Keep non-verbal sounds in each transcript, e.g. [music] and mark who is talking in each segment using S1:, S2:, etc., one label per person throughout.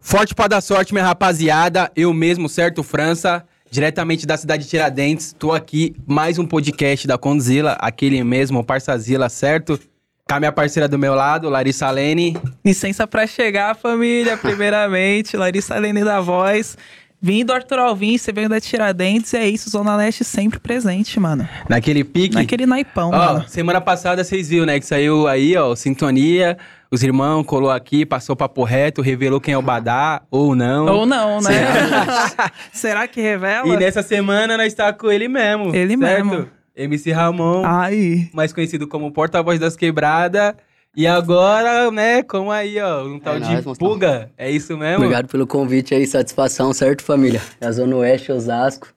S1: Forte pra dar sorte, minha rapaziada. Eu mesmo, certo, França, diretamente da cidade de Tiradentes. Tô aqui, mais um podcast da Condzilla, aquele mesmo, Parçazila, certo? Com a minha parceira do meu lado, Larissa Lene.
S2: Licença pra chegar, família, primeiramente. Larissa Lene da Voz. Vindo Arthur Alvim, você veio da Tiradentes, é isso, Zona Leste sempre presente, mano.
S1: Naquele pique.
S2: Naquele naipão,
S3: Ah.
S1: Ó,
S2: mano.
S1: semana passada vocês viram, né? Que saiu aí, ó, Sintonia. Os irmãos colou aqui, passou papo reto, revelou quem é o Badá, ou não.
S2: Ou não, né? [laughs] Será que revela?
S1: E nessa semana nós tá com ele mesmo.
S2: Ele
S1: certo?
S2: mesmo. Ah,
S1: MC Ramon,
S2: Aí.
S1: mais conhecido como porta-voz das quebradas. E agora, né, como aí, ó, um tal
S3: É
S1: de
S3: nóis, moção.
S1: Puga. É isso mesmo?
S3: Obrigado pelo convite aí, satisfação, certo, família? É a Zona Oeste, Osasco.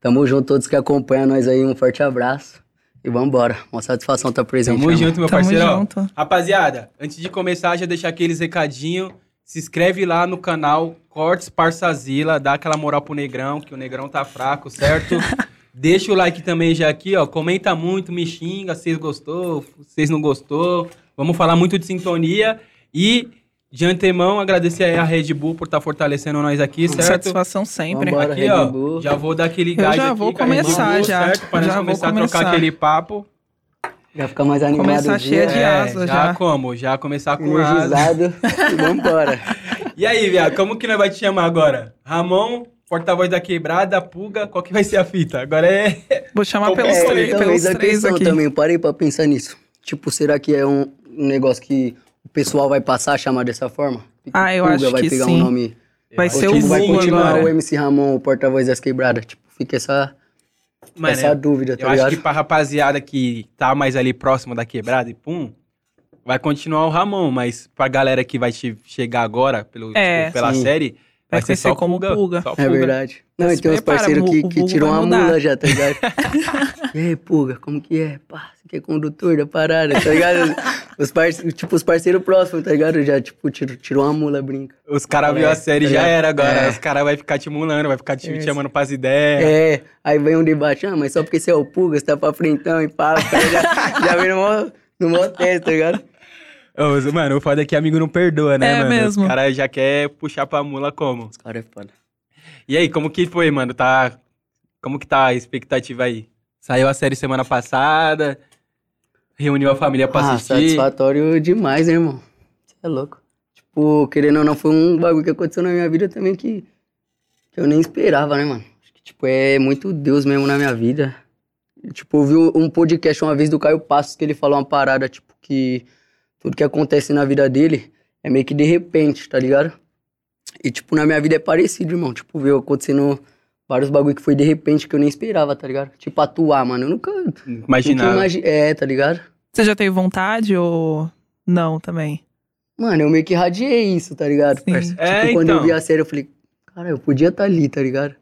S3: Tamo junto, todos que acompanham nós aí, um forte abraço. E vambora, uma satisfação estar presente.
S1: Tamo
S3: né,
S1: junto, meu
S2: Tamo
S1: parceiro.
S2: junto.
S1: Rapaziada, antes de começar, já deixar aqueles recadinho. Se inscreve lá no canal Cortes Parçazila, dá aquela moral pro Negrão, que o Negrão tá fraco,
S2: [laughs]
S1: certo? Deixa o like também já aqui, ó. Comenta muito, me xinga, vocês gostou, vocês não gostou. Vamos falar muito de sintonia e de antemão agradecer aí a Red Bull por estar fortalecendo nós aqui, certo?
S2: Satisfação sempre.
S3: Vambora.
S1: Aqui,
S3: Red
S1: ó,
S3: Bull.
S1: já vou dar aquele
S2: Eu
S1: gás
S2: já
S1: aqui
S2: vou
S1: com a Red
S2: começar,
S1: Bull, tá
S2: já.
S1: Certo? Pra nós
S2: Já vou
S1: começar, a
S2: começar.
S1: trocar aquele papo. É,
S3: Já ficar mais animado
S2: Começar
S3: o
S2: cheia
S3: dia,
S2: de asa
S1: já.
S2: já.
S1: como? Já começar com asa.
S3: [laughs] energizado. e vambora.
S1: E aí, viado, como que nós vai te chamar agora? Ramon, porta-voz da quebrada, Puga, qual que vai ser a fita? Agora é...
S2: Vou chamar
S1: Como
S2: [laughs] pelos,
S1: é,
S2: três-
S1: então,
S2: pelos
S3: essa é a
S2: três
S3: questão
S2: aqui.
S3: também, parei pra pensar nisso. Tipo, será que é um um negócio que o pessoal vai passar a chamar dessa forma?
S2: Ah, eu
S3: Puga
S2: acho
S3: vai
S2: que
S3: pegar
S2: sim.
S3: um nome...
S2: Vai
S1: acho
S2: ser
S1: que
S2: o
S1: sim,
S3: vai
S2: Hugo
S3: continuar
S2: agora.
S3: o MC Ramon, o porta-voz das quebradas. Tipo, fica essa,
S1: Mano,
S3: essa dúvida, tá
S1: eu acho
S3: ligado?
S1: que pra rapaziada que tá mais ali próximo da quebrada e pum, vai continuar o Ramon, mas pra galera que vai te chegar agora pelo,
S2: É,
S1: tipo, pela
S3: sim.
S1: série, vai,
S2: Vai
S1: ser só
S2: conhecer como
S1: Puga.
S2: Puga.
S1: só
S3: É verdade. Não,
S2: Mas
S3: e tem uns
S2: prepara,
S3: parceiros
S2: o-
S3: que,
S2: o
S3: que
S2: vulgo
S3: tiram
S2: vai
S3: a
S2: mudar.
S3: mula já,
S2: [laughs]
S3: tá ligado? e aí, Puga, como que é? Pá, você que é condutor da parada, tá ligado? Os parceiros, tipo, os parceiros próximos, tá ligado? Já, tipo, tirou, tirou a mula, brinca.
S1: Os caras viu a série,
S3: Tá
S1: já
S3: ligado?
S1: era agora.
S3: É.
S1: Os caras vai ficar te mulando, vai ficar te, te chamando pras ideias.
S3: É. aí vem um debate, ah, mas só porque você é o Puga, você tá pra frentão e pá,
S2: [laughs]
S3: tá ligado? já vem no mó, no mó teste, tá ligado?
S1: Ô, mano, o foda é que amigo não perdoa, né,
S2: É
S1: mano?
S2: mesmo.
S1: Os caras já quer puxar pra mula como?
S3: Os caras é foda.
S1: E aí, como que foi, mano? Tá... Como que tá a expectativa aí? Saiu a série semana passada, reuniu a família É pra
S3: Ah,
S1: assistir.
S3: satisfatório demais, né, irmão? Você é louco. Tipo, querendo ou não, foi um bagulho que aconteceu na minha vida também que, que eu nem esperava, né, mano? Acho que, tipo, é muito Deus mesmo na minha vida. E, Tipo, eu vi um podcast uma vez do Caio Passos que ele falou uma parada, tipo, que tudo que acontece na vida dele é meio que de repente, tá ligado? E, tipo, na minha vida é parecido, irmão. Tipo, viu acontecendo vários bagulho que foi de repente que eu nem esperava, tá ligado? Tipo, atuar, mano. Eu nunca. nunca
S1: Imaginava.
S3: imagi- É, tá ligado?
S2: Você já teve vontade ou não também?
S3: Mano, eu meio que radiei isso, tá ligado,
S2: Sim.
S3: parça? Tipo,
S1: É,
S3: quando
S1: então.
S3: eu vi a série, eu falei, cara, eu podia estar ali, tá ligado?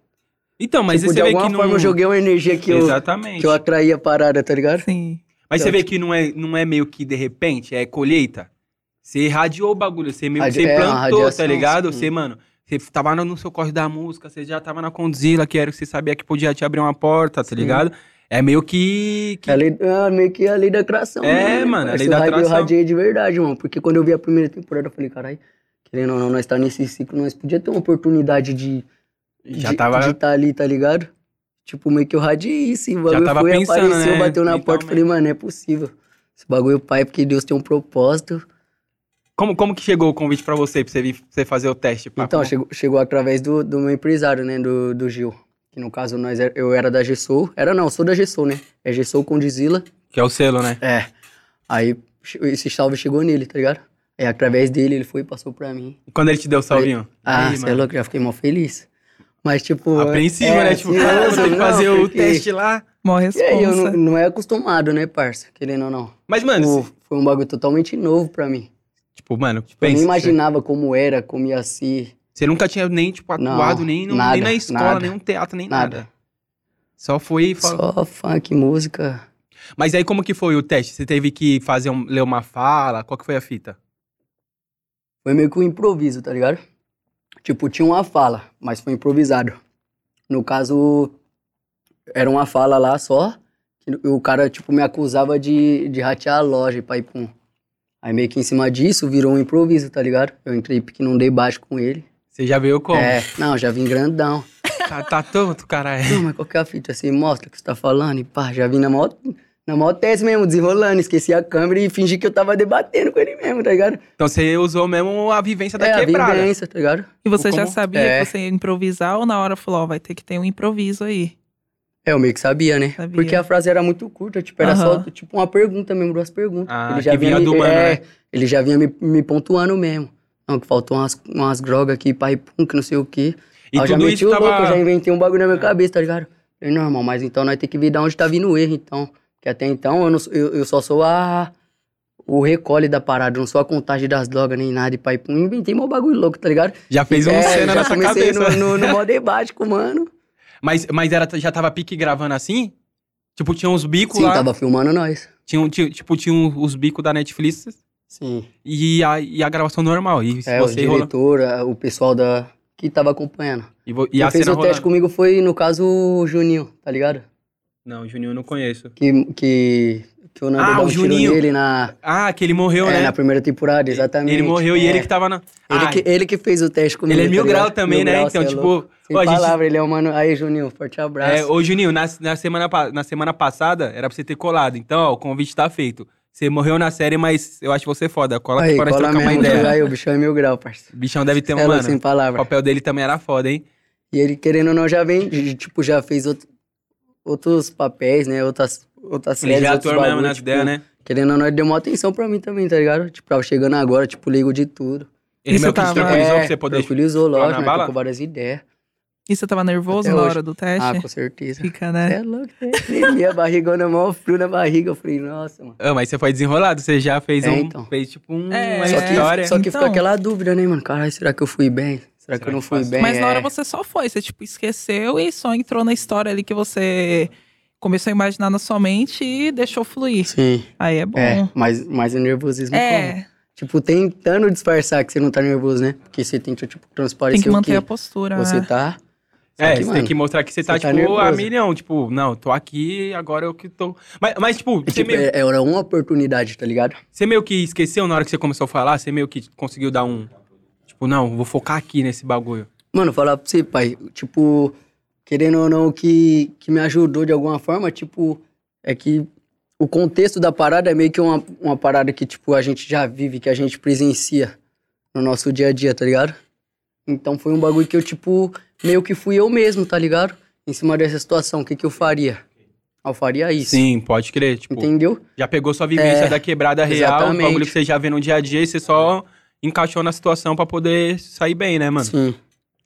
S1: Então, mas
S3: tipo,
S1: você
S3: de
S1: vê
S3: alguma
S1: que não...
S3: forma eu joguei uma energia que eu,
S1: Exatamente.
S3: que eu atraí a parada, tá ligado?
S2: Sim.
S1: Mas você
S3: Então,
S1: vê que não é, não é meio que de repente, é colheita. Você irradiou o bagulho, você meio que
S3: Radi-
S1: você
S3: é, uma
S1: plantou, tá
S3: radiação,
S1: ligado?
S3: sim.
S1: Você, mano, você tava no seu corre da música, você já tava na Condzilla, que era o que você sabia que podia te abrir uma porta, tá ligado? É meio que... que-
S3: É a lei- ah, meio que a lei da atração.
S1: É,
S3: né,
S1: mano, a
S3: parça?
S1: lei da
S3: eu radiei-
S1: atração.
S3: Eu radiei de verdade, mano, porque quando eu vi a primeira temporada, eu falei, caralho, querendo ou não, nós tá nesse ciclo, nós podia ter uma oportunidade de
S1: Já
S3: de,
S1: tava-
S3: de tá ali, tá ligado? Tipo, meio que eu radiei isso, e o
S1: Já
S3: bagulho
S1: tava
S3: foi,
S1: pensando,
S3: apareceu,
S1: né,
S3: bateu na porta, eu falei, mano, não é possível. Esse bagulho, pai, porque Deus tem um propósito,
S1: Como, como que chegou o convite pra você, pra você, vir, pra você fazer o teste? pá?
S3: Então,
S1: Como-
S3: chegou, chegou através do, do meu empresário, né? Do, do Gil. Que no caso, nós, era- eu era da Gessoul. Era não, eu sou da Gessoul, né? É Gessoul Condizila.
S1: Que é o selo, né?
S3: É. Aí che- esse salve chegou nele, tá ligado? Aí através dele ele foi e passou pra mim.
S1: Quando ele te deu o salvinho?
S3: Ah,
S1: Aí,
S3: você é
S1: mano.
S3: louco, já fiquei mó feliz. Mas tipo...
S1: Apreensivo,
S3: é,
S1: né? [laughs] Tipo,
S3: ansioso,
S1: ah, vou ter que
S3: não,
S1: fazer o
S3: porque-
S1: teste lá.
S2: Mó
S3: E aí, eu não,
S2: responsa.
S3: não é acostumado, né, parça? Querendo ou não.
S1: Mas, mano,
S3: Pô,
S1: se-
S3: foi um bagulho totalmente novo pra mim.
S1: tipo, mano,
S3: eu
S1: pensa.
S3: nem imaginava como era, como ia ser.
S1: Você nunca tinha nem, tipo,
S3: Não,
S1: atuado, nem, no-
S3: nada,
S1: nem na escola,
S3: nada,
S1: nem no teatro, nem nada.
S3: nada.
S1: Só foi... e falou.
S3: Só funk, música...
S1: Mas aí, como que foi o teste? Você teve que fazer um- ler uma fala? Qual que foi a fita?
S3: Foi meio que um improviso, tá ligado? Tipo, tinha uma fala, mas foi improvisado. No caso, era uma fala lá só, que o cara, tipo, me acusava de, de ratear a loja e pai pum. Aí meio que em cima disso virou um improviso, tá ligado? Eu entrei que num debate com ele.
S1: Você Você já veio como?
S3: É, não, já vim grandão.
S1: Tá, tá tonto, caralho.
S3: Não, mas qual que é a fita? Você mostra o que você tá falando e pá, já vim na maior, na maior tese mesmo, desenrolando, esqueci a câmera e fingi que eu tava debatendo com ele mesmo, tá ligado?
S1: Então você usou mesmo a vivência da
S3: é, a
S1: quebrada.
S3: vivência, tá ligado?
S2: E você já
S1: Como-
S2: sabia
S3: É.
S2: que você ia improvisar ou na hora falou, ó, vai ter que ter um improviso aí?
S3: É, eu meio que sabia, né?
S2: Sabia.
S3: Porque a frase era muito curta, tipo, era
S2: Aham.
S3: só tipo uma pergunta mesmo, duas perguntas.
S1: Ah, que vinha do
S3: me,
S1: mano,
S3: é,
S1: né?
S3: ele já vinha me, me pontuando mesmo. Não, que faltou umas, umas drogas aqui, pai, pum, que não sei o quê.
S1: E
S3: Aí eu já
S1: tudo
S3: meti
S1: isso
S3: o
S1: tava- Ah.
S3: louco, eu já inventei um bagulho na minha cabeça, tá ligado? Falei, não, irmão, mas então nós temos que vir da onde tá vindo o erro, então. Porque até então eu, não sou- eu- eu só sou a... O recolhe da parada, eu não sou a contagem das drogas nem nada, e pai, pum, inventei meu bagulho louco, tá ligado?
S1: Já fez uma
S3: É,
S1: cena
S3: já
S1: nessa
S3: comecei
S1: cabeça.
S3: No, no, no maior debate com o mano.
S1: [laughs] Mas, mas era, já tava pique gravando assim? Tipo, tinha uns bicos
S3: Sim,
S1: lá.
S3: tava filmando nós.
S1: Tinha, um- tinha- tipo, tinha um- os bicos da Netflix
S3: Sim.
S1: e a, e a gravação normal. E,
S3: É, o
S1: você rola-
S3: diretor, a- o pessoal da que tava acompanhando.
S1: e, vo- e
S3: Quem
S1: a
S3: fez
S1: cena
S3: o
S1: rolando.
S3: teste comigo foi, no caso, o Juninho, tá ligado?
S1: Não, o Juninho eu não conheço.
S3: Que, que, que o Nando
S1: Ah,
S3: dá
S1: o
S3: um tiro
S1: Juninho.
S3: nele na,
S1: Ah, que ele morreu,
S3: é,
S1: né?
S3: na primeira temporada, exatamente.
S1: Ele morreu e
S3: É.
S1: ele que tava na.
S3: Ele,
S1: Ah,
S3: que, ele que fez o teste comigo.
S1: ele é mil
S3: tá
S1: grau
S3: ligado?
S1: também,
S3: Mil
S1: né?
S3: grau,
S1: então,
S3: cê é
S1: tipo.
S3: louco. Sem
S1: ó, a gente-
S3: palavra, ele é um mano. Aí, Juninho, forte abraço.
S1: É, ô Juninho, na, na semana, pa- na semana passada era pra você ter colado. Então, ó, o convite tá feito. Você morreu na série, mas eu acho você foda. Cola
S3: aí,
S1: aqui pra nós
S3: cola
S1: trocar uma
S3: mesmo,
S1: ideia.
S3: Aí, o bichão é mil grau, parceiro.
S1: O bichão deve ter um,
S3: Cê é louco,
S1: mano.
S3: sem
S1: O
S3: palavra.
S1: papel dele também era foda, hein?
S3: E ele, querendo ou não, já vem, de- tipo, já fez outro- outros papéis, né? Outras, outras
S1: Ele
S3: séries,
S1: já é
S3: outros
S1: ator mesmo
S3: bagulho,
S1: nas
S3: tipo,
S1: ideias, né?
S3: Querendo ou não, ele deu uma atenção pra mim também, tá ligado? Tipo, tava chegando agora, tipo, ligo de tudo.
S1: Ele
S2: Isso
S1: meio que
S2: tava-
S1: te tranquilizou
S3: É,
S1: pra você poder. tipo,
S3: Tranquilizou,
S1: explorar na
S3: lógico, né?
S1: bala?
S3: Com várias ideias.
S2: E você tava nervoso
S3: Até
S2: na
S3: hoje.
S2: hora do teste?
S3: Ah, com certeza.
S2: Fica,
S3: Cê
S2: né?
S3: É louco, né? Minha barrigona, né? mó frio na barriga. Eu falei, nossa, mano.
S1: Ah, mas você foi desenrolado, você já fez
S3: É,
S1: um.
S3: então.
S1: Fez tipo um,
S2: É,
S1: uma
S2: só que-
S1: história.
S3: Só que
S2: Então.
S3: fica aquela dúvida, né, mano? Caralho, será que eu fui bem? Será, que
S1: Será
S3: eu não
S1: que
S3: fui
S1: faço?
S3: bem?
S2: Mas na hora
S3: É.
S2: você só foi, você tipo esqueceu e só entrou na história ali que você começou a imaginar na sua mente e deixou fluir.
S3: Sim,
S2: Aí é bom.
S3: é. Mas, mas o nervosismo
S2: É,
S3: como? Tipo, tentando disfarçar que você não tá nervoso, né? Porque você tenta, tipo, transparecer
S2: tem que manter a
S3: o que
S2: postura.
S3: você
S2: né?
S3: tá. Só
S1: É,
S3: que,
S1: você tem
S3: mano,
S1: que mostrar que você tá,
S3: você tá
S1: tipo, a
S3: nervoso.
S1: milhão. Tipo, não, tô aqui, agora eu que tô. Mas, mas, tipo,
S3: é,
S1: você
S3: tipo,
S1: meio,
S3: é- era uma oportunidade, tá ligado?
S1: você meio que esqueceu na hora que você começou a falar, você meio que conseguiu dar um. Tipo, não, vou focar aqui nesse bagulho.
S3: Mano, falar pra você, pai, tipo, querendo ou não, o que, que me ajudou de alguma forma, tipo, é que o contexto da parada é meio que uma, uma parada que, tipo, a gente já vive, que a gente presencia no nosso dia a dia, tá ligado? Então foi um bagulho que eu, tipo, meio que fui eu mesmo, tá ligado? Em cima dessa situação, o que que eu faria? Eu faria isso.
S1: Sim, pode crer. Tipo,
S3: Entendeu?
S1: já pegou sua vivência
S3: É,
S1: da quebrada real, o
S3: exatamente.
S1: bagulho que você já vê no dia a dia e você só encaixou na situação pra poder sair bem, né, mano?
S3: Sim.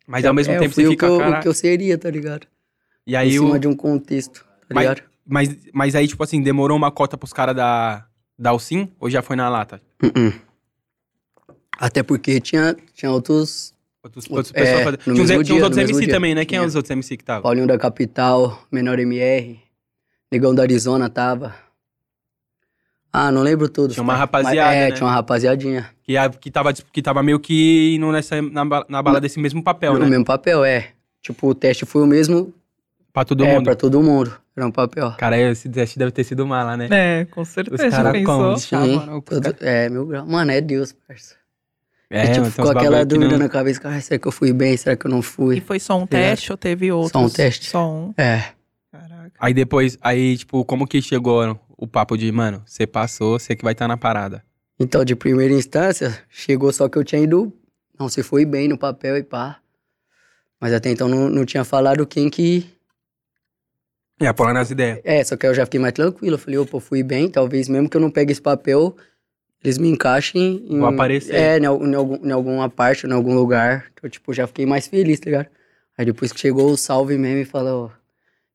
S1: Mas ao mesmo
S3: É, eu
S1: tempo
S3: fui
S1: você
S3: o
S1: fica,
S3: que eu-
S1: cara.
S3: o que eu seria, tá ligado?
S1: E
S3: em
S1: aí
S3: cima
S1: o.
S3: de um contexto, tá
S1: Mas-
S3: ligado?
S1: Mas, mas aí, tipo assim, demorou uma cota pros caras da. Da Alcim ou já foi na lata?
S3: Uh-uh. Até porque tinha, tinha outros.
S1: Outros, outros
S3: É,
S1: pessoal fazendo-
S3: no
S1: Tinha uns,
S3: mesmo
S1: tinha uns
S3: dia,
S1: outros
S3: no mesmo
S1: MC
S3: dia.
S1: também, né? Quem é
S3: Tinha.
S1: os outros MC que estavam?
S3: Paulinho da Capital, Menor MR, Negão da Arizona tava. Ah, não lembro todos.
S1: Tinha uma
S3: tá?
S1: rapaziada,
S3: Mas- É,
S1: né?
S3: tinha uma rapaziadinha.
S1: Que, a- que, tava, dis- que tava meio que indo nessa, na, ba- na bala desse mesmo papel,
S3: no
S1: né?
S3: mesmo papel, é. Tipo, o teste foi o mesmo
S1: Pra todo
S3: é,
S1: mundo.
S3: pra todo mundo. Era um papel.
S1: Cara, esse teste deve ter sido mala, né?
S2: É, com
S1: Os
S2: certeza. já
S1: caras
S2: pensou? Tá,
S3: Sim,
S1: conchavam, né? Os
S3: todo-
S1: caras-
S3: é, meu grau. Mano, é Deus, parça.
S1: É,
S3: E, tipo,
S1: mano, tem
S3: ficou
S1: uns bagulho
S3: aquela
S1: que né?
S3: dúvida né?
S1: não-
S3: na cabeça, cara, será que eu fui bem? Será que eu não
S2: E
S3: fui?
S2: foi só um teste ou teve outro?
S3: teste.
S2: Só um.
S3: É.
S2: Caraca.
S1: Aí depois, aí, tipo, como que chegou o papo de, mano, você passou, você que vai estar na parada.
S3: Então, de primeira instância, chegou só que eu tinha ido. Não, você foi bem no papel e pá. Mas até então não, não tinha falado quem que,
S1: É, por lá nas ideias.
S3: É, só que aí eu já fiquei mais tranquilo. Eu falei, opa, fui bem. Talvez mesmo que eu não pegue esse papel, eles me encaixem. Em,
S1: Vou aparecer.
S3: É, em, al- em algum- em alguma parte, em algum lugar. Então, tipo, já fiquei mais feliz, tá ligado? Aí depois que chegou o salve mesmo e falou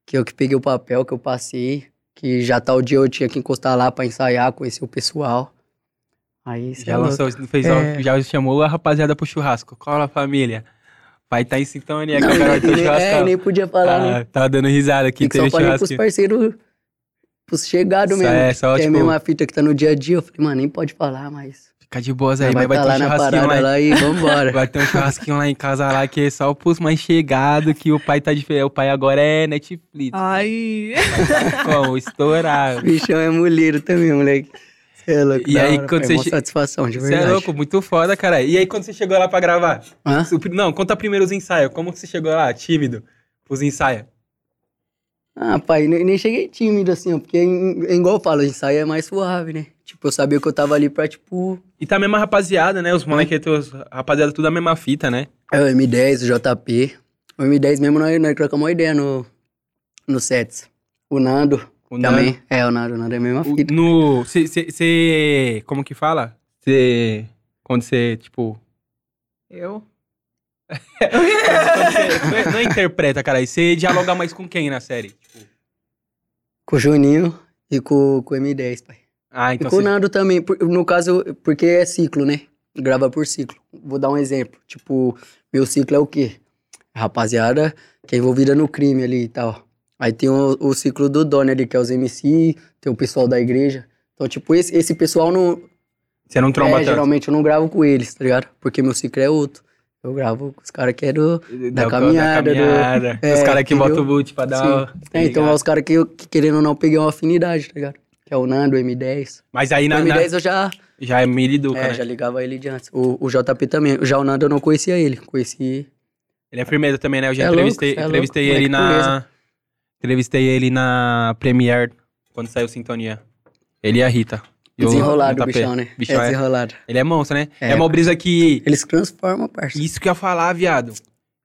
S3: que eu que peguei o papel, que eu passei, que já tal dia eu tinha que encostar lá pra ensaiar, conhecer o pessoal. Aí, cê é
S1: Já
S3: louco.
S1: lançou, fez,
S3: É.
S1: já chamou a rapaziada pro churrasco. Cola, família. Vai estar em sintonia com
S3: Não,
S1: a garota do
S3: [laughs] nem, é,
S1: churrasco.
S3: nem podia falar, né?
S1: Ah, tava dando risada aqui,
S3: Tem que só
S1: teve
S3: falei
S1: churrasco.
S3: pros parceiros, pros chegados
S1: Só
S3: mesmo.
S1: é, só,
S3: que é
S1: tipo,
S3: mesmo a fita que tá no dia a dia. Eu falei, mano, nem pode falar, mas...
S1: fica de boas aí,
S3: Vai,
S1: mas vai
S3: tá
S1: ter um
S3: lá na
S1: churrasquinho
S3: parada
S1: lá. em-
S3: lá e
S1: [laughs]
S3: vambora.
S1: Vai ter um churrasquinho lá em casa lá, que é só pros mais chegados, que o pai tá diferente. O pai agora é Netflix. Tá
S2: Ai.
S1: Como estourar.
S3: [laughs] O bichão é mulheiro também, moleque. Você É louco,
S1: E
S3: da
S1: aí,
S3: hora,
S1: quando
S3: pai,
S1: você
S3: mó
S1: che-
S3: satisfação, de
S1: Você
S3: verdade.
S1: é louco, muito foda, cara. E aí, quando você chegou lá pra gravar?
S3: Hã?
S1: Su- Não, conta primeiro os ensaios. Como que você chegou lá, tímido, pros ensaios?
S3: Ah, pai, nem, nem cheguei tímido assim, ó, porque em- em- igual eu falo, o ensaio é mais suave, né? Tipo, eu sabia que eu tava ali pra, tipo,
S1: E tá a mesma rapaziada, né? Os moleques, os rapaziada, tudo a mesma fita, né?
S3: é o M10, o JP. O M10 mesmo, nós, nós trocamos uma ideia no, no sets. O Nando
S1: O
S3: também. É, o Nando, o Nando é a mesma
S1: Nando-
S3: fita.
S1: o- no. Você. Como que fala? Você. Quando você, tipo.
S2: Eu?
S1: quando cê- [laughs] não, é- não é interpreta, cara. E você dialoga mais com quem na série? Tipo,
S3: Com o Juninho e com, com o M10, pai.
S1: ah,
S3: E
S1: então.
S3: com o
S1: Cê,
S3: Nando também, por- no caso, porque é ciclo, né? Grava por ciclo. Vou dar um exemplo. Tipo, meu ciclo é o quê? A Rapaziada que é envolvida no crime ali e tal. Aí tem o, o ciclo do Doni ali, que é os MC, tem o pessoal da igreja. Então, tipo, esse, esse pessoal não.
S1: cê não tromba
S3: é,
S1: tanto.
S3: geralmente eu não gravo com eles, tá ligado? Porque meu ciclo é outro. Eu gravo com os caras que é do. da
S1: Do-
S3: caminhada, do-
S1: caminhada.
S3: É,
S1: os caras que
S3: entendeu?
S1: botam o boot pra dar.
S3: Sim.
S1: o- Tá
S3: É, então é
S1: ligado?
S3: os caras que, eu- que querendo ou não peguei uma afinidade, tá ligado? Que é o Nando, o M10.
S1: Mas aí
S3: O
S1: na, na-
S3: M10 eu já.
S1: já é miliduca,
S3: É,
S1: né?
S3: já ligava ele de antes. O, o JP também. Já o Nando eu não conhecia ele. Conheci.
S1: Ele é firmeza também, né? Eu já
S3: É louco,
S1: entrevistei,
S3: cê é louco,
S1: entrevistei
S3: moleque
S1: ele na. Entrevistei ele na Premiere, quando saiu Sintonia. Ele e a Rita. E o
S3: Desenrolado o
S1: JP.
S3: bichão, né?
S1: Bichão
S3: é
S1: é.
S3: desenrolado.
S1: Ele é monstro, né? É,
S3: É,
S1: uma brisa que.
S3: Ele se transforma, parça.
S1: Isso que eu ia falar, viado.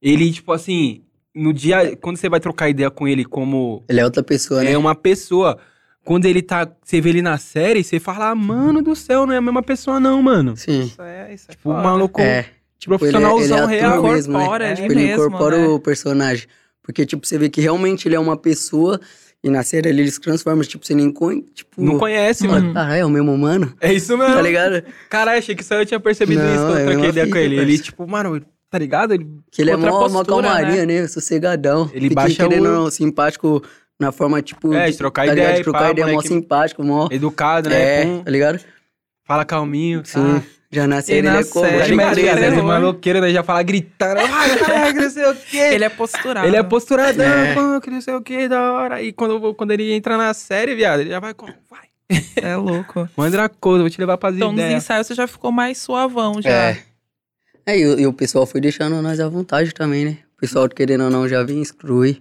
S1: Ele, tipo assim, no dia. Quando você vai trocar ideia com ele como.
S3: Ele é outra pessoa, né?
S1: É uma pessoa. Quando ele tá. Você vê ele na série, você fala, "Ah, mano do céu, não é a mesma pessoa, não, mano.
S3: Sim.
S2: Isso é, isso é
S1: O
S2: foda.
S1: Tipo, um maluco.
S3: É.
S1: Profissionalzão
S3: ele é ator
S1: real.
S3: mesmo, né?
S2: incorpora ali
S3: Tipo, ele
S2: mesmo,
S3: incorpora
S2: né?
S3: o personagem. Porque, tipo, você vê que realmente ele é uma pessoa. E na série ali ele se transforma. Tipo, você nem conhece. Tipo,
S1: Não conhece,
S3: fala,
S1: mano.
S3: Caralho, é o mesmo humano?
S1: É isso mesmo.
S3: Tá ligado?
S1: Caralho, achei que só eu tinha percebido
S3: Não,
S1: isso quando
S3: é
S1: eu
S3: a
S1: troquei
S3: mesma
S1: ideia com
S3: fita,
S1: ele. Ele,
S3: parça.
S1: tipo, mano, tá ligado? Ele,
S3: Que ele é
S2: Outra
S3: mó, mó
S2: postura,
S3: calmaria, né? Sossegadão.
S1: Ele
S3: Fica,
S1: baixa
S3: querendo
S1: o-
S3: ou não, simpático na forma, tipo...
S1: É, de trocar
S3: tá ligado?
S1: ideia,
S3: De trocar
S1: pá,
S3: ideia, mó
S1: moleque-
S3: simpático, mó...
S1: educado, né?
S3: É,
S1: Pum,
S3: tá ligado?
S1: fala calminho.
S3: Sim.
S1: tá?
S3: Já nasce
S2: Ah. E
S3: ele, ele é
S2: nasce,
S3: como?
S2: é,
S3: Tá
S1: Pode
S2: ele
S3: ligado?
S1: crer,
S2: maneiro,
S1: às vezes
S2: né?
S1: o maloqueiro né, já fala gritando. "Ai, moleque, não sei o quê.
S2: Ele é posturado.
S1: Ele é posturadão,
S3: É.
S1: pô, que não sei o que, da hora. E quando, eu vou- quando ele entra na série, viado, ele já vai com. Vai.
S2: É
S1: [laughs]
S2: louco.
S1: Mandra coisa, vou te levar pras
S2: Então, nos
S1: ideias.
S2: ensaios você já ficou mais suavão, já.
S3: É. É, e, o- e o pessoal foi deixando nós à vontade também, né? O pessoal, querendo ou não, já vem, exclui.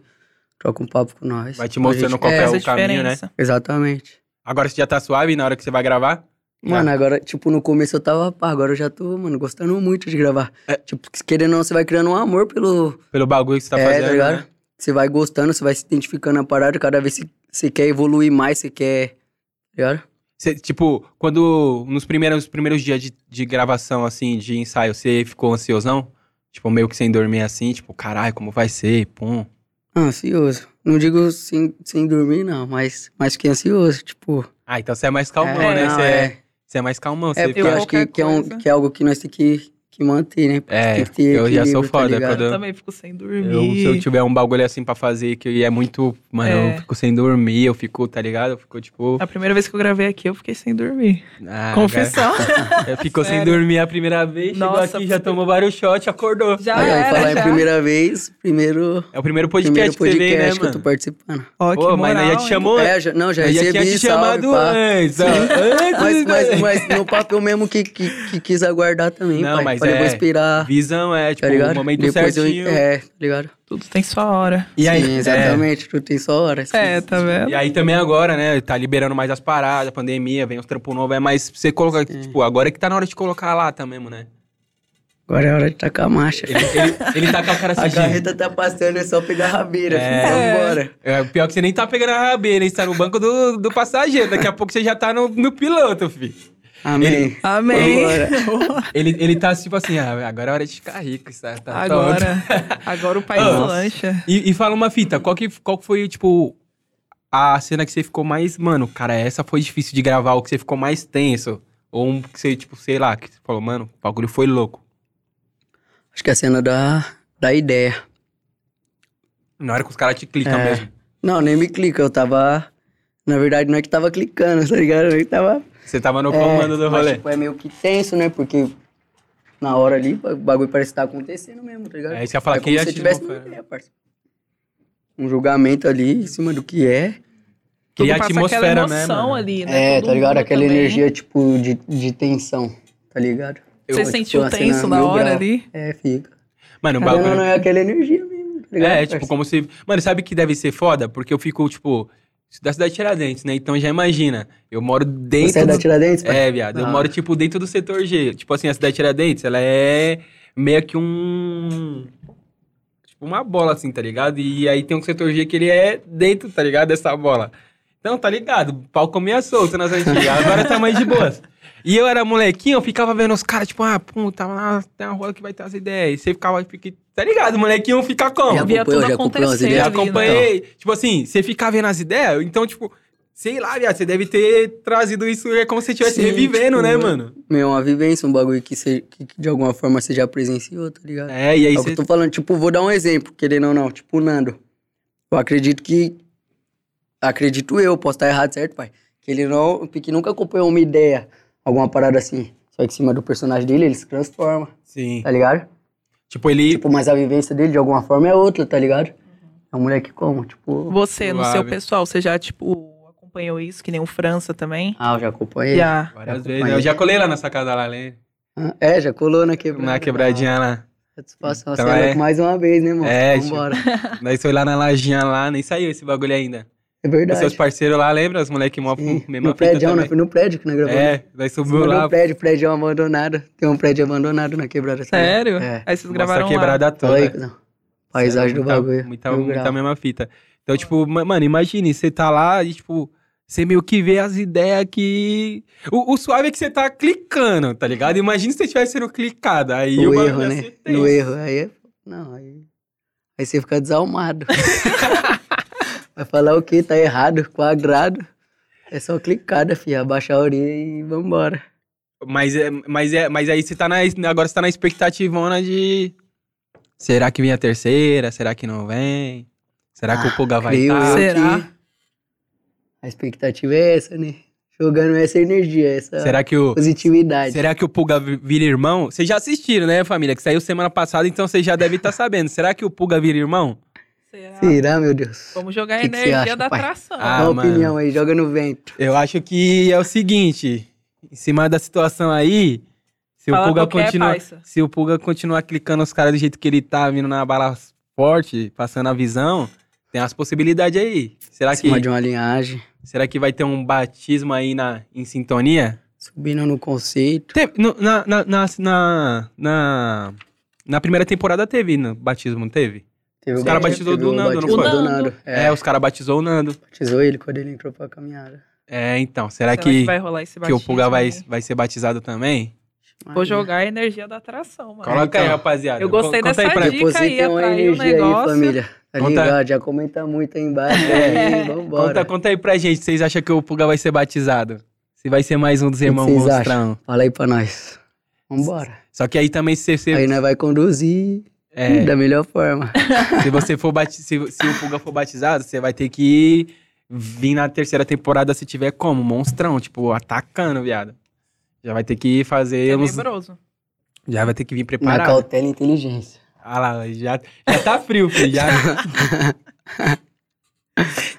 S3: Troca um papo com nós.
S1: Vai te
S3: Então, a
S1: mostrando
S3: gente-
S1: qual que é
S2: Essa
S1: o caminho, né?
S2: diferença.
S3: Exatamente.
S1: Agora você já tá suave na hora que você vai gravar?
S3: Mano, agora, tipo, no começo eu tava, pá, agora eu já tô, mano, gostando muito de gravar.
S1: É.
S3: Tipo, querendo ou não, você vai criando um amor pelo,
S1: Pelo bagulho que você tá
S3: é,
S1: fazendo.
S3: tá ligado?
S1: né?
S3: Você vai gostando, você vai se identificando na parada, cada vez você- você quer evoluir mais, você quer. tá ligado?
S1: Cê, tipo, quando. Nos primeiros, primeiros dias de, de gravação, assim, de ensaio, você ficou ansiosão? Tipo, meio que sem dormir assim, tipo, caralho, como vai ser? Pum.
S3: Ansioso. Não digo sem, sem dormir, não, mas, mas fiquei ansioso, tipo.
S1: Ah, então você é mais calmão,
S3: é,
S1: né?
S3: não,
S1: Você é,
S3: é,
S1: cê é mais calmão.
S3: é
S1: cê
S3: porque
S1: fica-
S3: eu acho que,
S2: qualquer
S3: que é, um-
S2: coisa.
S3: que é algo que nós temos que, que manter, né?
S1: É,
S3: Tem que ter
S1: eu já sou
S3: equilíbrio, tá
S1: foda.
S3: ligado?
S1: quando
S2: Eu
S1: eu,
S2: também fico sem
S1: eu- se
S2: dormir.
S1: eu tiver um bagulho assim pra fazer que é muito. Mano,
S2: É.
S1: eu fico sem dormir, eu fico, tá ligado? Eu fico tipo.
S2: A primeira vez que eu gravei aqui, eu fiquei sem dormir.
S1: ah,
S2: É
S1: [laughs]
S2: Confissão.
S1: cara, eu Ficou sem
S2: Sério.
S1: dormir a primeira vez,
S2: Nossa,
S1: chegou aqui, já tomou vários shots, acordou.
S2: Já
S3: Aí, ó,
S2: era,
S3: falar
S2: já.
S3: em primeira vez, primeiro
S1: É o primeiro
S3: primeiro
S1: podcast,
S3: podcast
S1: que você veio, né,
S3: que eu tô
S1: mano?
S3: participando.
S2: Ó, que
S1: Pô, mas nós já
S2: moral,
S1: te
S2: hein?
S1: chamou
S3: É, já, não, já
S1: Eu já tinha
S3: recebi,
S1: te
S3: salve,
S1: chamado
S3: pá.
S1: antes, ó. antes
S3: Mas, mas,
S1: velho.
S3: mas no papo eu mesmo que, que, que quis aguardar também,
S1: Não,
S3: pai.
S1: mas
S3: Falei,
S1: é-
S3: vou esperar,
S1: Visão é, tipo,
S3: tá ligado?
S1: o momento
S3: Depois eu-
S1: certinho.
S3: é, tá ligado?
S2: Tudo tem sua hora.
S1: E aí,
S3: Sim,
S1: é.
S3: exatamente, tu tem só horas.
S2: É, tá vendo?
S1: E aí também agora, né? Tá liberando mais as paradas, a pandemia, vem os trampos novos, é mais pra você colocar, tipo, agora que tá na hora de colocar lá também, mesmo, né?
S3: Agora é hora de tacar a marcha.
S1: Ele, ele, ele tá com a cara
S3: A
S1: assim, gente.
S3: carreta tá passando, é só pegar a rabeira,
S1: É.
S3: filho, vambora.
S1: É, pior que você nem tá pegando a rabeira, hein? Você tá no banco do, do passageiro. Daqui a pouco você já tá no, no piloto, filho.
S3: Amém.
S2: Amém. [laughs]
S1: Ele, ele tá tipo assim, ah, agora é hora de ficar rico, tá, tá tonto.
S2: Agora, agora o pai
S1: Ah.
S2: lancha.
S1: E, e fala uma fita, qual que, qual que foi, tipo, a cena que você ficou mais. Mano, cara, essa foi difícil de gravar, ou que você ficou mais tenso? Ou um que você, tipo, sei lá, que você falou, mano, o bagulho foi louco.
S3: Acho que é a cena da, da ideia.
S1: Na hora que os caras te clicam
S3: É.
S1: mesmo.
S3: Não, nem me clica, eu tava... Na verdade, não é que tava clicando, tá ligado? Não é que tava...
S1: Você tava no
S3: É,
S1: comando do
S3: mas,
S1: rolê.
S3: tipo, é meio que tenso, né? Porque na hora ali, o bagulho parece que tá acontecendo mesmo, tá ligado?
S1: É, isso que eu ia falar,
S3: é
S1: quem
S3: como
S1: ia
S3: se você
S1: te
S3: tivesse
S1: julgar,
S3: uma
S1: cara?
S3: ideia, parça. Um julgamento ali em cima do que é.
S2: Tudo
S1: Cria
S2: passa
S1: atmosfera,
S2: aquela
S1: né,
S2: emoção
S1: mano?
S2: ali, né?
S3: É,
S2: Todo
S3: tá ligado?
S2: mundo
S3: Aquela
S2: também.
S3: energia, tipo, de, de tensão, tá ligado?
S2: Você
S3: tipo,
S2: sentiu
S3: assim,
S2: tenso
S3: na
S2: na
S3: mil
S2: hora
S3: grau.
S2: ali?
S3: É, fica.
S1: Mano, o
S3: Querendo ou
S1: um bagulho.
S3: não é aquela energia mesmo, tá ligado?
S1: É, tipo, como se. Mano, sabe que deve ser foda? Porque eu fico, tipo, da cidade de Tiradentes, né? Então já imagina. Eu moro dentro.
S3: Você é da
S1: do-
S3: Tiradentes, pai?
S1: É, viado. Eu
S3: Ah.
S1: moro, tipo, dentro do setor G. Tipo assim, a cidade de Tiradentes, ela é meio que um. Tipo, uma bola, assim, tá ligado? E aí tem um setor G que ele é dentro, tá ligado? Dessa bola. Então, tá ligado? O pau comia solto nas antigas. Agora tá mais de boas. E eu era molequinho, eu ficava vendo os caras, tipo, ah, pum, tava lá, tem uma rola que vai ter as ideias. E você ficava, fica- tá ligado? Molequinho fica como?
S3: Já
S2: Via
S3: acompanhou,
S2: tudo
S3: já acompanhou as
S2: acontecer
S1: Eu
S3: ideias?
S2: ali, né?
S1: acompanhei. Tipo assim, você ficar vendo as ideias, então, tipo, sei lá, viado, você deve ter trazido isso, é como se você estivesse
S3: Sim,
S1: revivendo,
S3: tipo,
S1: né, mano?
S3: Meu, é uma vivência, um bagulho que, você, que que de alguma forma você já presenciou, tá ligado?
S1: É, e aí
S3: É o que
S1: você.
S3: eu tô falando, tipo, vou dar um exemplo, querendo ou não, tipo, o Nando. Eu acredito que. Acredito eu, posso estar errado, certo, pai? Que ele não. Que nunca acompanhou uma ideia, alguma parada assim. Só que em cima do personagem dele, ele se transforma,
S1: Sim.
S3: tá ligado?
S1: Tipo, ele.
S3: Tipo, mas a vivência dele, de alguma forma, é outra, tá ligado? É um moleque como? Tipo.
S2: Você, no seu
S1: Suave.
S2: pessoal, você já, tipo, acompanhou isso, que nem o França também?
S3: Ah, eu já acompanhei.
S2: Já.
S1: Várias
S3: Já
S1: vezes.
S3: acompanhei.
S1: Eu já colei lá na sacada lá, né?
S3: Ah, É, já colou na quebrada.
S1: Na quebradinha lá.
S3: Ah, Satisfação,
S1: Então
S3: você é
S1: é.
S3: louco mais uma vez, né, mano?
S1: É, tipo-
S3: Vambora.
S1: Daí foi lá na lajinha lá, nem saiu esse bagulho ainda.
S3: É
S1: Os seus
S3: verdade.
S1: parceiros lá, lembra? Os moleques mó
S3: Sim.
S1: mesma
S3: No
S1: fita
S3: prédio, né?
S1: também.
S3: Foi no prédio que nós gravamos.
S1: É, daí subiu
S3: Mandou
S1: lá.
S3: um prédio, prédio abandonado. Tem um prédio abandonado na quebrada. também.
S2: Sério?
S3: É.
S2: Aí vocês
S1: Mostra
S2: gravaram
S1: a
S2: lá.
S1: quebrada
S3: Fala
S1: toda.
S3: aí, cuzão. Paisagem do
S1: é. Muita-
S3: bagulho.
S1: Muita,
S3: Mil
S1: muita
S3: grau.
S1: mesma fita. Então, tipo, ma- mano, imagine, você tá lá e, tipo, você meio que vê as ideias que. O, o suave é que você tá clicando, tá ligado? Imagina se você tivesse sendo clicado. Aí
S3: No
S1: o bagulho é assim, ia
S3: erro, né?
S1: ser tenso.
S3: No erro. Aí é... Não, aí... Aí você
S1: [laughs]
S3: fica desalmado. Vai falar o quê? Tá errado, quadrado. É só clicada, fi. Abaixa a orelha e vambora.
S1: Mas, é, mas, é, mas aí você tá na. Agora você tá na expectativona de. Será que vem a terceira? Será que não vem? Será que o Puga vai
S3: Ah, Creio
S1: tá?
S3: eu
S2: Será?
S3: que A expectativa é essa, né? Jogando essa energia, essa
S1: Será que o.
S3: positividade.
S1: Será que o Puga vi- vira irmão? Vocês já assistiram, né, família? Que saiu semana passada, então vocês já devem estar sabendo. Será que o Puga vira irmão?
S2: Será?
S3: Será, meu Deus?
S2: Vamos jogar a
S3: Que que você
S2: energia
S3: acha,
S2: da
S3: pai?
S2: atração.
S1: Ah,
S3: Dá uma
S1: mano.
S3: opinião aí, joga no vento.
S1: Eu acho que é o seguinte, em cima da situação aí, se
S2: Fala é,
S1: o Puga
S2: qualquer
S1: continuar,
S2: parça.
S1: se o Puga continuar clicando os caras do jeito que ele tá, vindo na bala forte, passando a visão, tem as possibilidades aí. Será
S3: Em
S1: que
S3: cima de um. uma linhagem,
S1: será que vai ter um batismo aí na em sintonia?
S3: subindo no conceito.
S1: Teve- no- na, na, na, na, na- na primeira temporada teve no batismo, não teve?
S3: Teve
S1: Os cara
S3: bate-
S1: batizou
S3: teve
S1: do
S3: o
S1: Nando, não
S3: batismo
S2: foi?
S3: do
S2: O Nando.
S3: Nando. É,
S1: os caras batizou o Nando.
S3: batizou ele quando ele entrou pra caminhada.
S1: É, então, será,
S2: Será
S1: que,
S2: vai rolar esse
S1: que o Puga
S2: batismo
S1: vai,
S2: aí?
S1: vai ser batizado também?
S2: Vou jogar a energia da atração, mano.
S1: Coloca aí,
S3: então.
S1: rapaziada.
S2: Eu gostei
S1: Conta aí
S2: dessa
S1: pra-
S2: dica. aí,
S3: Depositem uma
S2: atrai o
S3: energia aí,
S2: negócio.
S3: família. Tá
S1: Conta- É.
S3: ligado? Já comenta muito aí embaixo. aí, vambora.
S1: Conta, conta aí pra gente, vocês acham que o Puga vai ser batizado? Se vai ser mais um dos
S3: que
S1: irmãos
S3: vocês
S1: monstrão.
S3: Fala aí pra nós. Vambora.
S1: Só que aí também se você,
S3: Aí né? nós vai conduzir
S1: é,
S3: da melhor forma.
S1: se você for bati- se, se o Puga for batizado, você vai ter que vir na terceira temporada se tiver como monstrão, tipo atacando, viado. Já vai ter que
S2: É
S1: fazer uns,
S2: vibroso.
S1: já vai ter que vir
S3: Na
S1: preparado.
S3: cautela e inteligência.
S1: Ah lá, já, já tá frio, filho.
S3: [laughs]
S1: já.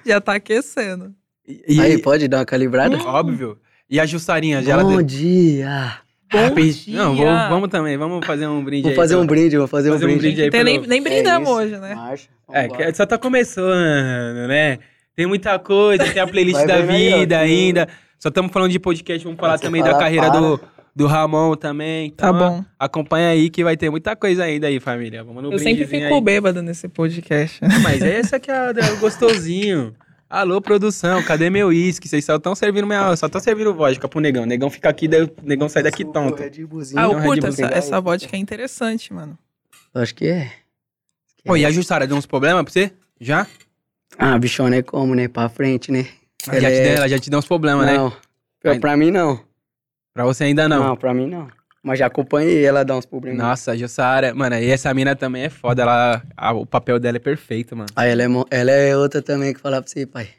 S2: Já tá aquecendo.
S1: E,
S3: Aí, pode dar uma calibrada?
S1: óbvio. E a Jussarinha, já ela
S3: Bom
S1: deu-
S3: dia.
S1: Rapidinho. Não, vou-
S2: dia.
S1: vamos também, vamos fazer um brinde
S3: Vou
S1: aí,
S3: fazer
S1: pelo-
S3: um brinde, vou fazer um
S1: Fazer um brinde
S3: brinde.
S1: aí
S2: Então, nem,
S1: pelo-
S2: nem brindamos
S3: É isso,
S2: hoje, né?
S3: Marcha.
S1: É,
S3: vambora.
S1: que só tá começando, né? Tem muita coisa,
S3: [laughs]
S1: tem a playlist
S3: Vai
S1: da
S3: vendo aí, ó,
S1: vida
S3: que-
S1: ainda. Só estamos falando de podcast, vamos falar
S3: Você
S1: também da
S3: fala,
S1: carreira
S3: para.
S1: do, do Ramon também.
S2: Tá
S1: Então,
S2: bom.
S1: Acompanha aí que vai ter muita coisa ainda aí, família. Vamos no
S2: Eu sempre
S1: brindezinho
S2: fico bêbado nesse podcast.
S1: aí. Mas essa que é a do gostosinho. Alô, produção, cadê meu uísque? Vocês só estão servindo minha. Só estão servindo vodka pro negão. O negão fica aqui, daí o negão sai daqui
S3: Suco,
S1: tonto.
S3: Red tá Bullzinho.
S2: Ah,
S1: Não,
S2: eu
S1: Red
S2: curto
S1: Bull
S2: essa,
S3: Pegar
S2: essa
S3: esse
S2: vodka, é interessante, mano.
S3: Eu Acho que é.
S1: Pô, e a Jussara deu uns problemas pra você? Já?
S3: Ah, bichona é como, né? Pra frente, né?
S1: Ela já, te deu, ela já te deu uns problemas, né?
S3: Não. Pra, pra mim, não.
S1: Pra você ainda
S3: não.
S1: não.
S3: pra mim, não. Mas já acompanhei ela dar uns problemas.
S1: Nossa, a Jussara, mano, e essa mina também é foda, ela, a- o papel dela é perfeito, mano.
S3: Ah, ela é, mo- ela é outra também que falar pra você, pai.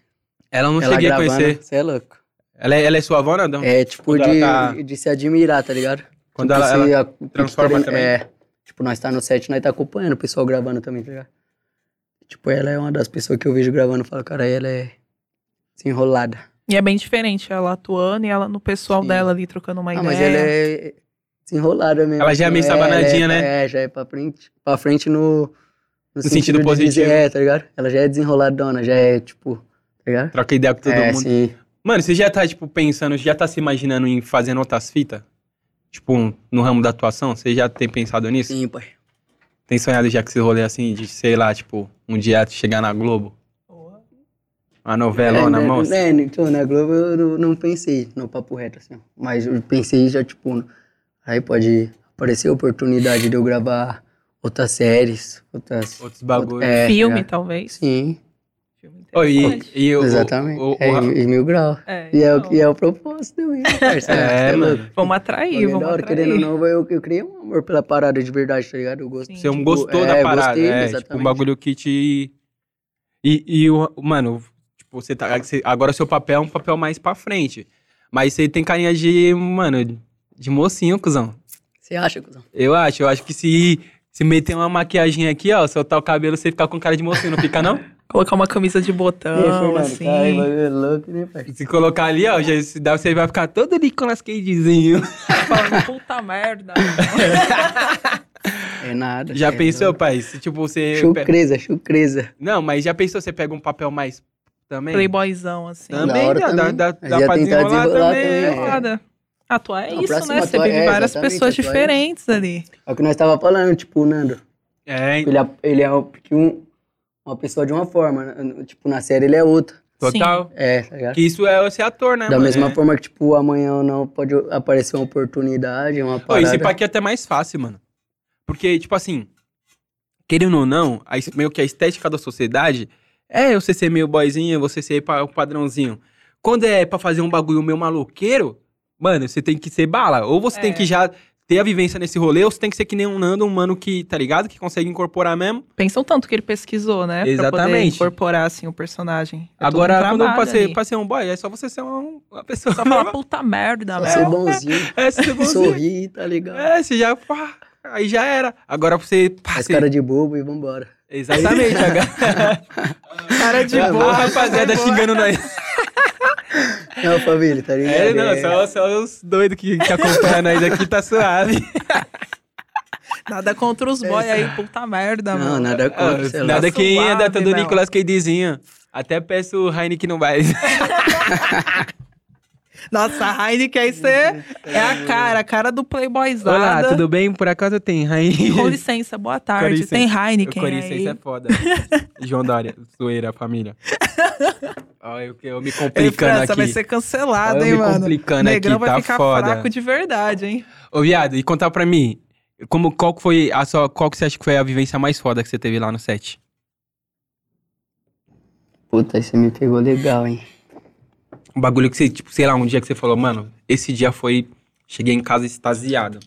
S1: Ela eu não
S3: ela
S1: cheguei a conhecer.
S3: Você é louco.
S1: Ela, é- ela é sua avó, Nandão?
S3: É tipo
S1: Quando ela
S3: de,
S1: tá-
S3: de se admirar, tá ligado?
S1: Quando
S3: Tipo,
S1: ela,
S3: você
S1: ela-
S3: a-
S1: transforma
S3: tipo,
S1: também.
S3: É. Tipo, nós tá no set, nós tá acompanhando o pessoal gravando também, tá ligado? Tipo, ela é uma das pessoas que eu vejo gravando e falo, cara, ela é desenrolada.
S2: E é bem diferente ela atuando e ela no pessoal
S3: Sim.
S2: dela ali trocando uma
S3: Ah,
S2: ideia.
S3: mas ela é desenrolada mesmo.
S1: Ela já é meio sabanadinha,
S3: ela é-
S1: né?
S3: É, já é pra frente, pra frente no,
S1: No sentido
S3: de
S1: positivo.
S3: dizer, é, tá ligado? Ela já é desenroladona, já é, tipo, tá ligado?
S1: Troca ideia com todo
S3: é,
S1: mundo.
S3: sim.
S1: Mano, você já tá, tipo, pensando, já tá se imaginando em fazendo outras fitas? Tipo, um- no ramo da atuação? Você já tem pensado nisso?
S3: Sim, pai.
S1: Tem sonhado já que esse rolê assim, de, sei lá, tipo, um dia chegar na Globo?
S2: Um
S1: Uma assim? novelona,
S3: né,
S1: moça?
S3: né, então, na Globo eu não, não pensei no papo reto, assim. Mas eu pensei já, tipo, no- aí pode aparecer a oportunidade de eu gravar outras séries, outras...
S1: Outros bagulhos.
S3: é,
S2: Filme, tá
S3: é.
S2: talvez.
S3: Sim,
S2: Filme
S1: Ô, e,
S2: interessante.
S1: e o-
S3: exatamente.
S1: o- o-
S3: é,
S1: o-
S3: em mil graus.
S2: É,
S3: E é, o,
S2: então,
S3: e é o propósito também,
S1: [laughs]
S3: né, parceiro?
S1: É,
S3: Cê
S1: mano.
S3: louco.
S2: Vamos atrair,
S3: Bagulho
S2: vamos
S3: da hora,
S2: atrair.
S3: querendo ou não, eu, eu criei um amor pela parada de verdade, tá ligado? Eu gosto.
S2: Sim.
S1: Você um
S3: tipo,
S1: gostou
S3: é,
S1: da parada,
S3: gostei,
S1: é, tipo, um
S3: exatamente.
S1: bagulho que te... E, e o, mano, tipo, você tá, você- agora seu papel é um papel mais pra frente. Mas você tem carinha de, mano, de mocinho, cuzão.
S3: Você acha, cuzão?
S1: Eu acho, eu acho que se, se meter uma maquiagem aqui, ó, soltar o cabelo, você ficar com cara de mocinho, não fica
S3: [laughs]
S1: não?
S2: Colocar uma camisa de
S3: E aí,
S2: botão,
S3: Fernando,
S2: assim.
S3: cara, o bagulho é louco, né, pai?
S1: Se colocar ali, ó, já, se dá, você vai ficar todo Nicolas Cagezinho.
S2: Falando, puta merda.
S3: É nada.
S1: Já
S3: cê é
S1: pensou,
S3: louco.
S1: pai? Se, tipo, você... pe-
S3: Chucreza, chucreza.
S1: Não, mas já pensou, você pega um papel mais também?
S2: Playboyzão, assim.
S1: Também,
S3: Da hora
S1: dá, dá,
S3: também.
S1: dá,
S3: Mas
S1: dá
S3: ia
S1: pra
S3: tentar
S1: desenrolar,
S3: desenrolar
S1: também.
S3: também, é.
S1: ó.
S2: É, Foda. Atuar é
S3: né? Não,
S2: isso,
S3: próximo
S2: né? Você
S3: atuar-
S2: vive
S3: é,
S2: várias
S3: exatamente,
S2: pessoas
S3: atuar é
S2: diferentes ali.
S3: É o que nós tava falando, tipo, o Nando.
S1: É,
S3: Ele é, ele é um- que um- uma pessoa de uma forma, né? tipo, na série ele é outra.
S1: total.
S3: É, tá ligado?
S1: Que isso é ser ator, né,
S3: da
S1: mano?
S3: mesma
S1: é.
S3: forma que, tipo, amanhã ou não pode aparecer uma oportunidade, uma
S1: Pô,
S3: parada.
S1: esse pá aqui é até mais fácil, mano. Porque, tipo assim, querendo ou não, a es- meio que a estética da sociedade é você ser meio boyzinho, você ser pa- o padrãozinho. Quando é pra fazer um bagulho meio maloqueiro, mano, você tem que ser bala. Ou você
S2: É.
S1: tem que já ter a vivência nesse rolê, ou você tem que ser que nem um Nando, um mano que, tá ligado? Que consegue incorporar mesmo.
S2: Pensam tanto que ele pesquisou, né? Pra poder
S1: Exatamente.
S2: incorporar, assim, o personagem. É todo
S1: Agora,
S2: um
S1: quando eu
S2: trabalho
S1: passei,
S2: ali.
S1: passei um boy, é só você ser uma, uma pessoa.
S2: Só falar puta merda,
S3: Só ser
S2: velho.
S3: bonzinho,
S1: [laughs] É, você ser bonzinho.
S3: sorrir, tá ligado?
S1: É, você já. pá, aí já era. Agora você. Pá,
S3: Faz
S1: você-
S3: cara de bobo e vambora.
S1: Exatamente,
S3: [laughs]
S1: agora.
S2: Cara de
S3: É,
S1: a
S2: boa.
S1: rapaziada xingando nós.
S3: Não, família, tá ligado?
S1: É, não, só, só os doidos que, que acompanham nós aqui tá [laughs] suave.
S2: Nada contra os boy aí, puta merda,
S3: Não,
S2: mano.
S3: nada
S1: Ah,
S3: contra, sei lá.
S1: Nada
S2: Tá
S1: que ainda,
S2: suave,
S1: tá do
S2: meu.
S1: Nicolas Cagezinho. Até peço o Heineken não vai.
S2: Nossa, a Heineken aí você é a cara, a cara do playboyzada.
S1: Olá, tudo bem? Por acaso tem
S2: Com
S1: [laughs] Heineken?
S2: licença, boa
S1: Com
S2: tarde.
S1: licença.
S2: Tem
S1: O
S2: Heineken
S1: Corinthians
S2: aí.
S1: é
S2: [laughs]
S1: foda. João Dória, zoeira, família. Ó, eu, eu me
S2: Ei,
S1: complicando
S2: França,
S1: aqui.
S2: vai ser cancelado,
S1: Olha eu
S2: hein,
S1: me
S2: mano.
S1: complicando
S2: Negrão
S1: aqui,
S2: vai
S1: tá
S2: ficar
S1: foda.
S2: fraco de verdade, hein?
S1: Ô, viado, e contar pra mim, como, qual que foi a sua, qual que você acha que foi a vivência mais foda que você teve lá no set?
S3: Puta, aí você me pegou legal, hein?
S1: Um bagulho que você, tipo, sei lá, um dia que você falou, mano, esse dia foi, cheguei em casa extasiado.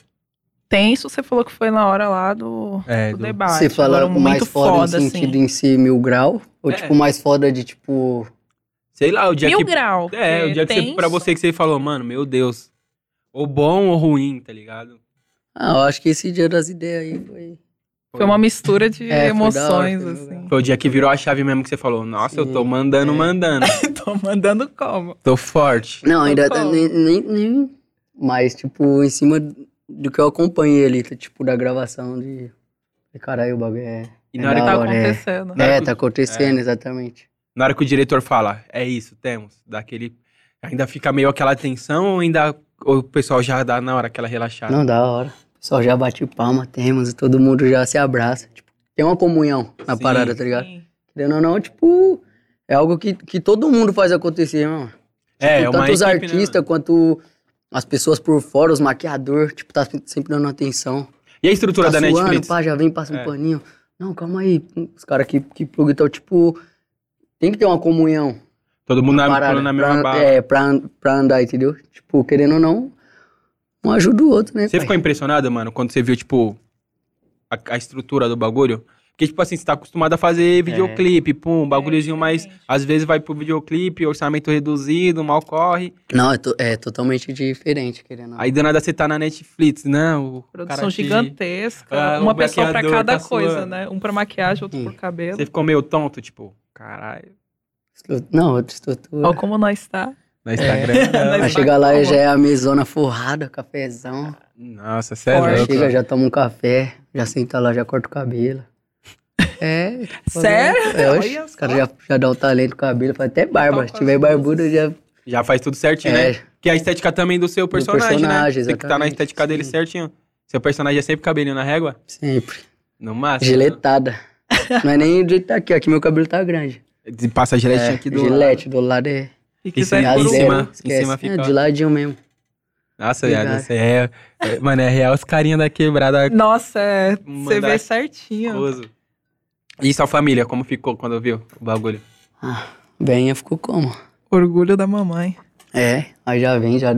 S2: Tenso, você falou que foi na hora lá do,
S1: É,
S2: do
S1: do-
S2: debate.
S3: Você fala
S2: Agora, um
S3: mais
S2: momento
S3: foda,
S2: foda,
S3: no
S2: assim.
S3: sentido em si mil grau? Ou
S1: É.
S3: tipo mais foda de tipo.
S1: Sei lá, o dia
S2: Mil
S1: que...
S2: grau.
S1: É, o
S2: porque
S1: dia que você,
S2: tenso.
S1: pra você que você falou, mano, meu Deus, ou bom ou ruim, tá ligado?
S3: Ah, eu acho que esse dia das ideias aí foi.
S2: Foi uma mistura de
S3: [laughs] É, foi da hora,
S2: emoções,
S3: foi da
S2: assim.
S1: Foi o dia que virou a chave mesmo que você falou, nossa, eu tô
S3: Sim,
S1: mandando,
S3: é. [laughs]
S1: mandando,
S2: [laughs] Tô mandando como?
S1: tô forte.
S3: Não, ainda
S2: Total.
S3: tá- nem, nem, nem- Mas, tipo, em cima do que eu acompanhei ali, tá, tipo, da gravação de. E, Caralho, o bagulho é.
S1: E
S3: é
S1: na hora
S3: da
S2: tá
S3: hora, é.
S2: acontecendo.
S1: Na hora
S3: É,
S1: que-
S3: tá acontecendo, exatamente.
S1: Na hora que o diretor fala, é isso, temos, dá aquele... Ainda fica meio aquela tensão ou ainda... Ou o pessoal já dá na hora aquela relaxada?
S3: Não, da hora. O pessoal já bate palma, temos, e todo mundo já se abraça. Tipo, tem uma comunhão na
S1: Sim.
S3: parada, tá ligado?
S2: Sim.
S3: Querendo ou não, tipo, é algo que, que todo mundo faz acontecer, mano.
S1: É, é
S3: Tipo,
S1: uma
S3: tanto os
S1: equipe, né,
S3: artistas
S1: mano?
S3: quanto as pessoas por fora, os maquiadores, tipo, tá sempre dando atenção.
S1: E a estrutura
S3: tá
S1: da
S3: suando,
S1: Netflix?
S3: pá, já vem, passa um
S1: É.
S3: paninho. Não, calma aí. Os caras que, que plugam, então, tipo, tem que ter uma comunhão.
S1: Todo mundo na,
S3: parada,
S1: pulando na mesma
S3: pra,
S1: barra.
S3: tá É, pra, an- pra andar, entendeu? Tipo, querendo ou não, um ajuda o outro, né?
S1: Você
S3: pai?
S1: ficou impressionado, mano, quando você viu, tipo, a, a estrutura do bagulho? Porque, tipo assim, você tá acostumado a
S3: É.
S1: fazer videoclipe, pum, bagulhozinho mais...
S2: diferente.
S1: Às vezes vai pro videoclipe, orçamento reduzido, mal corre.
S3: Não, é, to- é totalmente diferente, querendo ou não.
S1: Aí do nada você tá na Netflix, né? O
S2: Produção
S1: cara te-
S2: gigantesca.
S1: Ah, o
S2: uma pessoa pra
S1: maquiador
S2: cada
S1: tá
S2: coisa,
S1: suando.
S2: né? Um pra maquiagem, outro
S3: Sim.
S2: pro cabelo.
S1: Você ficou meio tonto, tipo, caralho.
S3: Estru- Não, outra estrutura.
S2: Olha como nós tá.
S3: É.
S1: Na
S3: [laughs]
S1: Instagram.
S3: Aí chega lá e já é a mesona forrada, cafezão.
S1: Nossa, sério.
S2: Forte.
S1: é louco.
S3: Chega, já toma um café, já senta lá, já corta o cabelo.
S2: [laughs]
S3: É.
S2: Sério?
S3: É, oxe,
S2: Olha
S3: os caras já, já dão o talento no cabelo, faz até barba. Se tiver barbudo, já.
S1: Já faz tudo certinho,
S3: É.
S1: né? Que é a estética também do seu personagem,
S3: personagem,
S1: né? Tem que estar na
S3: exatamente,
S1: estética dele
S3: sim.
S1: certinho. Seu personagem é sempre cabelinho na régua?
S3: Sempre.
S1: No máximo.
S3: Giletada. Não é nem do jeito que tá aqui, ó, que meu cabelo tá grande.
S1: De- Passa giletinho
S3: é,
S1: aqui do lado.
S3: gilete, do lado é.
S2: E
S1: Isso aí
S2: quiser
S1: é
S2: por
S1: em
S2: um-
S1: cima. em
S3: esquece.
S1: cima fica,
S3: É,
S1: ó.
S3: de ladinho mesmo.
S1: Nossa, viado,
S3: Verdade.
S1: isso aí é, é- Mano, é real os carinha da quebrada.
S2: Nossa, é, você
S1: Mandar-
S2: vê certinho.
S1: coisa. E sua família, como ficou quando viu o bagulho?
S3: Ah, bem, ficou como?
S2: Orgulho da mamãe.
S3: É, aí já vem, já,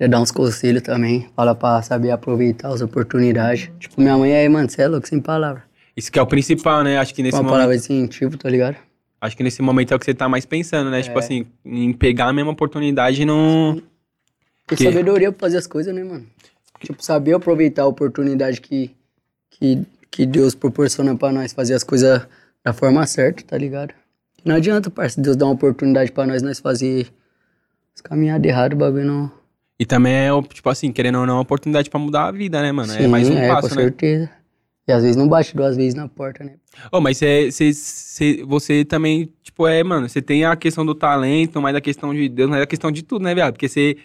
S3: já dá uns conselhos também. Fala pra saber aproveitar as oportunidades. Tipo, minha mãe é, mano, você é louco, sem palavra.
S1: Isso que é o principal, né? Acho que nesse
S3: Uma
S1: momento.
S3: palavra de incentivo, tá ligado?
S1: Acho que nesse momento é o que você tá mais pensando, né?
S3: É.
S1: Tipo assim, em pegar a mesma oportunidade e não.
S3: Porque
S1: Que-
S3: sabedoria pra fazer as coisas, né, mano? Tipo, saber aproveitar a oportunidade que, que, que Deus proporciona pra nós fazer as coisas da forma certa, tá ligado? Não adianta, parceiro, Deus dar uma oportunidade pra nós, nós fazer as caminhadas erradas, o bagulho não...
S1: E também é, o- tipo assim, querendo ou não, uma oportunidade pra mudar a vida, né, mano? é mais um
S3: com
S1: passo, né?
S3: certeza. E às vezes não bate duas vezes na porta, né?
S1: Ô, mas cê, cê- cê- você também, tipo, é, mano, você tem a questão do talento, mas a questão de Deus, mas a questão de tudo, né, viado? Porque você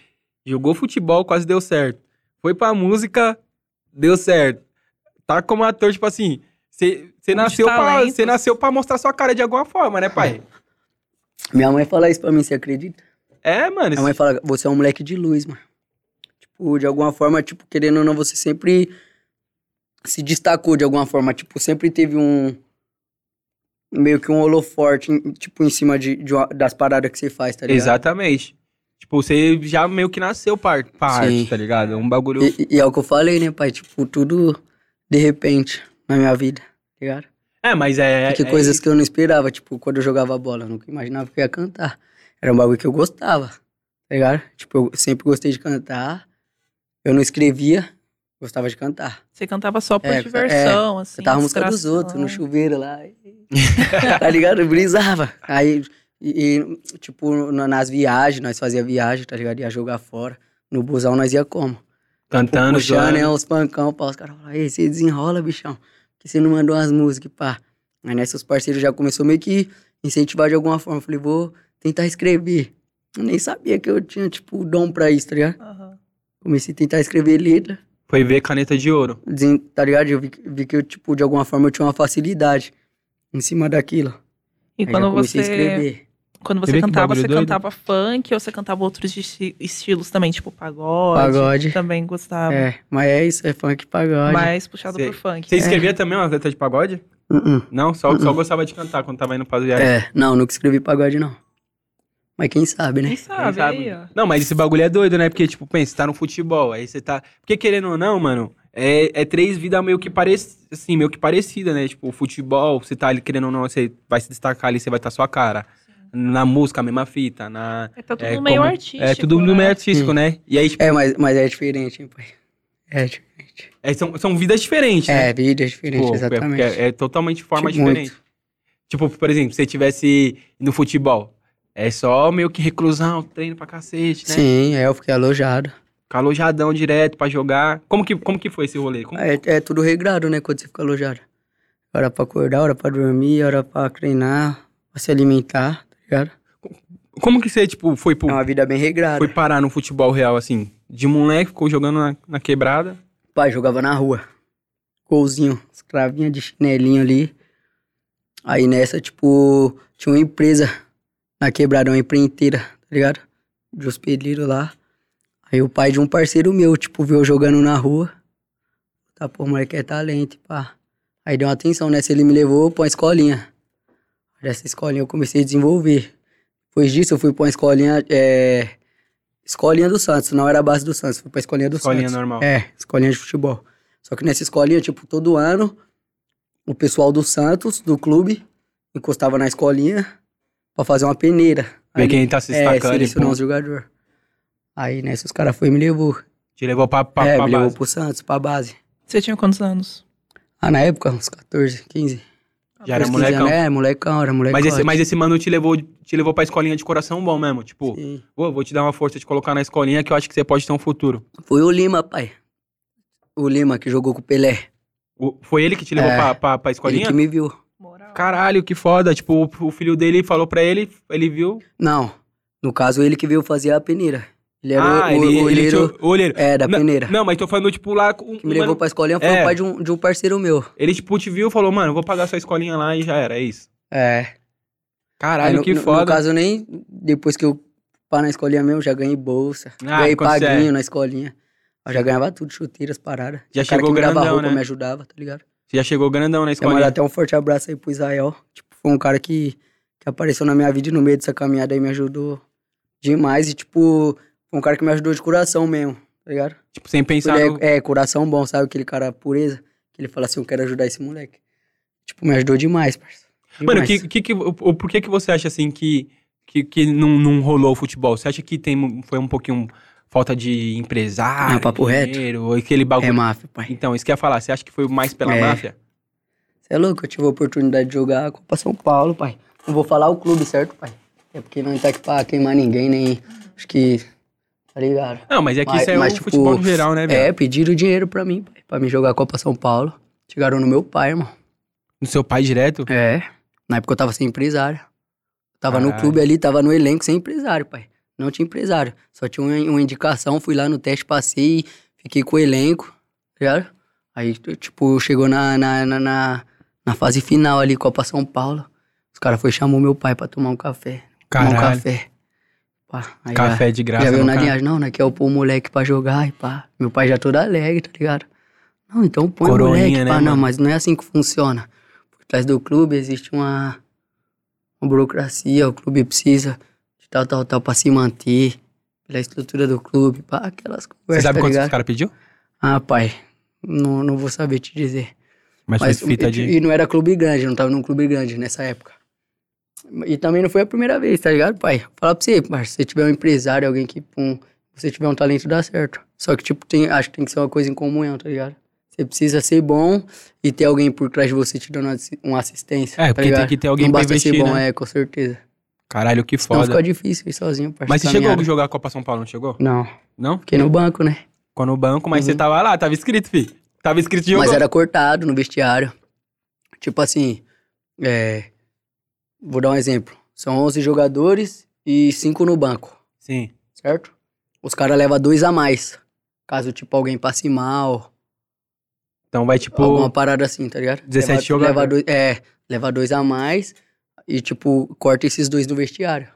S1: jogou futebol, quase deu certo. Foi pra música, deu certo. Tá como ator, tipo assim, você você
S2: Os
S1: nasceu, pra-
S2: talentos.
S1: você nasceu pra mostrar sua cara de alguma forma, né, pai?
S3: Minha mãe fala isso pra mim, você acredita?
S1: É, mano.
S3: Minha mãe fala, você é um moleque de luz, mano. Tipo, de alguma forma, tipo, querendo ou não, você sempre se destacou de alguma forma. Tipo, sempre teve um. Meio que um holoforte, em- tipo, em cima de, de uma- das paradas que você faz, tá ligado?
S1: Exatamente. Tipo, você já meio que nasceu par- pra arte,
S3: Sim.
S1: tá ligado? É Um bagulho.
S3: E, e é o que eu falei, né, pai? Tipo, tudo de repente na minha vida, tá ligado?
S1: É, mas é.
S3: que
S1: é
S3: coisas que eu não esperava, tipo, quando eu jogava bola, eu nunca imaginava que eu ia cantar. Era um bagulho que eu gostava, tá ligado? Tipo, eu sempre gostei de cantar. Eu não escrevia, gostava de cantar.
S2: Você cantava só por
S3: É, é,
S2: diversão, assim.
S3: Cantava a música dos
S2: distração.
S3: outros, no chuveiro lá. [laughs] tá ligado? Eu brisava. Aí, e, e, tipo, na- nas viagens, nós fazia viagem, tá ligado? Ia jogar fora. No busão nós ia como?
S1: Cantando,
S3: puxando,
S1: zoando.
S3: né, os pancão, pá, os caras falam, ei, você desenrola, bichão, que você não mandou umas músicas, pá. Aí, né, seus parceiros já começou meio que incentivar de alguma forma, eu falei, vou tentar escrever. Eu nem sabia que eu tinha, tipo, o dom pra isso, tá ligado?
S2: Aham.
S3: Comecei a tentar escrever letra,
S1: Foi ver caneta de ouro.
S3: desen- tá ligado? Eu vi, que- vi que eu, tipo, de alguma forma eu tinha uma facilidade em cima daquilo.
S2: E
S3: Aí já
S2: quando
S3: comecei a
S2: você,
S3: escrever.
S2: quando
S1: Você vê
S2: você
S1: que
S2: cantava,
S1: bagulho
S2: você
S1: doido?
S2: cantava funk ou você cantava outros esti- estilos também, tipo pagode?
S3: Pagode.
S2: Também gostava.
S3: É, mas é isso, é funk pagode.
S2: Mais puxado
S1: Sei.
S2: pro funk.
S3: É.
S1: Você escrevia também umas letras de pagode?
S3: Uh-uh.
S1: Não, só, só gostava de cantar quando tava indo pra viagem.
S3: É, não, nunca escrevi pagode, não. Mas quem sabe, né?
S2: Quem
S1: Quem
S2: sabe,
S1: sabe?
S2: aí, ó.
S1: Não, mas esse bagulho é doido, né? Porque, tipo, pensa, você tá no futebol, aí você tá. Porque querendo ou não, mano, é, é três vidas meio que parecidas, assim, meio que parecida, né? Tipo, o futebol, você tá ali querendo ou não, você vai se destacar ali, você vai estar sua cara. Na música, a mesma fita. Na,
S2: É, tá tudo
S1: É,
S2: no meio
S1: como-
S2: artístico.
S1: é tudo no
S2: né?
S1: meio artístico, né? E aí, tipo,
S3: É, mas, mas é diferente, hein, pai? É diferente.
S1: é, são, são vidas diferentes, né?
S3: É, vídeo é diferente,
S1: Tipo, é-
S3: exatamente.
S1: porque É, é totalmente forma
S3: Tipo, muito.
S1: diferente. Tipo, por exemplo, se você tivesse no futebol, é só meio que reclusão, treino pra cacete, né?
S3: Sim, é, eu fiquei alojado.
S1: Calojadão direto pra jogar. Como que, como que foi esse rolê? Como-
S3: É, é tudo regrado, né, quando você fica alojado. Hora pra acordar, hora pra dormir, hora pra treinar, pra se alimentar, tá ligado?
S1: Como que você, tipo, foi, pro,
S3: É uma vida bem regrada.
S1: foi parar no futebol real, assim? De moleque, ficou jogando na, na quebrada.
S3: Pai, jogava na rua. Golzinho, escravinha de chinelinho ali. Aí nessa, tipo, tinha uma empresa na quebrada, uma empreiteira, tá ligado? De hospedeiro lá. Aí o pai de um parceiro meu, tipo, viu eu jogando na rua. Tá, pô, moleque é talento, pá. Aí deu uma atenção nessa, ele me levou pra uma escolinha. Dessa escolinha eu comecei a desenvolver. Depois disso eu fui pra uma escolinha, é... Escolinha do Santos, não era a base do Santos, fui pra escolinha do
S1: Escolinha
S3: Santos.
S1: normal.
S3: É, escolinha de futebol. Só que nessa escolinha, tipo, todo ano, o pessoal do Santos, do clube, encostava na escolinha pra fazer uma peneira.
S1: Ver
S3: Ali.
S1: quem tá se
S3: É,
S1: destacando. e,
S3: selecionar
S1: pô,
S3: os jogadores. Aí, né, se os caras foram e me levou.
S1: te levou pra, pra,
S3: é,
S1: pra
S3: me
S1: base.
S3: levou pro Santos, pra base.
S2: Você tinha quantos anos?
S3: Ah, na época, uns 14, 15.
S1: Já era
S3: Pesquisando,
S1: molecão.
S3: É, molecão, era molecão.
S1: Mas esse, mas esse mano te levou, te levou pra escolinha de coração bom mesmo. Tipo,
S3: Sim.
S1: pô, vou te dar uma força de colocar na escolinha que eu acho que você pode ter um futuro.
S3: Foi o Lima, pai. O Lima que jogou com o Pelé.
S1: O- foi ele que te levou
S3: É.
S1: pra, pra, pra
S3: Ele
S1: escolinha?
S3: que me viu.
S2: Moral.
S1: Caralho, que foda. Tipo, o, o filho dele falou pra ele, ele viu.
S3: Não, no caso ele que veio fazer a peneira. Ele era o, o, o
S1: Ah, ele
S3: olheiro
S1: tinha- o olheiro.
S3: é, da
S1: Não,
S3: peneira.
S1: Não, mas tô falando, tipo, lá. com-
S3: que me levou
S1: mano,
S3: pra escolinha foi
S1: É.
S3: o pai de um, de um parceiro meu.
S1: Ele, tipo, te viu e falou, mano, vou pagar sua escolinha lá e já era, é isso.
S3: É.
S1: Caralho,
S3: no,
S1: que
S3: no-
S1: foda.
S3: No caso, nem depois que eu pá na escolinha mesmo, já ganhei bolsa.
S1: Ah,
S3: ganhei
S1: quando você é-
S3: paguinho na escolinha. Eu já ganhava tudo, chuteiras, paradas.
S1: Já
S3: Tinha cara
S1: chegou
S3: que me dava
S1: grandão,
S3: roupa,
S1: né?
S3: me ajudava, tá ligado?
S1: Você já chegou grandão na
S3: Quer mandar
S1: escolinha.
S3: até um forte abraço aí pro Israel. Tipo, foi um cara que, que apareceu na minha vida e no meio dessa caminhada aí me ajudou demais. E, tipo, foi um cara que me ajudou de coração mesmo, tá ligado?
S1: Tipo, sem pensar
S3: Ele
S1: no...
S3: é, é, coração bom, sabe? Aquele cara pureza. Que ele fala assim, eu quero ajudar esse moleque. Tipo, me ajudou demais, parça.
S1: Mano,
S3: é Demais.
S1: que, que, que, o, o- por que, que você acha assim que, que, que não, não rolou o futebol? Você acha que tem, mu- foi um pouquinho falta de empresário,
S3: Ah, papo reto.
S1: dinheiro, ou aquele bagulho?
S3: É máfia, pai.
S1: Então, isso que eu ia falar, você acha que foi mais pela
S3: É.
S1: máfia?
S3: Você é louco? Eu tive a oportunidade de jogar a Copa São Paulo, pai. Não vou falar o clube, certo, pai? É porque não tá aqui pra queimar ninguém, nem... Acho que... Tá ligado?
S1: Não, mas é que isso é
S3: mas,
S1: o
S3: tipo,
S1: futebol no geral, né, velho?
S3: É, pediram dinheiro pra mim, pai, pra me jogar a Copa São Paulo. Chegaram no meu pai, irmão.
S1: No seu pai direto?
S3: É. Na época eu tava sem empresário. Eu Tava no
S1: Caralho.
S3: clube ali, tava no elenco sem empresário, pai. Não tinha empresário. Só tinha uma, uma indicação, fui lá no teste, passei, fiquei com o elenco. tá Ligado? Aí, t- tipo, chegou na, na, na, na, na fase final ali, Copa São Paulo. Os caras foram chamou meu pai pra tomar um café. Tomar um
S1: Caralho,
S3: café. Pá, aí já-
S1: café de graça.
S3: já veio
S1: no
S3: na
S1: cara.
S3: linhagem, não, né? Quer eu pôr o moleque pra jogar e pá. Meu pai já todo alegre, tá ligado? Não, então põe
S1: Coroinha,
S3: o moleque,
S1: né,
S3: pá. Não,
S1: mano?
S3: mas não é assim que funciona. Por trás do clube existe uma, uma burocracia, o clube precisa de tal, tal, tal pra se manter, pela estrutura do clube, pá, aquelas
S1: Você
S3: coisas,
S1: sabe
S3: tá
S1: quanto os
S3: ligado?
S1: caras pediu?
S3: Ah, pai, não, não vou saber te dizer.
S1: Mas,
S3: Mas,
S1: foi fita de...
S3: e, e não era clube grande, não tava num clube grande nessa época. E também não foi a primeira vez, tá ligado, pai? Falar pra você, parceiro, se você tiver um empresário, alguém que, pum, você tiver um talento, dá certo. Só que, tipo, tem, acho que tem que ser uma coisa em comunhão, tá ligado? Você precisa ser bom e ter alguém por trás de você te dando uma assi- uma assistência.
S1: É,
S3: tá
S1: porque tem
S3: ligado?
S1: que ter alguém
S3: não
S1: pra
S3: basta
S1: investir,
S3: ser bom,
S1: né?
S3: é, com certeza.
S1: Caralho, que
S3: Então
S1: foda.
S3: fica difícil ir sozinho, parceiro.
S1: Mas você chegou a
S3: caminhada.
S1: jogar a Copa São Paulo, não chegou?
S3: Não,
S1: Não?
S3: fiquei no banco, né?
S1: Ficou no banco, mas
S3: Uhum.
S1: você tava lá, tava escrito, fi. Tava escrito de
S3: Mas
S1: jogo.
S3: era cortado no vestiário. Tipo assim, é, vou dar um exemplo. São 11 jogadores e 5 no banco,
S1: Sim.
S3: certo? Os caras levam dois a mais. Caso, tipo, alguém passe mal,
S1: Então vai, tipo...
S3: alguma parada assim, tá ligado?
S1: 17
S3: Leva- leva
S1: jogadores.
S3: dois- É, leva dois a mais e, tipo, corta esses dois do vestiário.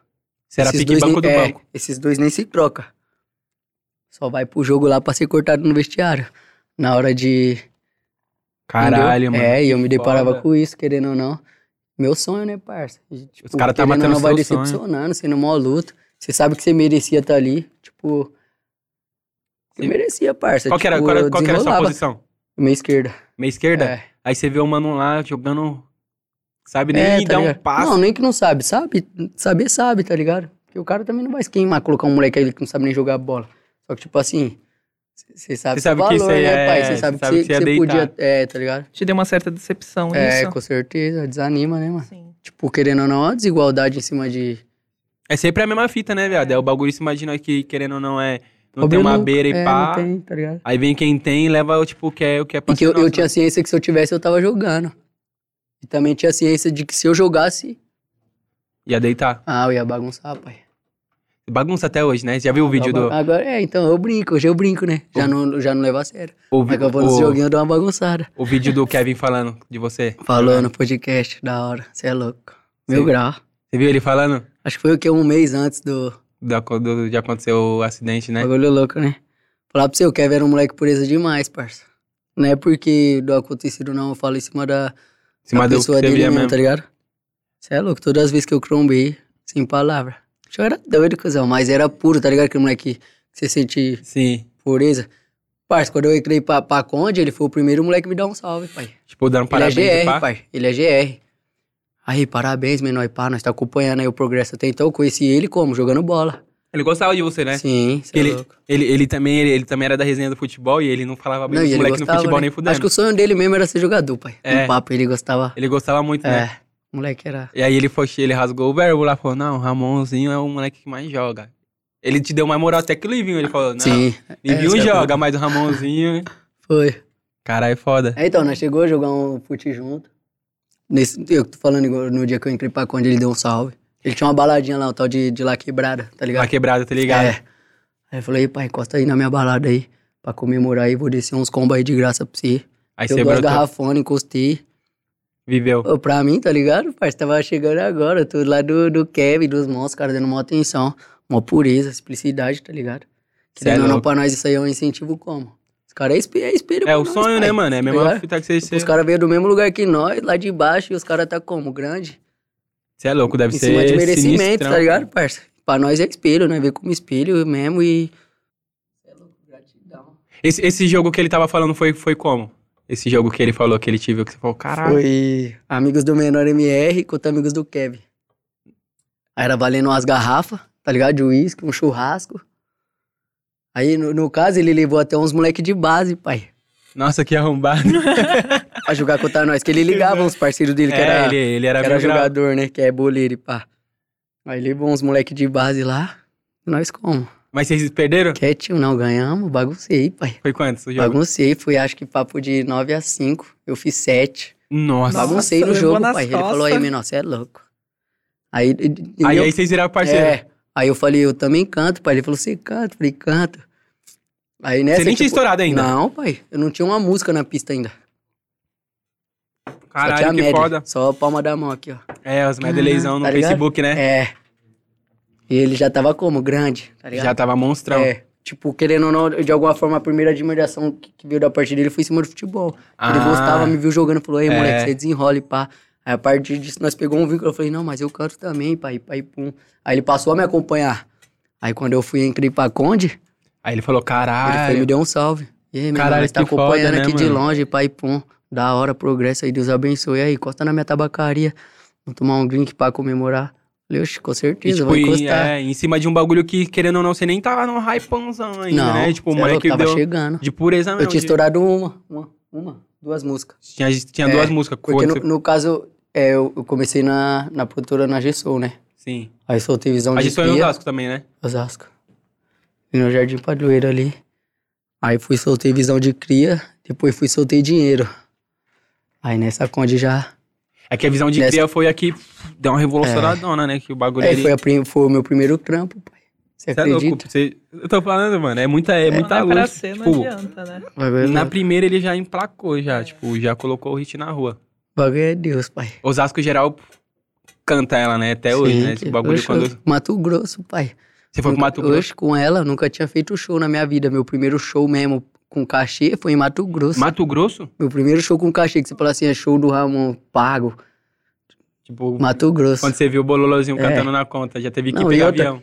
S1: Será
S3: Esses
S1: pique
S3: dois
S1: banco do
S3: nem- é,
S1: banco.
S3: Esses dois nem se troca. Só vai pro jogo lá pra ser cortado no vestiário. Na hora de,
S1: Caralho,
S3: Entendeu?
S1: mano.
S3: É, e eu me
S1: Que
S3: deparava
S1: foda.
S3: com isso, querendo ou não. Meu sonho, né, parça? E, tipo,
S1: Os cara tá
S3: querendo ou
S1: matando
S3: não vai
S1: seu sonho.
S3: decepcionando, sendo mó luta. Você sabe que você merecia estar ali. Tipo. Você
S1: Sim.
S3: merecia, parça.
S1: Qual que era,
S3: tipo,
S1: qual, era-
S3: eu
S1: qual que era a sua
S3: desenrolava.
S1: posição?
S3: Meia esquerda.
S1: Meia esquerda?
S3: É.
S1: Aí você vê o mano lá jogando... Sabe, nem
S3: É, tá
S1: dá um
S3: ligado?
S1: passo.
S3: Não, nem que não sabe. Sabe? Saber sabe, tá ligado? Porque o cara também não vai se queimar, colocar um moleque aí que não sabe nem jogar bola. Só que, tipo assim. Você sabe,
S1: Cê sabe
S3: seu
S1: que
S3: valor,
S1: isso aí
S3: né,
S1: é-
S3: pai? Você
S1: cê
S3: sabe que
S1: sabe
S3: você
S1: que cê ia
S3: cê
S1: deitar.
S3: podia. É, tá ligado?
S2: Te deu uma certa decepção
S3: É,
S2: isso?
S3: com certeza. Desanima, né, mano?
S2: Sim.
S3: Tipo, querendo ou não, a desigualdade em cima de.
S1: É sempre a mesma fita, né, viado? É o bagulho, você imagina que, querendo ou não, é... Não
S3: Pobre
S1: tem uma
S3: nunca.
S1: beira e
S3: É,
S1: pá.
S3: Não tem, tá ligado?
S1: Aí vem quem tem e leva, tipo, o que é, o que é pra
S3: Porque eu,
S1: ser
S3: eu
S1: nosso,
S3: tinha
S1: né?
S3: ciência que se eu tivesse, eu tava jogando. E também tinha ciência de que se eu jogasse,
S1: Ia deitar.
S3: ah, eu ia bagunçar, pai.
S1: Bagunça até hoje, né? Você já viu o vídeo do...
S3: Agora, agora- é, então eu brinco, hoje eu brinco, né? Já não, já não levo a sério.
S1: O,
S3: Mas
S1: vi-
S3: é que eu vou nos
S1: o-
S3: joguinhos, eu dou uma bagunçada.
S1: o vídeo
S3: [laughs]
S1: do Kevin falando de você.
S3: Falou no podcast, da hora, você é louco. Meu
S1: Sim.
S3: grau.
S1: Você viu ele falando?
S3: Acho que foi o que? Um mês antes do
S1: da- do- de acontecer o acidente, né?
S3: bagulho louco, né? Falar pra você, o Kevin era um moleque pureza demais, parça. Não é porque do acontecido não, eu falo em cima da,
S1: Em cima
S3: a
S1: do que
S3: pessoa
S1: você
S3: dele
S1: via
S3: mesmo,
S1: mesmo.
S3: tá ligado? Você é louco, todas as vezes que eu crombei, sem palavra. Eu era doido, cuzão, mas era puro, tá ligado? Aquele moleque que você sente
S1: Sim.
S3: pureza. Parça, quando eu entrei pra, pra Conde, ele foi o primeiro moleque que me dá um salve, pai.
S1: Tipo, dando parabéns
S3: ele é
S1: e
S3: GR,
S1: pá.
S3: pai. Ele é GR. Aí, parabéns, menor e pá, nós tá acompanhando aí o progresso até então. Eu conheci ele como? Jogando bola.
S1: Ele gostava de você, né?
S3: Sim,
S1: Que
S3: cê é
S1: Ele,
S3: louco.
S1: ele, ele, também, ele, ele também era da resenha do futebol e ele não falava bem
S3: Não, e
S1: dos
S3: ele
S1: moleques no
S3: gostava,
S1: futebol
S3: né?
S1: nem fudendo.
S3: Acho que o sonho dele mesmo era ser jogador, pai.
S1: É.
S3: Um papo, ele gostava.
S1: Ele gostava muito, né?
S3: É, o moleque era...
S1: E aí ele, foi, ele rasgou o verbo lá, falou, não, o Ramonzinho é o moleque que mais joga. Ele te deu mais moral até que o Livinho, ele falou, não,
S3: Sim,
S1: Livinho
S3: É, isso é
S1: joga, mas o Ramonzinho...
S3: foi.
S1: Caralho, foda.
S3: É, então, nós chegou a jogar um fute junto. Nesse, eu tô falando igual no dia que eu entrei pra Conde, ele deu um salve. Ele tinha uma baladinha lá, um tal de, de lá quebrada, tá ligado?
S1: Tá quebrado, tá ligado?
S3: É. Aí eu falei, pai, encosta aí na minha balada aí. Pra comemorar aí, vou descer uns combos aí de graça pra você.
S1: Aí
S3: eu
S1: você
S3: duas
S1: brotou,
S3: garrafonas, encostei.
S1: viveu.
S3: Ô, Pra mim, tá ligado, parceiro? Tava chegando agora, tudo lá do, do Kevin, dos monstros, cara, dando maior atenção, maior pureza, simplicidade, tá ligado?
S1: Cê
S3: Que
S1: é
S3: daí não,
S1: louco.
S3: não, pra nós isso aí é um incentivo como? Os caras é espelho, é espelho
S1: É
S3: pra
S1: o
S3: nós,
S1: sonho, né,
S3: pai?
S1: mano? É a
S3: Tá
S1: mesma
S3: ligado?
S1: fita que vocês...
S3: Os caras veio do mesmo lugar que nós, lá de baixo, e os caras tá como? Grande.
S1: Você é louco, deve
S3: Em
S1: ser
S3: cima de merecimento,
S1: sinistrão.
S3: tá ligado, parceiro? Pra nós é espelho, né? Vê como espelho mesmo e. É louco, gratidão.
S1: Esse, esse jogo que ele tava falando foi, foi como? Esse jogo que ele falou que ele te viu, que você falou, caralho.
S3: Foi amigos do Menor MR contra amigos do Kevin. Aí era valendo umas garrafas, tá ligado? De uísque, um churrasco. Aí, no, no caso, ele levou até uns moleque de base, pai,
S1: Nossa, que arrombado.
S3: [laughs] pra jogar contra nós.
S1: [laughs]
S3: Que ele ligava uns parceiros dele, que
S1: É,
S3: era,
S1: ele, ele era,
S3: que
S1: meio
S3: era
S1: grau.
S3: jogador, né? Que é boleiro e pá. Aí levou uns moleque de base lá. Nós como?
S1: Mas vocês perderam?
S3: Quietinho, não ganhamos. Baguncei, pai.
S1: Foi quantos o jogo?
S3: Baguncei. Fui, acho que papo de 9 a 5. Eu fiz 7.
S1: Nossa.
S2: Bagun-
S3: Baguncei no
S2: levou
S3: jogo,
S2: nas
S3: pai. Ele falou
S2: costas.
S3: aí, menor, você é louco. Aí, e- e-
S1: Aí,
S3: eu-
S1: aí vocês viraram parceiro.
S3: É. Aí eu falei, eu também canto, pai. Ele falou, você canta? Eu falei, canto. Aí nessa.
S1: você nem tinha
S3: tipo,
S1: estourado ainda.
S3: Não, pai. Eu não tinha uma música na pista ainda. só tinha
S1: Caralho, que
S3: média.
S1: foda.
S3: Só a palma da mão aqui, ó.
S1: É, os medleyzão no
S3: Tá ligado?
S1: Facebook, né?
S3: É. E ele já tava como? Grande, tá ligado?
S1: Já tava monstrão.
S3: É. Tipo, querendo ou não, de alguma forma, a primeira admiração que, que veio da parte dele foi em cima do futebol. Ele
S1: Ah.
S3: gostava, me viu jogando, falou, ei,
S1: É.
S3: moleque, você desenrola e pá. Aí, a partir disso, nós pegamos um vínculo. Eu falei, não, mas eu canto também, pai, pai, pum. Aí ele passou a me acompanhar. Aí quando eu fui entrei pra Conde,
S1: Aí ele falou,
S3: ele foi, e
S1: caralho.
S3: me deu um salve. E aí, meu
S1: Ah, Caralho,
S3: irmão, nós tá
S1: que foda,
S3: acompanhando
S1: né,
S3: aqui de
S1: mano?
S3: longe, pai, pum. Da hora, progresso aí, Deus abençoe. Aí, encosta na minha tabacaria. Vamos tomar um drink pra comemorar. Falei, oxe, com
S1: E,
S3: certeza,
S1: tipo,
S3: vai
S1: em,
S3: encostar.
S1: é, em cima de um bagulho que, querendo ou não, você nem tava num hypãozão ainda,
S3: não,
S1: né? Tipo, o
S3: cê é
S1: moleque
S3: louco, tava
S1: deu
S3: chegando.
S1: de pureza mesmo.
S3: Eu tinha
S1: de-
S3: estourado uma, uma, uma, duas músicas.
S1: Tinha, tinha
S3: É,
S1: duas músicas.
S3: Porque
S1: quando
S3: no,
S1: você-
S3: no caso, é, eu, eu comecei na, na produtora na Gessoul, né?
S1: Sim.
S3: Aí soltei visão
S1: A
S3: de
S1: gente foi em
S3: espia,
S1: Osasco também, né?
S3: Osasco. E no Jardim Padroeiro ali. Aí fui soltei visão de cria, depois fui soltei dinheiro. Aí nessa Conde já.
S1: É que a visão de
S3: Nessa-
S1: cria foi aqui, deu uma revolucionadona, né? Que o bagulho
S3: É,
S1: ele-
S3: foi, a prim- foi o meu primeiro trampo, pai. Você
S1: Cê é louco,
S3: acredita?
S1: cê- Eu tô falando, mano, é muita, é, muita
S2: não é pra
S1: luz.
S2: ser, não
S1: tipo,
S2: adianta, né?
S3: O bagulho, é
S1: na
S3: louco.
S1: primeira ele já emplacou, já, tipo, já colocou o hit na rua.
S3: O bagulho é Deus, pai.
S1: Osasco geral canta ela, né? Até hoje,
S3: Sim,
S1: né?
S3: que-
S1: Esse bagulho
S3: oxe,
S1: quando.
S3: Mato Grosso, pai.
S1: Você foi pro
S3: Nunca-
S1: Mato Grosso.
S3: Oxe, com ela, nunca tinha feito show na minha vida. Meu primeiro show mesmo com cachê foi em Mato Grosso.
S1: Mato Grosso?
S3: Meu primeiro show com cachê, que você fala assim, é show do Ramon pago.
S1: Tipo,
S3: Mato Grosso.
S1: quando você viu o Bololozinho
S3: É.
S1: cantando na conta, já teve que
S3: Não, e
S1: pegar
S3: outra-
S1: avião.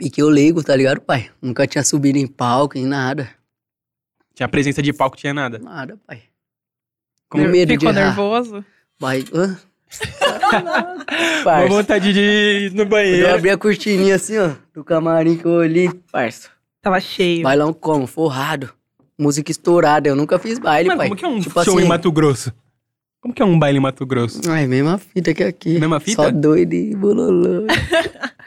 S3: E que eu leigo, tá ligado, pai? Nunca tinha subido em palco, em nada.
S1: Tinha presença de palco, tinha nada.
S3: Nada, pai. Com
S2: Ner-
S3: medo de
S2: Ficou
S3: errar.
S2: nervoso?
S3: Pai,
S1: [laughs]
S3: hã?
S1: Uma
S3: Parça,
S1: vontade de ir no
S3: quando eu
S1: banheiro.
S3: abri a cortininha assim, ó, do camarim que eu olhei, parça.
S2: Tava cheio.
S3: Bailão como? Forrado. Música estourada, eu nunca fiz baile,
S1: Mano,
S3: pai.
S1: como que é um
S3: Tipo
S1: show
S3: assim,
S1: em Mato Grosso? Como que é um baile em Mato Grosso?
S3: Ai, mesma fita que aqui.
S1: Mesma fita?
S3: Só doido e bololô.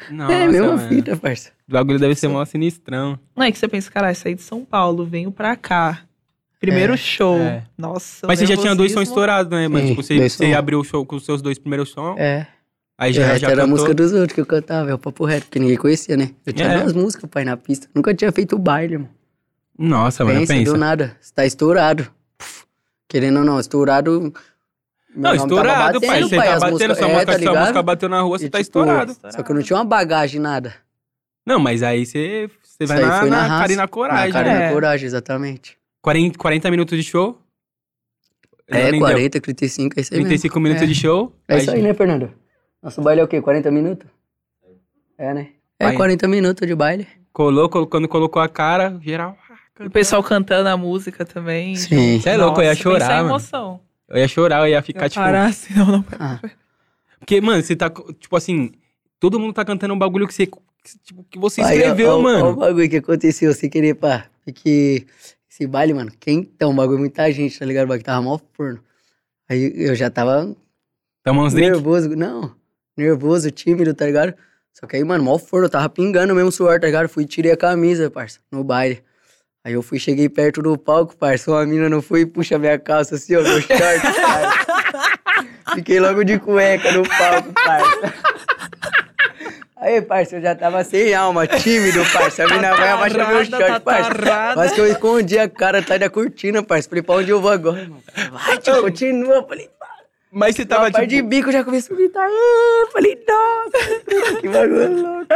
S1: Nossa,
S3: É, mesma
S1: mano.
S3: fita, parça.
S1: O bagulho deve ser mó sinistrão.
S2: Não é que você pensa, caralho, saí de São Paulo, venho pra cá. Primeiro show.
S1: é.
S2: Nossa,
S1: Mas você já tinha dois sons
S2: nervosismo.
S1: estourados, né? Mas
S3: Sim,
S1: tipo, você,
S3: dois
S1: você
S3: sons.
S1: abriu o show com os seus dois primeiros sons,
S3: É.
S1: aí
S3: É,
S1: já,
S3: essa
S1: já
S3: era
S1: cantou.
S3: a música dos outros que eu cantava, é o papo reto, que ninguém conhecia, né? Eu tinha
S1: É.
S3: duas músicas, pai, na pista. Nunca tinha feito baile, mano.
S1: Nossa, mano,
S3: pensa, do
S1: pensa.
S3: nada. Você tá estourado. Puf, Querendo ou não, estourado.
S1: Não,
S3: meu nome tava
S1: estourado, pai.
S3: batendo,
S1: Você tá
S3: as
S1: batendo
S3: músicas-
S1: sua
S3: é,
S1: música,
S3: tá
S1: sua
S3: ligado?
S1: música bateu na rua,
S3: E,
S1: você tá
S3: tipo,
S1: estourado.
S3: Só que eu não tinha uma bagagem, nada.
S1: Não, mas aí você, você
S3: Isso
S1: vai
S3: aí
S1: na,
S3: foi na
S1: na cara
S3: raça,
S1: e na coragem,
S3: na cara e
S1: né?
S2: É.
S3: na coragem, exatamente.
S1: 40, 40 minutos de show? Não,
S3: É,
S1: nem deu.
S3: 40, 35, é isso aí mesmo.
S1: 35 minutos
S3: É.
S1: de show?
S3: É isso aí, né, Fernando? Nosso baile é o quê? 40 minutos? É, né? É
S1: Baile.
S3: 40 minutos de baile.
S1: Colou, colo- quando colocou a cara, geral... ah,
S2: O
S1: cantou.
S2: pessoal cantando a música também.
S3: Sim.
S1: Você é louco, eu ia
S2: Nossa, pensa
S1: chorar,
S2: a
S1: mano.
S2: emoção.
S1: Eu ia chorar, eu ia ficar,
S2: Eu
S1: tipo...
S2: parar, senão assim, não
S3: Ah,
S1: Porque, mano, você tá, co- tipo assim, Todo mundo tá cantando um bagulho que você, que, tipo, que você
S3: Aí, ó,
S1: escreveu,
S3: ó,
S1: mano.
S3: Ó, o bagulho que aconteceu sem querer, pá. Porque esse baile, mano, quentão, bagulho, muita gente, tá ligado? O bagulho tava mó forno. Aí eu já tava
S1: Tamo Tá uns drinks.
S3: nervoso, não, nervoso, tímido, tá ligado? Só que aí, mano, mó forno, eu tava pingando mesmo o suor, tá ligado? Fui e tirei a camisa, parça, no baile. Aí eu fui, cheguei perto do palco, parça, uma mina não foi e puxa minha calça assim, ó, meu short, parça. Fiquei logo de cueca no palco, parça. Aí, parça, eu já tava sem alma, tímido, parça. A mina vai abaixar meu
S2: Tatarada,
S3: short, parça.
S2: tatarada.
S3: Mas que eu escondi a cara, tá da cortina, parça. Falei, pra onde eu vou agora, mano? Vai, tio, continua. Falei,
S1: Mas você
S3: tava
S1: tava,
S3: de
S1: tipo...
S3: bico, já começou a gritar. "Ah", Falei, nossa, [laughs] que bagulho louco.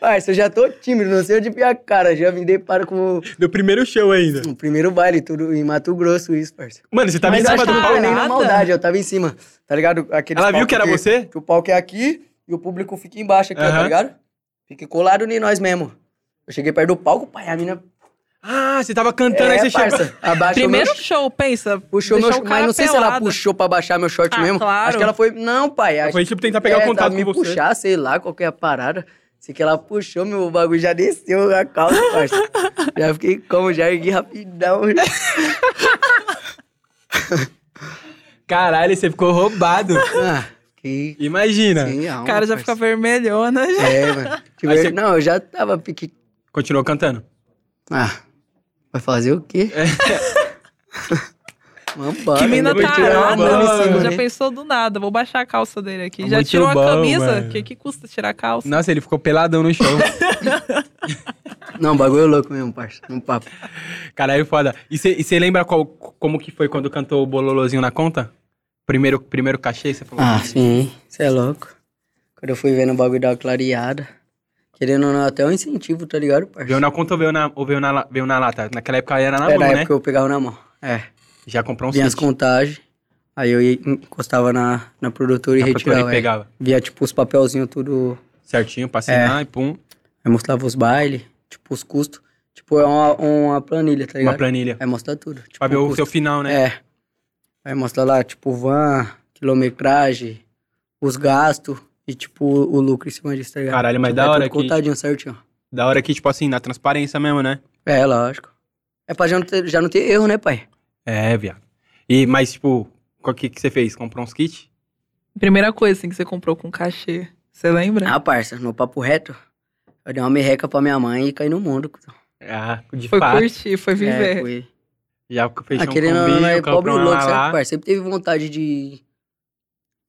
S3: Parça, eu já tô tímido, não sei onde pia a cara. Já me deparo com o-
S1: Do primeiro show ainda.
S3: o primeiro baile, tudo em Mato Grosso, isso, parça.
S1: Mano, você tava
S3: Mas
S1: em
S3: eu
S1: cima
S3: acho
S1: do
S3: que não foi
S1: palco.
S3: nem na
S2: Nada.
S3: maldade, eu tava em cima, tá ligado? Aqueles
S1: Ela viu
S3: palco
S1: que era você?
S3: Que o palco é aqui e o público fica embaixo aqui, ó,
S1: Aham.
S3: tá ligado? Fica colado em nós mesmo. Eu cheguei perto do palco, pai, a mina...
S1: Ah, você tava cantando, aí
S3: é,
S1: você
S3: parça,
S1: chegou...
S3: abaixou
S2: Primeiro
S3: meu...
S2: show, pensa.
S3: Puxou meu...
S2: deixar o
S3: Mas
S2: cara
S3: não sei se ela
S2: pelado.
S3: puxou pra baixar meu short
S2: Ah,
S3: mesmo.
S2: claro.
S3: Acho que ela foi... Não, pai. Acho...
S1: Foi tipo tentar pegar o contato
S3: tá,
S1: com
S3: me
S1: você.
S3: puxar, sei lá, qual que é a parada. Sei que ela puxou, meu bagulho já desceu a calça,
S2: [laughs]
S3: parça. já fiquei como, já ergui rapidão.
S1: Caralho, você ficou
S3: [laughs]
S1: roubado.
S3: ah, fiquei
S1: Imagina.
S3: sem alma,
S2: O cara já
S3: parça.
S2: fica vermelhona. Já.
S3: É, mano. Tipo,
S1: Aí você-
S3: Não, eu já tava pique.
S1: Continuou cantando.
S3: Ah, vai fazer o quê?
S1: É.
S3: [laughs]
S2: [laughs]
S3: Vambora,
S2: Que mina
S1: Muito
S3: vou tirar uma
S1: bom,
S2: tarada,
S3: bola em cima né?
S2: já
S1: mano.
S3: dele.
S2: pensou do nada, vou baixar a calça dele aqui. já
S1: Muito
S2: tirou
S1: bom,
S2: a camisa?
S1: mano.
S2: O que, que custa tirar a calça?
S1: Nossa, ele ficou peladão no
S3: [laughs]
S1: show.
S3: Não, bagulho louco mesmo, parça. Num papo.
S1: Caralho, foda. E você lembra qual, como que foi quando cantou o Bololozinho na conta? Primeiro, primeiro cachê, você falou?
S3: Ah, sim. Você é louco. Quando eu fui vendo o bagulho da clareada, querendo ou não, até um incentivo, tá ligado, parça?
S1: Veio na conta ou veio na, ou veio na, la- veio na lata? Naquela época era na
S3: Era
S1: mão,
S3: a
S1: né?
S3: época que eu pegava na mão. É.
S1: Já comprou um
S3: Vinha as
S1: cinto.
S3: contagens, aí eu ia, encostava na, na produtora e
S1: Na produtora
S3: retirava.
S1: e
S3: é.
S1: pegava.
S3: Via, tipo, os papelzinhos tudo.
S1: Certinho, pra assinar e pum.
S3: Aí mostrava os bailes, tipo, os custos. Tipo, é uma, uma planilha, tá ligado?
S1: Uma planilha.
S3: Aí mostra tudo. Tipo,
S1: pra ver o
S3: custo.
S1: seu final, né?
S3: É. Aí mostra lá, tipo, van, quilometragem, os gastos e, tipo, o lucro em cima disso, tá ligado?
S1: Caralho, mas
S3: Tipo,
S1: da
S3: é
S1: hora
S3: tudo
S1: que-
S3: contadinho certinho.
S1: Da hora que, tipo assim, na transparência mesmo, né?
S3: É, lógico. É pra já não ter, já não ter erro, né, pai?
S1: É, viado. E, mas, tipo, o que que você fez? Comprou um uns kits?
S2: Primeira coisa assim, que você comprou com cachê. Você
S1: É.
S2: lembra?
S3: Ah, parça, no papo reto, eu dei uma merreca pra minha mãe e caí no mundo. cuzão.
S1: Ah, de
S2: foi
S1: fato.
S2: curtir, foi
S3: É,
S2: viver.
S3: fui.
S1: Já fechou
S3: Ah,
S1: um
S3: querendo ou não,
S1: combinho,
S3: é pobre
S1: comprou uma
S3: louco,
S1: lá.
S3: certo, parceiro? Sempre teve vontade de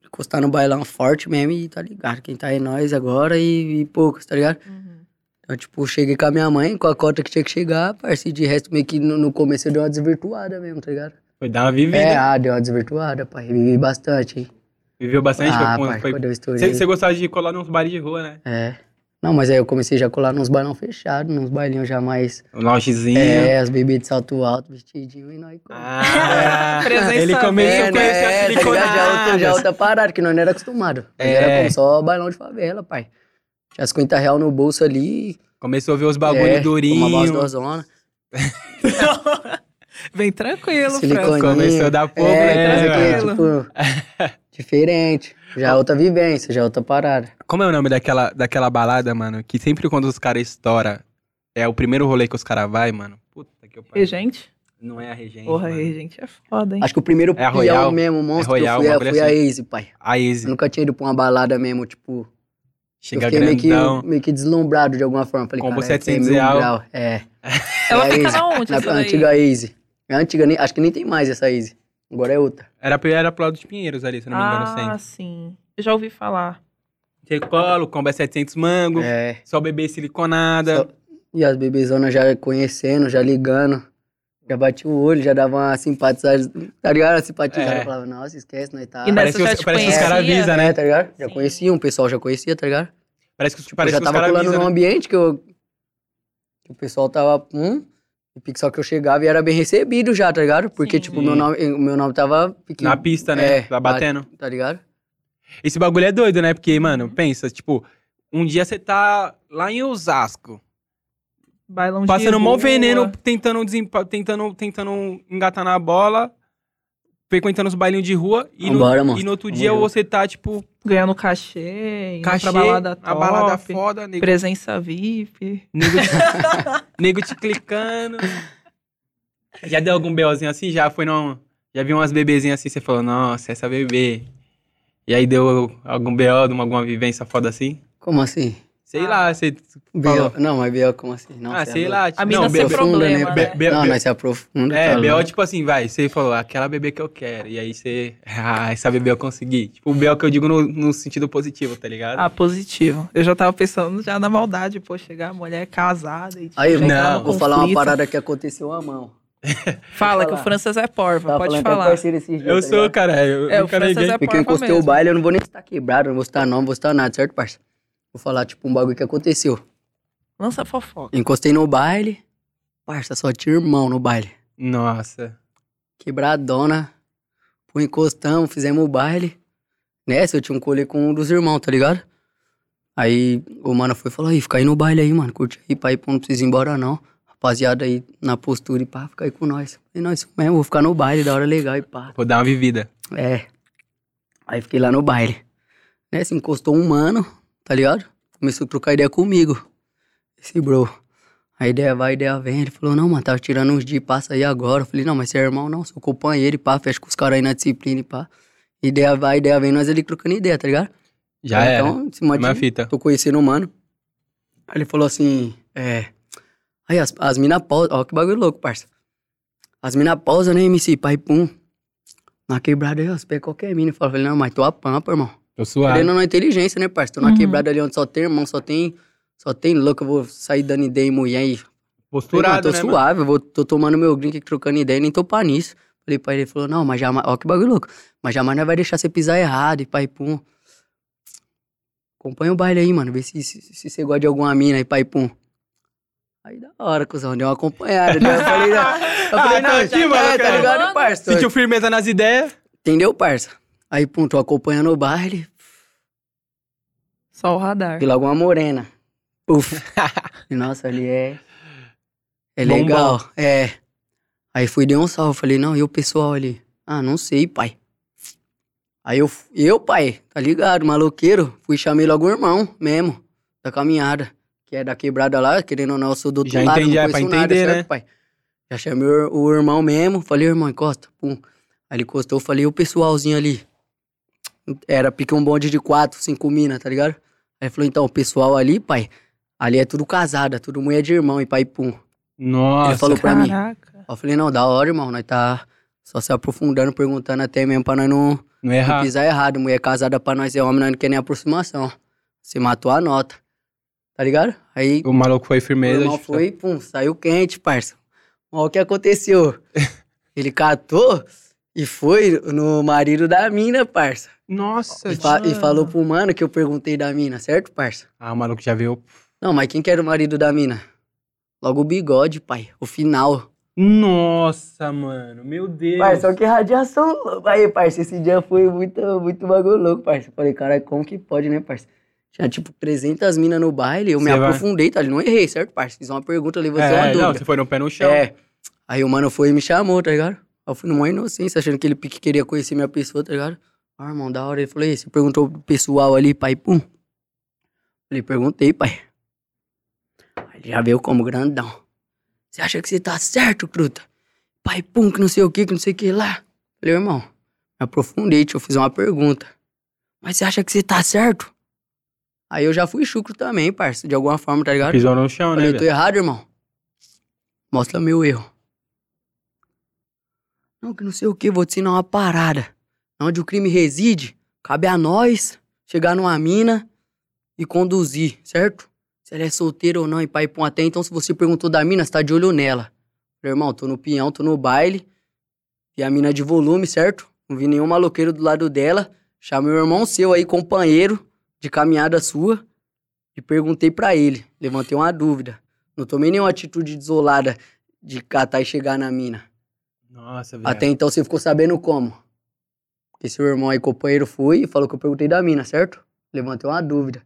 S3: encostar no bailão forte mesmo e tá ligado? Quem tá é nós agora e, e poucos, tá ligado?
S2: Uhum.
S3: Então, tipo, cheguei com a minha mãe, com a cota que tinha que chegar, parceiro. De resto, meio que no, no começo eu dei uma desvirtuada mesmo, tá ligado?
S1: Foi dar uma vivida.
S3: É, ah, deu uma desvirtuada, pai. Vivi bastante, hein?
S1: Viveu bastante.
S3: ah,
S1: foi-
S3: pai,
S1: foi-
S3: quando eu estourei.
S1: Você você gostava de colar nos bares de rua, né?
S3: É. Não, mas aí eu comecei já a colar nos bailão fechados, nos bailinhos já mais...
S1: Um loungezinho.
S3: É, as bebidas de salto alto, vestidinho e nós... [laughs]
S1: Ah,
S2: Presença
S1: ele começou
S2: É,
S1: com
S2: né?
S1: esse
S3: tá ligado? Já outra, já
S1: siliconadas.
S3: outra parada, que nós não era acostumado. Nós
S1: ah, É.
S3: Era como só bailão de favela, pai. Tinha as 50 real no bolso ali.
S1: Começou a ver os bagulho
S3: é, Tomava umas
S1: durinho.
S3: dozonas.
S2: Vem tranquilo, Fran.
S3: Silicone. dozinhas.
S1: Começou a dar pouco,
S3: é,
S1: né?
S2: tranquilo.
S1: mano?
S3: porque, tipo, diferente. Já é outra vivência, já é outra parada.
S1: Como é o nome daquela, daquela balada, mano? Que sempre quando os caras estouram, é o primeiro rolê que os caras vai, mano. Puta que eu pariu.
S2: Regente?
S1: Não é a Regente.
S2: Porra,
S1: mano.
S2: Regente é foda, hein?
S3: Acho que o primeiro
S1: É a
S3: peão
S1: Royal,
S3: mesmo, monstro,
S1: Royal,
S3: que eu
S1: um
S3: fui,
S1: bagulho
S3: é, foi a
S1: assim.
S3: Easy, pai.
S1: A
S3: Eu
S1: Easy.
S3: nunca tinha ido pra uma balada mesmo, tipo... eu
S1: Chega
S3: fiquei meio que,
S1: grandão.
S3: meio que deslumbrado de alguma forma. Falei,
S1: Combo
S3: "Caralho,
S1: 700
S3: tem mil
S1: real."
S3: grau. É.
S2: Ela
S3: é
S2: fica
S3: Easy.
S2: na onde,
S3: Na
S2: essa daí?
S3: antiga Easy. A antiga, nem- acho que nem tem mais essa Easy. Agora é outra.
S1: Era, era pro lado de Pinheiros ali, se não me engano,
S2: Ah,
S1: sempre.
S2: sim. Eu já ouvi falar.
S1: Você cola, o combo é 700 mango,
S3: É.
S1: só bebê siliconada.
S3: Só- E as bebezonas já conhecendo, já ligando. Já bati o olho, já dava uma simpatizada. Tá ligado? Uma simpatizada.
S1: É.
S3: Eu falava, nossa, esquece, nós tá.
S2: E é nessa
S1: Parece que
S2: já
S1: os-
S2: te
S1: parece que os
S2: conhecia?
S1: caras avisam, né?
S3: É, tá ligado? Já
S2: Sim.
S3: conhecia, um pessoal já conhecia, tá ligado?
S1: Parece que, os-
S3: Eu
S1: parece
S3: já
S1: que os
S3: tava
S1: caras
S3: colando
S1: avisam.
S3: num
S1: né?
S3: ambiente que, eu, que o pessoal tava. Hum, e pique, só que eu chegava e era bem recebido já, tá ligado? Porque,
S2: Sim.
S3: tipo, meu nome, o meu nome tava. pique-
S1: Na pista, né?
S3: É,
S1: tá batendo.
S3: Tá ligado?
S1: Esse bagulho é doido, né? Porque, mano, pensa, tipo, um dia você tá lá em Osasco, Um
S2: Bailão de
S1: passando mó
S2: rua.
S1: veneno, tentando, desempa- tentando, tentando engatar na bola. frequentando os bailinhos de rua e,
S3: Vambora,
S1: no,
S3: mano.
S1: e no outro
S3: Vamos
S1: dia
S3: junto.
S1: você tá, tipo,
S2: Ganhando cachê, indo
S1: cachê,
S2: pra balada top,
S1: a balada foda, nego,
S2: presença VIP.
S1: nego, [laughs] te, nego te clicando. Já deu algum BOzinho assim? Já foi não? Já viu umas bebezinhas assim, você falou, nossa, essa bebê. E aí deu algum BO, alguma vivência foda assim?
S3: Como assim?
S1: Sei lá, você
S3: B.O.
S1: falou.
S3: Não, mas B.O. como assim? Não,
S1: ah,
S3: cê é
S1: sei
S3: louco.
S1: lá.
S2: A mina
S1: não,
S2: sem
S1: B.O.
S2: problema,
S3: né?
S2: né?
S1: B- B-
S3: não,
S1: B-
S3: nós se aprofunda.
S1: É,
S3: tá
S1: B.O.
S3: louco.
S1: tipo assim, vai, você falou, aquela bebê que eu quero. E aí você, [laughs] ah, essa bebê eu consegui. Tipo, o B.O. que eu digo no, no sentido positivo, tá ligado?
S2: Ah, positivo. Eu já tava pensando já na maldade, pô, chegar a mulher casada e tipo,
S3: Aí,
S2: já entrar
S1: Não.
S2: no
S3: vou falar uma
S2: conflito.
S3: parada que aconteceu à mão.
S2: Fala que o
S3: falar.
S2: Francis é porva,
S3: Tava
S2: pode
S3: falando pra
S2: falar.
S3: parceiro esses dias,
S1: eu
S3: tá
S1: sou,
S3: ligado?
S1: cara, eu
S2: É, o
S1: nunca
S2: Francis
S1: neguei.
S2: é
S3: Porque eu
S2: porva
S3: encostei o
S2: mesmo.
S3: baile, eu não vou nem estar quebrado, não vou estar não, não vou estar nada, certo, parça? Vou falar, tipo, um bagulho que aconteceu.
S2: Lança fofoca.
S3: Encostei no baile, parça, só tinha irmão no baile.
S1: Nossa.
S3: Quebradona, pô, encostamos, fizemos o baile. Nessa, eu tinha um colê com um dos irmãos, tá ligado? Aí o mano foi e falou, aí, fica aí no baile aí, mano, curte aí, pai, pô, não precisa ir embora não. Rapaziada aí, na postura e pá, fica aí com nós. E nós isso mesmo, vou ficar no baile, da hora legal e pá.
S1: Vou dar uma vivida.
S3: É. Aí fiquei lá no baile. Né, se encostou um mano, tá ligado? Começou a trocar ideia comigo. Esse bro. A ideia vai, a ideia vem. Ele falou, não, mano, tava tirando uns dias, e passa aí agora. Eu falei, não, mas você é irmão não, seu companheiro e pá, fecha com os caras aí na disciplina e pá. Ideia vai, ideia vem, nós ali trocando ideia, tá ligado?
S1: Já é.
S3: então, se
S1: Uma
S3: mantive,
S1: fita.
S3: tô conhecendo um mano. Aí ele falou assim, é... Aí as, as mina pausa, ó que bagulho louco, parça. As mina pausa, né, MC, pai, pum. Na quebrada aí, ó, você pega qualquer mina. Eu falei, não, mas tô a pampa, irmão.
S1: Tô
S3: Querendo
S1: suave.
S3: ou não, é inteligência, né, parça? Tô na
S2: Uhum.
S3: quebrada ali onde só tem irmão, só tem... Só tem louco, eu vou sair dando ideia em mulher e
S1: Posturado, né,
S3: Falei, mano, tô
S1: mano?
S3: suave, eu vou, tô tomando meu drink, aqui, trocando ideia, nem tô pra nisso. Falei pra ele, ele falou, não, mas jamais, ó que bagulho louco, mas jamais não vai deixar você pisar errado, e pai, pum. Acompanha o baile aí, mano, vê se, se, se você gosta de alguma mina, e pai, pum. Aí da hora, cuzão, deu uma acompanhada, né? eu falei, não, eu falei,
S1: [laughs] Ah,
S3: não,
S1: tá aqui, mano,
S3: é, tá
S1: cara.
S3: ligado, parça?
S1: Sentiu firmeza nas ideias?
S3: Entendeu, parça? Aí, pum, tô acompanhando o baile,
S2: Só o radar.
S3: e logo uma morena. Uf. E, Nossa, ali é. É
S1: Bombão.
S3: legal. É. Aí fui dei um salve. Falei, não, e o pessoal ali? Ah, não sei, pai. Aí eu, f- eu, pai, tá ligado, maloqueiro, fui e chamei logo o irmão mesmo, da caminhada, que é da quebrada lá, querendo ou não, eu sou do outro
S1: Já
S3: lado,
S1: entendi,
S3: não
S1: é, pra
S3: conheço nada,
S1: entender,
S3: certo,
S1: né?
S3: pai? Já chamei o, o irmão mesmo, falei, irmão, encosta, pum. Aí ele encostou, falei, e o pessoalzinho ali? Era pique um bonde de quatro, cinco mina, tá ligado? Aí ele falou, então, o pessoal ali, pai, ali é tudo casada, tudo mulher de irmão, e pai, pum.
S1: Nossa.
S3: ele falou pra mim.
S2: Caraca.
S3: Eu falei, não, da hora, irmão, nós tá só se aprofundando, perguntando até mesmo pra nós não,
S1: Não
S3: não
S1: errar.
S3: pisar errado. Mulher casada pra nós é homem, nós não quer nem aproximação. Você matou a nota, tá ligado? Aí
S1: O maluco foi
S3: o
S1: firmeza.
S3: irmão
S1: tipo,
S3: foi, pum, saiu quente, parça. Olha o que aconteceu. Ele catou e foi no marido da mina, parça.
S1: Nossa.
S3: E, fa- e
S2: mano.
S3: falou pro mano que eu perguntei da mina, certo, parça?
S1: Ah, o maluco já veio.
S3: Não, mas quem que era o marido da mina? Logo o bigode, pai. O final.
S1: Nossa, mano. Meu Deus.
S3: Pai, só que radiação louca. Aí, parça, esse dia foi muito, muito bagulho louco, parça. Falei, caralho, como que pode, né, parça? Tinha, tipo, 300 minas no baile. Eu me
S1: Cê vai-
S3: aprofundei, tá? Não errei, certo, parça? Fiz uma pergunta, levei você uma
S1: É,
S3: dúvida.
S1: não, você foi no pé no chão.
S3: É. Aí o mano foi e me chamou, tá ligado? Eu fui numa inocência, achando que ele pique queria conhecer minha pessoa, tá ligado? Ah, irmão, da hora. Ele falou, e aí, você perguntou pro pessoal ali, pai, pum. Falei, perguntei, pai. Aí ele já veio como grandão. Você acha que você tá certo, truta? Pai, pum, que não sei o que, que não sei o que lá. Falei, irmão, me aprofundei, te eu fiz uma pergunta. Mas você acha que você tá certo? Aí eu já fui chucro também, parça, de alguma forma, tá ligado?
S1: Pisou no chão, né?
S3: Falei, eu tô
S1: velho?
S3: errado, irmão. Mostra meu erro. Não, que não sei o que, vou te ensinar uma parada. Onde o crime reside, cabe a nós chegar numa mina e conduzir, certo? Se ela é solteira ou não, e pai pão até então, se você perguntou da mina, você tá de olho nela. Falei, irmão, tô no pinhão, tô no baile. E a mina de volume, certo? Não vi nenhum maloqueiro do lado dela. Chamei o irmão seu aí, companheiro de caminhada sua, e perguntei pra ele. Levantei uma dúvida. Não tomei nenhuma atitude desolada de catar e chegar na
S1: Tá
S3: mina.
S1: Nossa, velho.
S3: Até então você ficou sabendo como? Porque seu irmão aí, companheiro, foi e falou que eu perguntei da mina, certo? Levantou uma dúvida.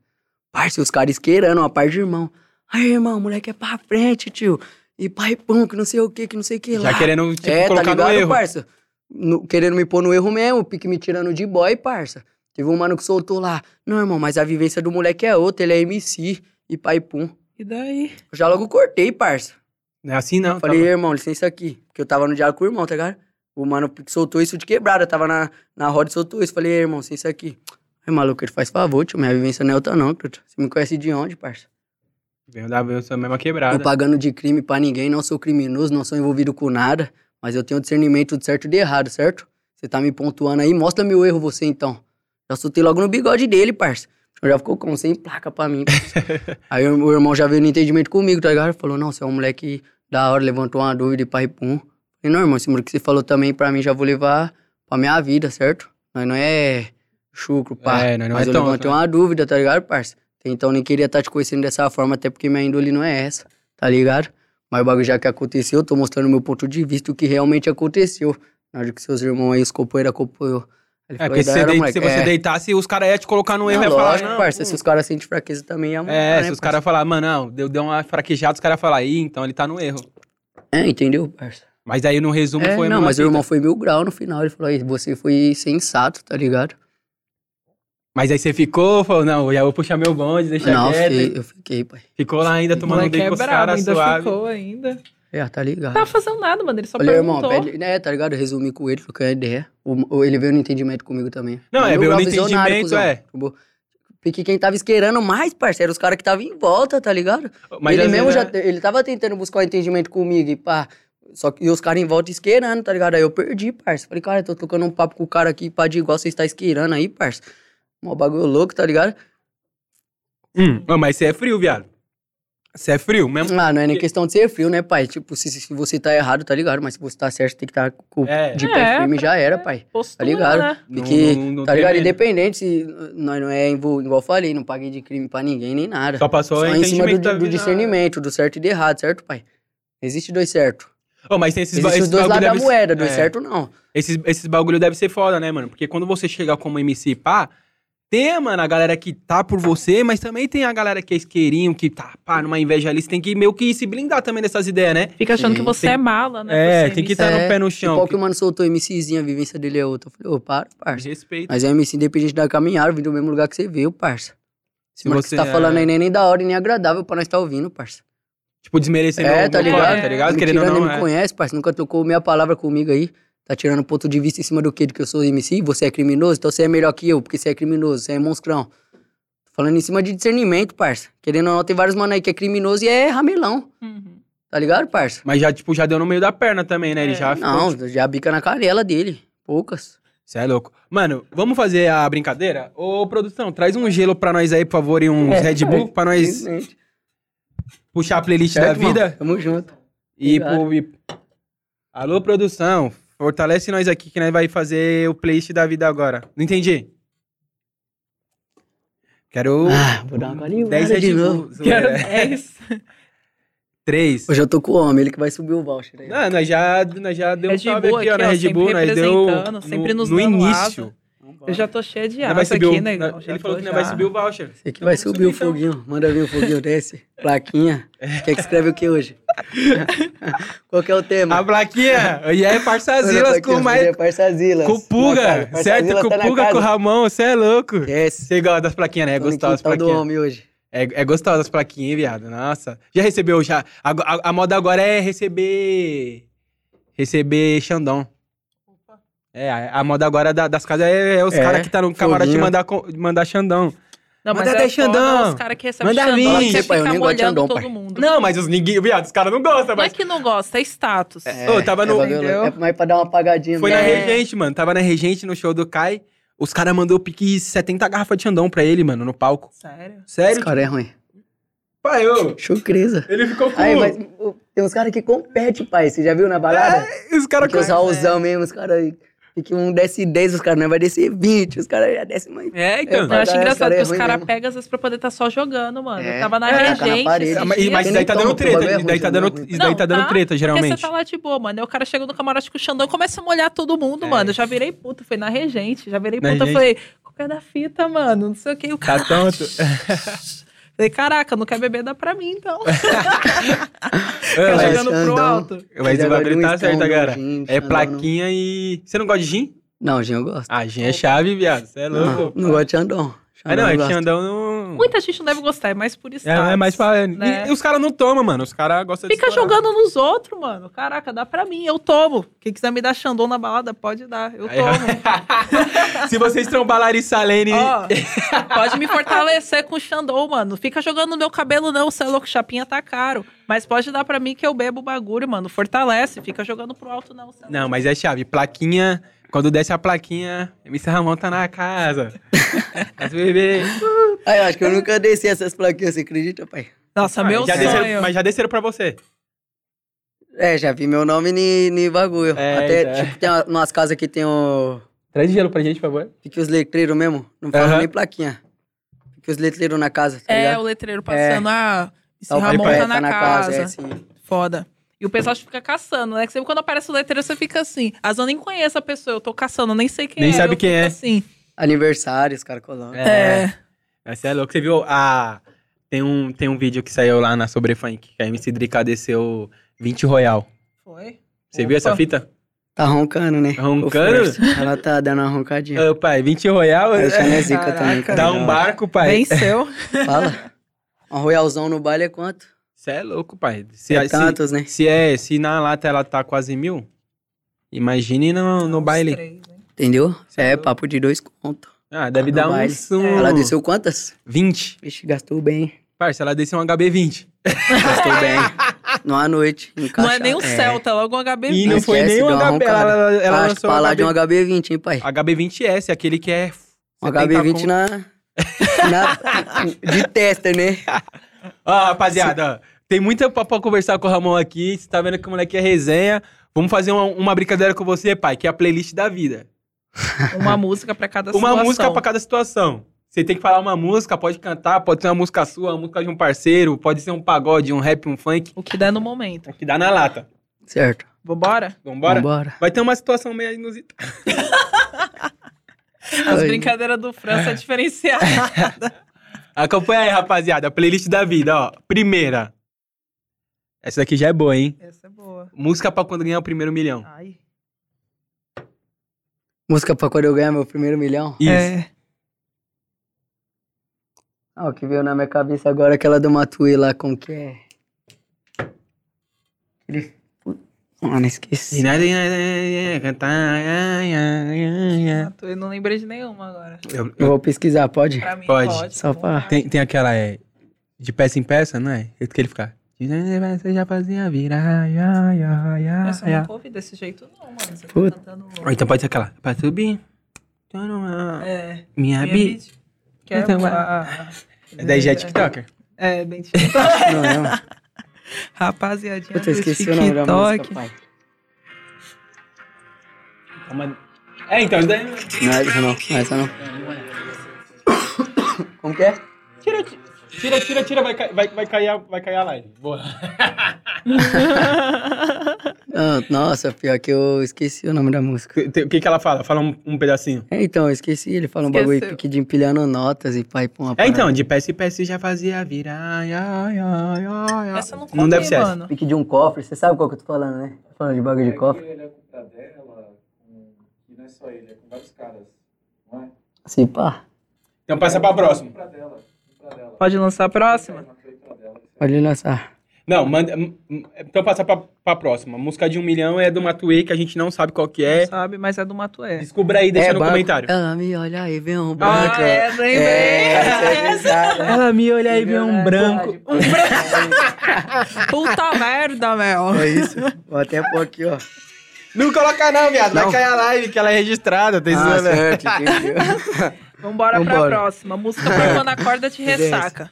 S3: Parce, os caras esqueirando, uma parte de irmão. Aí, irmão, o moleque é pra frente, tio. E pai, pão, que não sei o que, que não sei o que lá.
S1: Já querendo, tipo,
S3: é, tá
S1: colocar no
S3: ligado,
S1: erro.
S3: parça? no- querendo me pôr no erro mesmo, pique me tirando de boy, parça. Teve um mano que soltou lá, não, irmão, mas a vivência do moleque é outra, ele é MC, e pai pum.
S2: E daí?
S3: Eu já logo cortei, parça.
S1: Não é assim não.
S3: Falei,
S1: tá
S3: irmão, licença aqui. Porque eu tava no diálogo com o irmão, tá ligado? O mano soltou isso de quebrada, tava na, na roda e soltou isso. Falei, irmão, licença aqui. Aí, maluco, ele faz favor, tio, minha vivência não é outra não, truta. Você me conhece de onde, parça?
S1: bom. Veio da veio a mesma
S3: Tô
S1: quebrada.
S3: pagando de crime pra ninguém, não sou criminoso, não sou envolvido com nada. Mas eu tenho discernimento de certo e de errado, certo? Você tá me pontuando aí, mostra meu erro você então. Já soltei logo no bigode dele, parça. Então Já ficou com sem placa pra mim. parça. aí o o irmão já veio no entendimento comigo, tá ligado? Falou, não, você é um moleque da hora, levantou uma dúvida e pai pum. Falei, não, irmão, esse muro que você falou também pra mim, já vou levar pra minha vida, certo? Mas não é chucro, pá.
S1: É, nós não
S3: Mas
S1: é
S3: eu
S1: tonto,
S3: levantei
S1: né?
S3: uma dúvida, tá ligado, parça? Então nem queria estar te conhecendo dessa forma, até porque minha índole não é essa, tá ligado? Mas o bagulho já que aconteceu, eu tô mostrando meu ponto de vista, o que realmente aconteceu. Na hora que seus irmãos aí, os companheiros acompanhou. Ele
S1: É,
S3: falou,
S1: porque
S3: "E
S1: se
S3: da
S1: você,
S3: hora,
S1: dei-
S3: moleque."
S1: se você
S3: É.
S1: deitasse, os caras iam te colocar no erro e
S3: não,
S1: ia falar,
S3: lógico,
S1: não,
S3: parça.
S1: pô.
S3: Se os caras sentem fraqueza também, ia mudar,
S1: É,
S3: né,
S1: se os
S3: parça?
S1: caras falar, mano, não, deu, deu uma fraquejada, os caras falar, ih, então ele tá no erro.
S3: É, entendeu, parça?
S1: Mas aí no resumo
S3: É,
S1: foi a
S3: não,
S1: mesma
S3: mas o
S1: fita.
S3: irmão foi mil grau no final. Ele falou, "Aí, você foi sensato, tá ligado?
S1: Mas aí você ficou, falou, não, já vou puxar meu bonde, deixar
S3: não, eu
S1: quieto.
S3: fiquei, eu fiquei, pai.
S1: Ficou lá ainda
S2: O
S1: tomando um
S2: moleque
S1: bico
S2: é
S1: com os
S2: brabo,
S1: caras,
S2: ainda
S1: suave.
S2: ficou ainda. Não
S3: É, tá ligado.
S2: tava fazendo nada, mano. Ele
S1: tá
S2: só
S3: Falei, irmão,
S2: perguntou.
S3: pede, né, tá ligado? Eu resumi com ele, troquei uma ideia. O, o- ele veio no entendimento comigo também.
S1: Não, é,
S3: Meu
S1: veio no
S3: grau visionário,
S1: entendimento,
S3: cuzão.
S1: é.
S3: Tipo, Porque quem tava esquerando mais, parceiro, os caras que tava em volta, tá ligado?
S1: Mas
S3: ele
S1: às
S3: mesmo
S1: vezes,
S3: já.
S1: né?
S3: te- Ele tava tentando buscar o entendimento comigo e pá. Só que e os caras em volta esquerando, tá ligado? Aí eu perdi, parça. Falei, cara, eu tô tocando um papo com o cara aqui, pá, de igual você está esquerando aí, parça. Mó bagulho louco, tá ligado?
S1: Hum, ó, mas você é frio, viado. Você é frio mesmo.
S3: Ah, não é nem questão de ser frio, né, pai? Tipo, se, se você tá errado, tá ligado? Mas se você tá certo, tem que tá com,
S1: É.
S3: de pé
S2: É,
S3: firme, já era, pai.
S2: Postura,
S3: Tá ligado?
S2: né?
S1: Não-
S3: Porque,
S1: não- não
S3: tá ligado?
S1: tremendo.
S3: Independente se nós não é envol- igual eu falei, não paguei de crime pra ninguém nem nada.
S1: Só passou
S3: Só em cima do,
S1: entendimento da
S3: do
S1: vida, né?
S3: discernimento, do certo e do errado, certo, pai? Existe dois certo.
S1: Ó, mas tem esses, ba
S3: Existe
S1: esses
S3: os dois
S1: bagulho
S3: lados da
S1: deve ser-
S3: moeda, dois
S1: é.
S3: certo não.
S1: Esses, esses bagulho deve ser foda, né, mano? Porque quando você chega como MC pá, tem, mano, a galera que tá por você, mas também tem a galera que é isqueirinho, que tá, pá, numa inveja ali. Você tem que meio que se blindar também dessas ideias, né?
S2: Fica achando
S3: Sim,
S2: que você
S1: tem-
S2: é mala, né?
S1: É,
S2: por ser
S1: tem que
S2: MC.
S1: estar
S3: É,
S1: no pé no
S3: Tipo,
S1: chão.
S3: qual que o mano soltou MCzinha, a vivência dele é outra. Eu falei, ô, para, parça.
S1: Respeito.
S3: Mas é MC independente da caminhada, eu vim do mesmo lugar que você veio, parça.
S1: Se
S3: Esse mano que
S1: você- é-
S3: você tá falando aí nem, nem da hora e nem agradável pra nós tá ouvindo, parça.
S1: Tipo, desmerecendo
S3: É,
S1: o
S3: tá
S1: meu
S3: ligado?
S1: corpo, tá ligado?
S3: Me
S1: Querendo ou
S3: tirando,
S1: não,
S3: me
S1: é.
S3: conhece, parceiro. Nunca trocou meia palavra comigo aí. Tá tirando ponto de vista em cima do quê? De que eu sou MC? Você é criminoso? Então você é melhor que eu, porque você é criminoso, você é monstrão. Tô falando em cima de discernimento, parça. Querendo ou não, tem vários mano aí que é criminoso e é ramelão.
S2: Uhum. [laughs]
S3: Tá ligado, parça?
S1: Mas já, tipo, já deu no meio da perna também, né? Ele
S2: É.
S1: já ficou,
S3: Não, já bica na canela dele. Poucas.
S1: Você é louco. Mano, vamos fazer a brincadeira? Ô, produção, traz um gelo pra nós aí, por favor, e uns
S3: É,
S1: Red Bull
S3: [laughs]
S1: pra nós
S3: Infelizmente.
S1: puxar a playlist
S3: Certo,
S1: da
S3: irmão?
S1: vida.
S3: Tamo junto.
S1: E,
S3: Obrigado.
S1: pro- e- Alô, produção, fortalece nós aqui que nós vai fazer o playlist da vida agora. Não entendi. Quero
S3: Ah, vou dar uma
S1: dez
S3: galinha
S1: Red
S3: de novo.
S1: Bull.
S2: Quero
S1: zoeira.
S2: 10.
S1: 3.
S3: Hoje é eu tô com o homem, ele que vai subir o voucher aí.
S1: Não, Ah, nós já, nós já deu um
S2: Red
S1: salve
S2: Bull
S1: aqui, ó,
S2: aqui,
S1: na
S2: ó,
S1: Red
S2: sempre
S1: Bull, nós deu
S2: representando, sempre nos
S1: no
S2: dando
S1: início.
S2: asa. Eu já tô cheia de
S1: Nós vai
S2: asa
S1: subir
S2: aqui, né,
S1: o-
S2: negão.
S1: nós-
S2: Já
S1: um Ele falou
S2: tô
S1: que nós vai
S2: já.
S1: subir o voucher.
S3: Você que vai
S1: Então vamos
S3: subir o
S1: subir, então. É.
S3: foguinho. Manda vir o foguinho, desce. Plaquinha. Quer que escreve o
S1: [laughs]
S3: que hoje? Qual que é o tema?
S1: A plaquinha, e aí Parçazilas com mais...
S3: Parçazilas.
S1: Com o Puga,
S3: tá
S1: certo? Com o Puga, com o Ramon, você é louco.
S3: Desce.
S1: Você gosta das plaquinhas, né? É gostosa as
S3: Tô no quintal do
S1: plaquinhas.
S3: homem hoje.
S1: É, é gostosa as plaquinhas, hein, viado? Nossa. Já recebeu, já. A, a- a moda agora é receber... Receber Xandão. É, a, a moda agora da- das casas é, é os
S3: É,
S1: caras que tá no camarote
S3: foguinho.
S1: mandar, co- mandar Xandão.
S2: Não, mas
S1: Manda
S2: é
S1: dez Xandão.
S2: foda os caras que recebem
S1: Manda
S2: Xandão,
S1: vinte.
S2: que
S1: Pai,
S2: fica
S3: Tipo, eu nem gosto de
S2: molhando
S3: Xandão,
S2: todo
S3: pai.
S2: mundo.
S1: Não, mas os ninguém... Viado, os caras não gostam,
S2: Não é
S1: mas...
S2: que não gosta, é status.
S1: Ô, tava no-
S3: bagulho
S2: Entendeu?
S3: louco. É mais pra dar uma apagadinha.
S1: Foi na
S3: mesmo.
S2: É.
S1: Regente, mano. Tava na Regente, no show do Kai. Os caras mandou pique 70 garrafas de Xandão pra ele, mano, no palco.
S2: Sério?
S1: Sério?
S3: Esse cara é ruim.
S1: Pai, ô.
S3: Chucrisa.
S1: Ele ficou com...
S3: Aí, mas ô, tem uns caras que competem, pai. Você já viu na
S1: É,
S3: balada?
S1: Os caras
S3: Porque
S1: com...
S3: os raulzão mesmo, os caras... Que um desce 10, os caras não vai descer 20. Os caras já descem mais...
S1: É, então.
S2: Não, eu
S3: Mas
S2: acho
S3: cara,
S2: engraçado
S3: cara é
S2: que os
S3: ruim
S2: caras
S3: mesmo.
S2: pegam às vezes pra poder estar só jogando, mano.
S3: É.
S2: Eu tava na assim,
S3: É, taca na
S2: regente.
S3: parede.
S2: esses
S3: Ah,
S1: Mas,
S2: dias.
S1: mas isso
S3: Ele
S1: daí tá
S3: toma,
S1: dando
S3: o
S1: treta.
S3: bagulho é
S1: Isso daí
S3: ruim,
S1: tá
S3: o
S1: dando,
S3: bagulho é ruim.
S1: isso daí
S2: Não,
S1: tá dando
S2: tá,
S1: treta,
S2: Porque você
S1: geralmente.
S2: tá lá de boa, mano. Aí o cara chega no camarote com o Xandão e começa a molhar todo mundo,
S1: É.
S2: mano. Eu já virei puta, foi na regente. Já virei
S1: Na
S2: puta, eu
S1: Regente. [laughs]
S2: falei, qual que é da fita, mano? Não sei o que. O
S1: Tá
S2: cara.
S1: tonto.
S2: Falei, caraca, não quer beber, dá pra mim, [laughs] então.
S1: Ah,
S2: Tá
S1: mas-
S2: jogando pro alto.
S1: Mas o
S3: Ele
S1: bagulho
S3: agora
S1: tá
S3: de um
S1: certo
S3: Scandal,
S1: agora.
S3: gin,
S1: É
S3: Scandal,
S1: plaquinha e. Você não gosta de gin?
S3: Não, não gin eu gosto.
S1: Ah, gin é chave, viado. Você é
S3: não,
S1: louco.
S3: não gosto de Xandão.
S1: Ah, não,
S3: eu
S1: é que
S3: gosto.
S1: Xandão não.
S2: Muita gente não deve gostar, é mais por
S1: É,
S2: status.
S1: é mais pra.
S2: né?
S1: E, os caras não tomam, mano. Os caras gostam de.
S2: Fica
S1: estourar.
S2: jogando nos outros, mano. Caraca, dá pra mim, eu tomo. Quem quiser me dar Xandão na balada, pode dar, eu
S1: Aí, ó.
S2: tomo.
S1: Se vocês trombar Larissa Lane.
S2: Ó, pode me fortalecer com o Xandão, mano. Não Fica jogando no meu cabelo, não, cê é louco, chapinha tá caro. Mas pode dar pra mim que eu bebo o bagulho, mano. Fortalece, fica jogando pro alto, não, cê é
S1: Não, mas é chave. Plaquinha. Quando desce a plaquinha, MC Ramon tá na
S2: [laughs]
S1: casa. Mas bebê.
S3: Ah, eu acho que eu nunca desci essas plaquinhas, você acredita, pai?
S2: Nossa, Tá meu
S1: Ah, já
S2: sonho.
S1: desceram- mas já desceram pra você.
S3: É, já vi meu nome ni, ni bagulho.
S1: É,
S3: Até,
S1: já.
S3: tipo, tem uma- umas casas que tem o...
S1: Traz gelo pra gente, por favor.
S3: Fica os letreiros mesmo, não fala
S1: Aham.
S3: nem plaquinha. Fica os letreiros na casa, tá
S2: É,
S3: ligado?
S2: o letreiro passando, ah, esse
S3: Tá o
S2: Ramon
S3: pé,
S2: tá na, casa.
S3: é assim.
S2: Foda. E o pessoal fica caçando, né? Que sempre quando aparece o letreiro, você fica assim. Às vezes eu nem conheço a pessoa, eu tô caçando, eu nem sei quem
S1: Nem
S2: é.
S1: sabe
S2: eu
S1: quem
S2: fico
S1: é.
S2: Assim.
S3: Aniversário, os caras colocam.
S2: É.
S1: Mas Você é louco. Você viu a. Tem um, tem um vídeo que saiu lá na Sobre Funk, que a MC Drica desceu 20 Royal.
S2: Foi?
S1: Você viu essa
S2: Opa.
S1: fita?
S3: Tá roncando, né?
S1: Roncando?
S3: O Forrest. Ela tá dando
S1: [laughs]
S3: uma roncadinha.
S1: Ô, pai, 20 Royal
S3: Aí o
S1: é,
S3: Xana é zica
S2: Caraca,
S3: também. cara.
S1: [laughs] dá um barco, pai.
S2: Venceu.
S3: Fala. Um royalzão no baile é quanto?
S1: Você é louco, pai. Se,
S3: É
S1: se-
S3: tantos, né?
S1: se é, se na lata ela tá quase mil, imagine no, no baile.
S2: né?
S3: Entendeu? É,
S1: Certo.
S3: papo de dois conto.
S1: Ah, deve
S3: No
S1: dar
S3: baile.
S1: uns, um,
S3: é, Ela desceu quantas?
S1: 20.
S3: Vixe, gastou bem.
S1: Parça, ela desceu um HB20.
S3: Gastou [laughs] bem. Numa noite, em
S2: Não
S3: caixa.
S2: é nem o Celta, é logo um HB.
S1: E não
S3: Não
S1: foi
S3: esquece,
S1: nem um
S3: deu uma
S1: HB. Ela,
S3: roncada.
S1: ela, ela
S3: Acho
S1: lançou
S3: pra lá de um
S1: HB...
S3: HB20, hein, pai?
S1: HB20S, aquele que é...
S3: Um HB20 na... na- De testa, né?
S1: Ó, rapaziada, ó, tem muita papo pra conversar com o Ramon aqui. Você tá vendo que o moleque é resenha. Vamos fazer uma, uma brincadeira com você, pai, que é a playlist da vida.
S2: Uma música pra
S1: [laughs]
S2: cada
S1: uma
S2: situação.
S1: música pra cada situação. Você tem que falar uma música, pode cantar, pode ser uma música sua, uma música de um parceiro, pode ser um pagode, um rap, um funk.
S2: O que der no momento.
S1: O que dá na lata.
S3: Certo.
S2: Vambora?
S1: Vambora?
S3: Vambora.
S1: Vai ter uma situação meio inusitada.
S2: As
S3: Oi.
S2: brincadeiras do França é diferenciada.
S1: Acompanha aí, rapaziada. Playlist da vida, ó. Primeira. Essa daqui já é boa, hein?
S2: Essa é boa.
S1: Música pra quando ganhar o primeiro milhão.
S2: Ai.
S3: Música pra quando eu ganhar meu primeiro milhão.
S1: Isso.
S2: É.
S3: Ah, o que veio na minha cabeça agora é aquela do Matuê lá, como que é? Ele... Mano,
S1: E
S3: esqueci.
S1: nada, e nada, e nada, cantar, ai, ai, ai, ai.
S2: Ah, tô- Eu não lembrei de nenhuma agora.
S1: Eu-
S3: Eu vou pesquisar, pode?
S2: Pra mim,
S1: Pode.
S2: pode.
S3: Só pra-
S1: Tem, tem aquela, é, de peça em peça, não é? Eu que ele fica. De peça já fazia virar, ia, ia, ia,
S2: Eu só
S1: ia.
S2: não ouvi desse jeito, não, mano. Você tá
S3: Puta.
S2: cantando.
S1: Ou então pode ser aquela. Pra subir, tô numa...
S2: É.
S1: Minha
S2: minha
S1: bi.
S2: beat. Que é
S1: Então,
S2: a-
S1: É daí já é TikToker.
S2: É, bem
S3: Não, é, mano.
S2: Rapaziadinha
S3: Puta, eu
S2: do
S3: esqueci o nome da música,
S2: TikTok.
S3: pai.
S1: É, então, isso daí...
S3: Não é essa não, não é essa não. Como que é?
S1: Tira, tira, tira, tira, vai, cai- vai, vai, cair, a- vai cair a live. Boa.
S3: Ah, nossa, pior que eu esqueci o nome da música.
S1: Te- te- O que que ela fala? Fala um, um pedacinho.
S3: É, então, eu esqueci. Ele fala um
S2: Esqueceu.
S3: bagulho pique de empilhando notas e pai, pô, uma
S1: É, então,
S3: parada.
S1: de peça em peça já fazia virar, ia, ia, ia, ia.
S2: Essa eu não
S1: Não deve
S2: contei,
S1: ser essa.
S2: mano.
S3: Pique de um cofre, você sabe qual que eu tô falando, né? Falando de bagulho de cofre.
S4: Ele é com o Pradella, com... e não é só ele, é com vários caras, não é?
S3: Assim, pá.
S1: Então passa pra próxima.
S4: Pradella, com Pradella.
S2: Pode lançar a próxima?
S4: Matheus Pradella.
S3: Pode lançar.
S1: Não, manda. m- m- Então passa pra, pra próxima. Música de um milhão é do Matuê, que a gente não sabe qual que é.
S2: Sabe, mas é do Matué.
S1: Descubra aí, deixa
S3: É,
S1: no
S3: banco.
S1: comentário.
S3: Ela me olha e vê um
S1: Ah,
S3: branco.
S2: é, lembrei.
S1: É.
S3: Ah,
S1: Ela me olha aí, vê um branco.
S2: Puta merda, Mel.
S3: É isso. Vou até pôr aqui, ó.
S1: Não coloca não, viado. Vai
S3: Não.
S1: cair a live, que ela é registrada. Tem
S3: Ah,
S1: isso, né?
S3: certo, entendeu?
S2: Vambora, pra
S3: Vambora.
S2: próxima. Música pra quando acorda de
S3: Ideia essa.
S2: ressaca.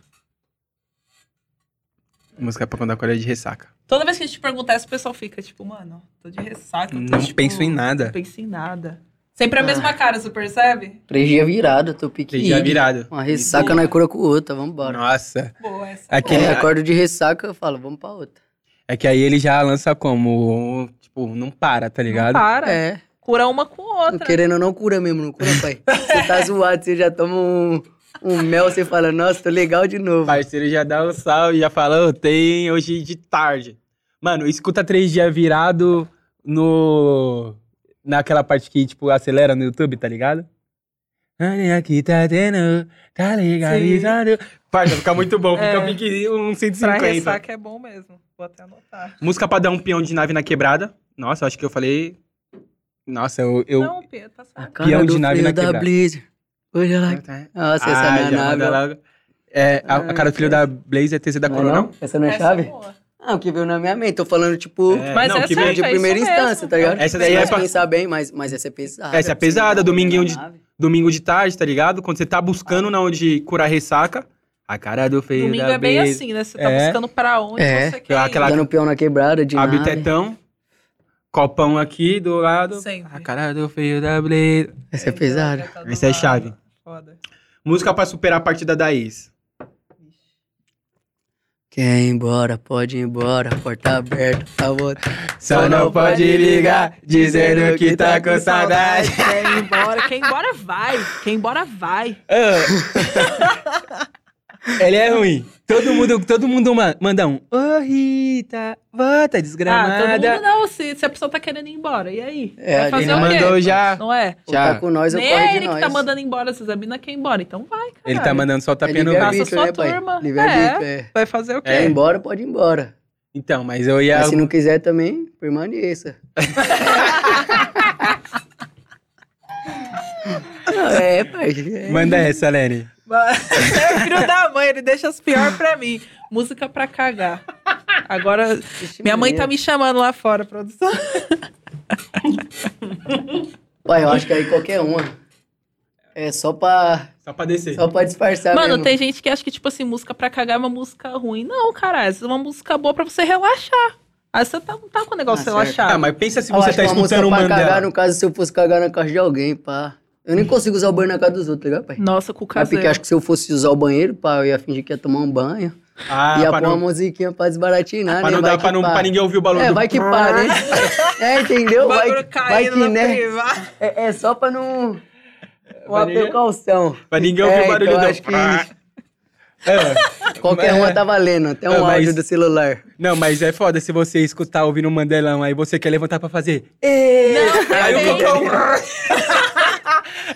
S1: Música é pra quando a colher de ressaca.
S2: Toda vez que a gente perguntar isso, o pessoal fica tipo, mano, tô de ressaca. eu tô,
S1: Não
S2: tipo,
S1: penso em nada. Ah.
S2: Não penso em nada. Sempre a mesma cara, você percebe?
S3: Três dias virado, tô pique.
S1: Tem já virado.
S3: Uma ressaca não é cura com outra, vambora.
S1: Nossa.
S2: Boa, essa.
S1: É que,
S3: Quem acorda de ressaca, eu falo, vamos pra outra.
S1: é que aí ele já lança como? Tipo, não para, tá ligado?
S2: Não para.
S3: É.
S2: Cura uma com
S3: Não,
S2: outra.
S3: Querendo ou não, cura mesmo, não cura, pai. Você tá zoado, você já toma um, um mel, você fala, nossa, tô legal de
S1: O
S3: novo.
S1: parceiro já dá um salve, já fala, "Ô, tem hoje de tarde. Mano, escuta três dias virado no. Naquela parte que, tipo, acelera no YouTube, tá ligado? Olha Aqui tá tendo, tá legalizado. Parça, fica muito bom, fica
S2: É.
S1: pique um
S2: Pra
S1: 150.
S2: ressaca é bom mesmo. Vou até anotar.
S1: Música pra dar um peão de nave na quebrada. Nossa, eu acho que eu falei. Nossa, eu. eu...
S2: Não, Pedro, tá
S3: A
S2: certo.
S3: cara
S1: Peão
S3: do
S1: de nave
S3: filho
S1: na
S3: da
S1: quebrada.
S3: Blizz. Olha lá. Nossa, essa
S1: Ah,
S3: não é
S1: já manda
S3: nave. Ah,
S1: logo. É, a, a cara do filho da Blaze é TC da
S3: Não é
S1: Corona.
S3: não? Essa não é
S2: Essa
S3: chave?
S2: boa.
S3: Ah, o que veio na minha mente. Tô falando, tipo,
S1: É,
S2: Mas
S1: não,
S2: essa
S1: que
S2: é
S1: vem
S3: de
S2: isso
S3: primeira
S2: mesmo.
S3: instância, tá ligado?
S1: Essa daí é
S3: Se
S1: pra-
S3: pensar bem, mas, mas essa é pesada.
S1: Essa é
S3: pra você
S1: pesada,
S3: dar
S1: dominguinho
S3: uma
S1: de-
S3: nave.
S1: domingo de tarde, tá ligado? Quando você tá buscando na onde curar ressaca, a cara do feio
S2: Domingo
S1: da
S2: é bem
S1: vez,
S2: assim, né? Você tá
S1: É.
S2: buscando pra onde
S3: É.
S2: você quer
S1: Aquela-
S3: Dando peão na quebrada de
S1: abre o
S3: nave.
S1: tetão, copão aqui do
S2: ir.
S1: lado,
S2: Sempre.
S1: a cara do feio da Blaze.
S3: Essa é pesada.
S2: Tá do
S1: Essa é
S2: lado.
S1: chave.
S2: Foda.
S1: Música pra superar a partida da ex.
S3: Quer ir embora, pode ir embora, porta aberta, tá bom.
S1: Só não pode ligar, dizendo que tá com saudade.
S2: Quer ir embora? Quem embora vai. Quem embora vai.
S1: Ah. [laughs] Ele é ruim. Todo mundo, todo mundo ma- manda um. Ô, Rita, volta,
S2: Ah, todo mundo
S1: desgramada.
S2: não. Se, se a pessoa tá querendo ir embora, e aí?
S3: É,
S2: vai
S3: a
S2: fazer
S1: Ele
S3: gente
S2: o quê?
S1: mandou já.
S2: Não é?
S3: Ou
S1: Já.
S3: tá com nós, ou
S2: Nem
S3: corre
S2: é
S3: de
S2: ele
S3: nós.
S2: que tá mandando embora, essas mina quer ir embora. Então vai, cara.
S1: Ele tá mandando só tapinha no
S2: livre
S1: braço.
S2: arbítrio. Faça sua turma.
S3: livre-arbítrio, né, pai? Livre-arbítrio, é.
S2: Vai fazer o quê?
S3: Quer ir embora, pode ir embora.
S1: Então, mas eu ia.
S3: Mas se não quiser também,
S2: [laughs]
S3: permaneça. Não, é, pai. é.
S1: Manda essa, Lene.
S2: [laughs] é o filho da mãe, ele deixa as piores pra mim. Música pra cagar. Agora,
S3: Vixe,
S2: minha mãe
S3: Maria.
S2: tá me chamando lá fora, produção.
S3: Pai, eu acho que aí qualquer uma. É só pra,
S1: Só pra descer.
S3: só pra disfarçar
S2: Mano,
S3: mesmo.
S2: tem gente que acha que, tipo assim, música pra cagar é uma música ruim. Não, cara, essa é uma música boa pra você relaxar. Aí você tá, não tá com o negócio
S3: Tá
S2: relaxado.
S1: Ah, mas pensa se
S3: Eu
S1: você
S3: acho
S1: tá
S3: que uma música
S1: escutando o
S3: pra cagar,
S1: Mandela.
S3: no caso, se eu fosse cagar na casa de alguém, pá. Eu nem consigo usar o banheiro na casa dos outros, tá ligado, pai?
S2: Nossa, com o
S3: Mas porque
S2: caseiro.
S3: acho que se eu fosse usar o banheiro, pá, eu ia fingir que ia tomar um banho.
S1: Ah,
S3: ia
S1: pra
S3: pôr
S1: não,
S3: uma é
S1: É
S3: musiquinha pra desbaratinar,
S1: pra
S3: né?
S1: não
S3: Vai
S1: dar
S3: que
S1: pra, não,
S3: pá.
S1: pra ninguém ouvir o barulho
S3: É,
S1: do-
S3: vai que pá, né? É, entendeu? Vai,
S2: Bagulho
S3: vai
S2: caindo
S3: que,
S2: na
S3: né?
S2: privada.
S3: É, é só pra não... Uma
S1: Pra ninguém-
S3: precaução.
S1: Pra ninguém ouvir
S3: É,
S1: o barulho
S3: então
S1: do-
S3: acho que
S1: É.
S3: qualquer
S1: Mas-
S3: uma tá valendo, até um
S1: Não, mas-
S3: áudio do celular.
S1: Não, mas é foda se você escutar ouvindo o Mandelão, aí você quer levantar pra fazer.
S3: É,
S1: aí o cocão. [laughs]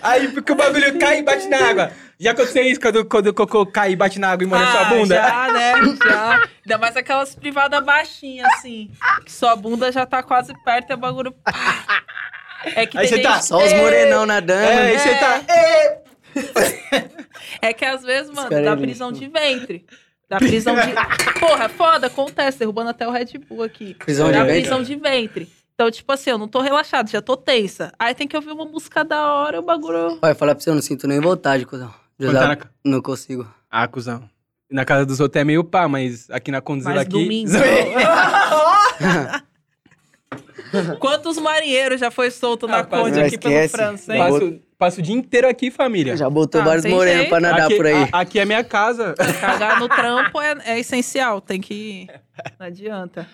S1: aí porque o bagulho cai e bate na água. Já aconteceu isso quando, quando o cocô cai e bate na água e molha
S2: Ah,
S1: sua bunda? é-
S2: Já, né? Já. Ainda mais aquelas privadas baixinhas, assim. Que sua bunda já tá quase perto e o bagulho. pá. É que
S1: Aí
S2: tem
S1: você tá
S2: gente-
S3: Ah, Só os
S2: É,
S3: morenão nadando.
S1: É, aí
S3: né?
S1: você tá.
S2: É que às vezes, mano,
S3: caras
S2: dá
S3: ali.
S2: prisão de ventre. Dá prisão
S3: [laughs]
S2: de. Porra, foda, acontece. Derrubando até o Red Bull aqui.
S1: Então,
S3: Prisão de
S2: Dá
S3: ventre?
S2: prisão de ventre. Então, tipo assim, eu não tô relaxado, já tô tensa. Aí tem que ouvir uma música da hora, o bagulho.
S3: Vai falar pra você, eu não sinto nem vontade, cuzão. Já
S1: Quando tá
S3: dá-
S1: na ca-
S3: Não consigo.
S1: Ah, cuzão. Na casa dos outros é meio pá, mas aqui na conduzida
S2: Mas
S1: aqui.
S2: domingo.
S1: [laughs]
S2: [laughs] Quantos marinheiros já foi solto na
S1: Rapaz,
S2: Conde
S3: não
S2: aqui pelo
S3: esquece.
S2: França, hein?
S1: passo, passo o dia inteiro aqui, família.
S3: Já botou
S2: Ah,
S3: vários
S2: tem
S3: morenos
S2: jeito.
S3: pra nadar
S1: aqui,
S3: por aí.
S1: a- aqui é minha casa. [laughs]
S2: Cagar no trampo é, é essencial, tem que. Não adianta.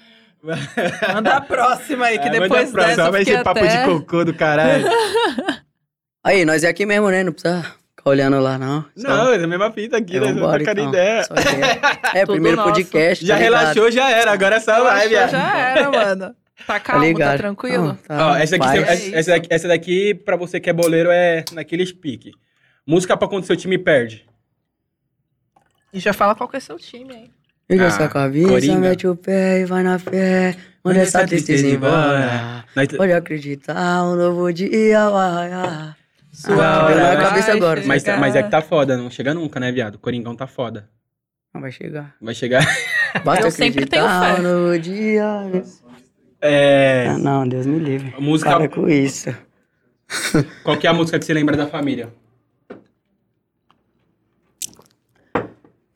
S2: Manda a próxima aí, que
S1: É, manda
S2: depois
S1: pra-
S2: dessa.
S1: só
S2: eu
S1: Vai
S2: fiquei
S1: ser papo
S2: até-
S1: de cocô do
S3: [laughs]
S1: caralho.
S3: Aí, nós é aqui mesmo, né? Não precisa ficar olhando lá, não. Só-
S1: não, é a mesma fita aqui,
S3: É,
S1: né? Não
S3: vambora,
S1: trocando
S3: então.
S1: ideia.
S3: Só
S1: [laughs]
S3: que- É,
S2: Tudo
S3: primeiro
S2: nosso.
S3: podcast.
S1: Já
S3: tá ligado?
S1: relaxou, já era. Agora é só live.
S2: Relaxou,
S1: ó.
S2: Já era, mano. Tá calmo, tá
S3: ligado?
S2: tranquilo?
S3: Não, tá
S1: Ó, essa, um- daqui,
S3: paz.
S2: vai.
S1: essa, essa daqui, essa daqui, pra você que é boleiro, é naquele pique. Música pra quando seu time perde.
S2: E já fala qual que é seu time, hein?
S3: Liga
S1: Ah,
S3: sua cabeça,
S1: Coringa.
S3: mete o pé e vai na fé. Manda essa tristeza embora.
S1: Nós-
S3: Pode acreditar, um novo dia vai. raiar.
S1: Ah,
S2: hora
S1: deu na
S2: vai
S3: cabeça agora.
S1: Mas,
S2: chegar.
S1: mas é que tá foda, não chega nunca, né, viado? Coringão tá foda.
S3: Não vai chegar.
S1: Vai chegar. [laughs]
S3: Basta
S2: Eu sempre tenho
S3: acreditar,
S2: fé.
S3: um novo dia.
S1: É.
S3: Ah, não, Deus me livre.
S1: Música-
S3: Para com isso.
S1: Qual que é a música que você lembra da família?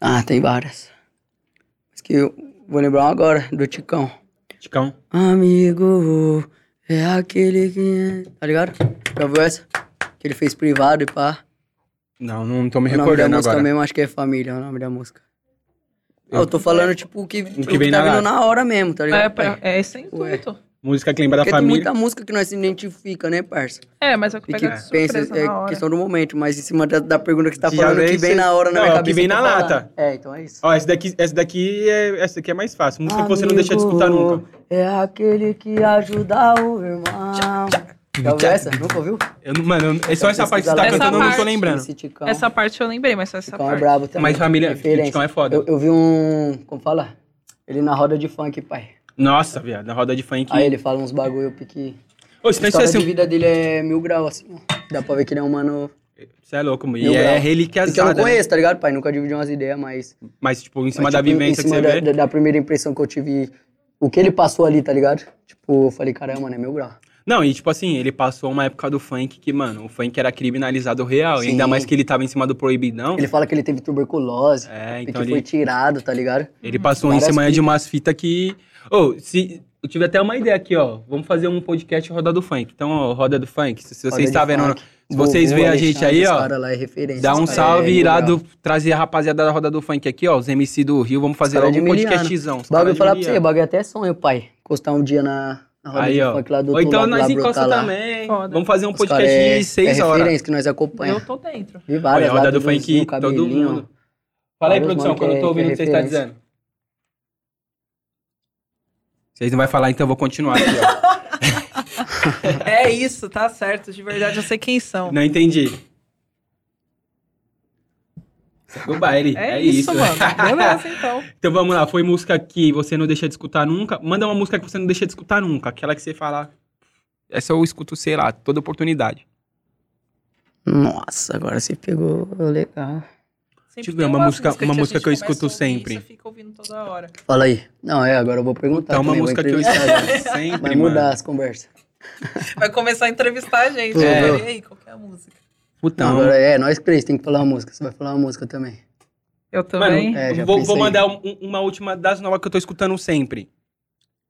S3: Ah, tem várias. Mas que eu vou lembrar uma agora, do Ticão.
S1: Ticão?
S3: Amigo, é aquele que. é- Tá ligado? Já ouviu essa? Que ele fez privado e pá.
S1: Não, não tô me
S3: O nome da
S1: recordando
S3: música
S1: agora.
S3: mesmo, acho que é Família, é o nome da música. Eu, tô falando, tipo, o que, o que
S1: Um vem
S3: tá
S1: na
S3: vindo na hora mesmo, tá ligado?
S2: É, pra- é esse intuito.
S1: Música que lembra da
S3: Porque tem
S1: família.
S3: muita música que nós se identifica, né, parça?
S2: É, mas é o que
S3: E
S2: pega
S3: que
S2: de
S3: pensa,
S2: surpresa na
S3: é
S2: hora.
S3: questão do momento, mas em cima da, da pergunta que você tá
S1: Já
S3: falando,
S1: vem
S3: que vem
S1: sem-
S3: na hora na
S1: Não, é
S3: minha
S1: o que
S3: cabeça.
S1: vem
S3: pra
S1: na
S3: falar.
S1: lata.
S3: É, então é isso.
S1: Ó, essa daqui, essa daqui é, essa daqui é mais fácil. Música que você não deixa de escutar
S3: Amigo
S1: nunca.
S3: É aquele que ajuda o irmão. Já ouviu essa? Nunca ouviu?
S1: Eu não- mano, eu- é só essa parte que você tá
S2: Essa
S1: cantando, eu não tô
S2: parte.
S1: lembrando.
S3: Esse Ticão.
S2: Essa parte eu lembrei, mas só essa
S3: Ticão é
S2: parte.
S3: brabo também.
S1: Mas família,
S3: Referência.
S1: Ticão é foda.
S3: Eu, eu vi um. Como fala? Ele na roda de funk, pai.
S1: Nossa, viado, na roda de funk.
S3: Aí ele fala uns bagulho pique.
S1: Ô, você
S3: A
S1: pensa
S3: história de
S1: assim,
S3: vida dele é mil graus, assim, ó. Dá pra ver que ele é um mano.
S1: você é louco, mano.
S3: Mil
S1: E é
S3: grau. E que eu não
S1: reliquiazada, né?
S3: conheço, tá ligado, pai? Nunca dividi umas ideias, mas.
S1: Mas, tipo, em cima
S3: mas,
S1: da
S3: tipo,
S1: vivência
S3: em
S1: que
S3: cima
S1: você
S3: da,
S1: vê.
S3: da- da primeira impressão que eu tive. O que ele passou ali, tá ligado? Tipo, eu falei, caramba, mano, é mil grau.
S1: Não, e tipo assim, ele passou uma época do funk que, mano, o funk era criminalizado real. E
S3: Sim.
S1: ainda mais que ele tava em cima do proibidão.
S3: Ele fala que ele teve tuberculose.
S1: É,
S3: e que
S1: então ele,
S3: foi tirado, tá ligado?
S1: ele passou em
S3: Várias
S1: cima de
S3: fitas.
S1: umas fitas que. Ô, se. Eu tive até uma ideia aqui, ó. Vamos fazer um podcast Roda do Funk. Então, ó, Roda do Funk, se, se
S3: Roda
S1: você
S3: de
S1: está vendo.
S3: funk.
S1: se vocês
S3: Gugu,
S1: veem a gente aí,
S3: Alexandre,
S1: ó,
S3: os cara lá é referência,
S1: Dá um
S3: os cara é
S1: salve
S3: mil grau.
S1: irado, trazer a rapaziada da Roda do Funk aqui, ó. Os MC do Rio, vamos fazer
S3: cara
S1: logo
S3: de
S1: um
S3: miliano.
S1: podcastzão. os
S3: O bagulho
S1: cara
S3: eu falar
S1: de
S3: pra você, o
S1: miliano.
S3: bagulho é até sonho, pai. Encostar um dia na, na roda
S1: Aí,
S3: de
S1: ó.
S3: funk lá do
S1: Ou
S3: outro
S1: então
S3: lado, lá,
S1: nós encosta
S3: brotar lá.
S1: também.
S2: Foda.
S1: Vamos fazer um
S3: Os cara
S1: podcast
S3: é,
S1: de seis
S3: é
S1: horas.
S3: referência que nós acompanhamos.
S2: Eu tô dentro.
S3: Vi
S1: Olha,
S3: várias
S1: a
S3: lá,
S1: roda do
S3: Duduzinho,
S1: funk, todo
S3: Cabelinho.
S1: mundo. Fala aí,
S3: Vários
S1: produção,
S3: mano que
S1: quando eu
S3: é-
S1: tô ouvindo o
S3: que é
S1: que vocês estão
S3: referência.
S1: dizendo. Vocês não vão falar, então eu vou continuar
S3: [laughs]
S1: aqui,
S2: É isso, tá certo. De verdade, eu sei quem
S1: ó.
S2: são.
S1: não entendi. Segue o baile.
S2: É,
S1: [laughs]
S2: isso, mano. Beleza, então.
S1: então vamos lá, foi música que você não deixa de escutar nunca. Manda uma música que você não deixa de escutar nunca. Aquela que você fala. Essa eu escuto, sei lá, toda oportunidade.
S3: Nossa, agora você pegou legal.
S1: Deixa
S2: Sempre
S1: eu ver,
S2: tem
S1: é uma
S2: umas
S1: música-
S2: músicas
S1: uma
S2: a
S1: música
S2: gente
S1: que eu
S2: começa a
S1: escuto
S2: ouvir e
S1: sempre.
S2: Você fica ouvindo toda hora.
S3: Fala aí. Não, é, agora eu vou perguntar.
S1: Então, uma
S3: também, vou
S1: música que eu
S3: entrevistar
S1: escuto
S3: agora.
S1: sempre.
S3: Vai mudar
S1: Mano.
S3: as conversas.
S2: Vai começar a entrevistar a gente.
S3: É.
S2: né? E aí, qual que é a música?
S1: Putão.
S3: Não, agora é, nós três tem que falar uma música. Você vai falar uma música também.
S2: Eu
S1: Mano,
S3: É, já
S1: vou,
S3: pensei.
S1: vou mandar um- uma última das novas que eu tô escutando sempre.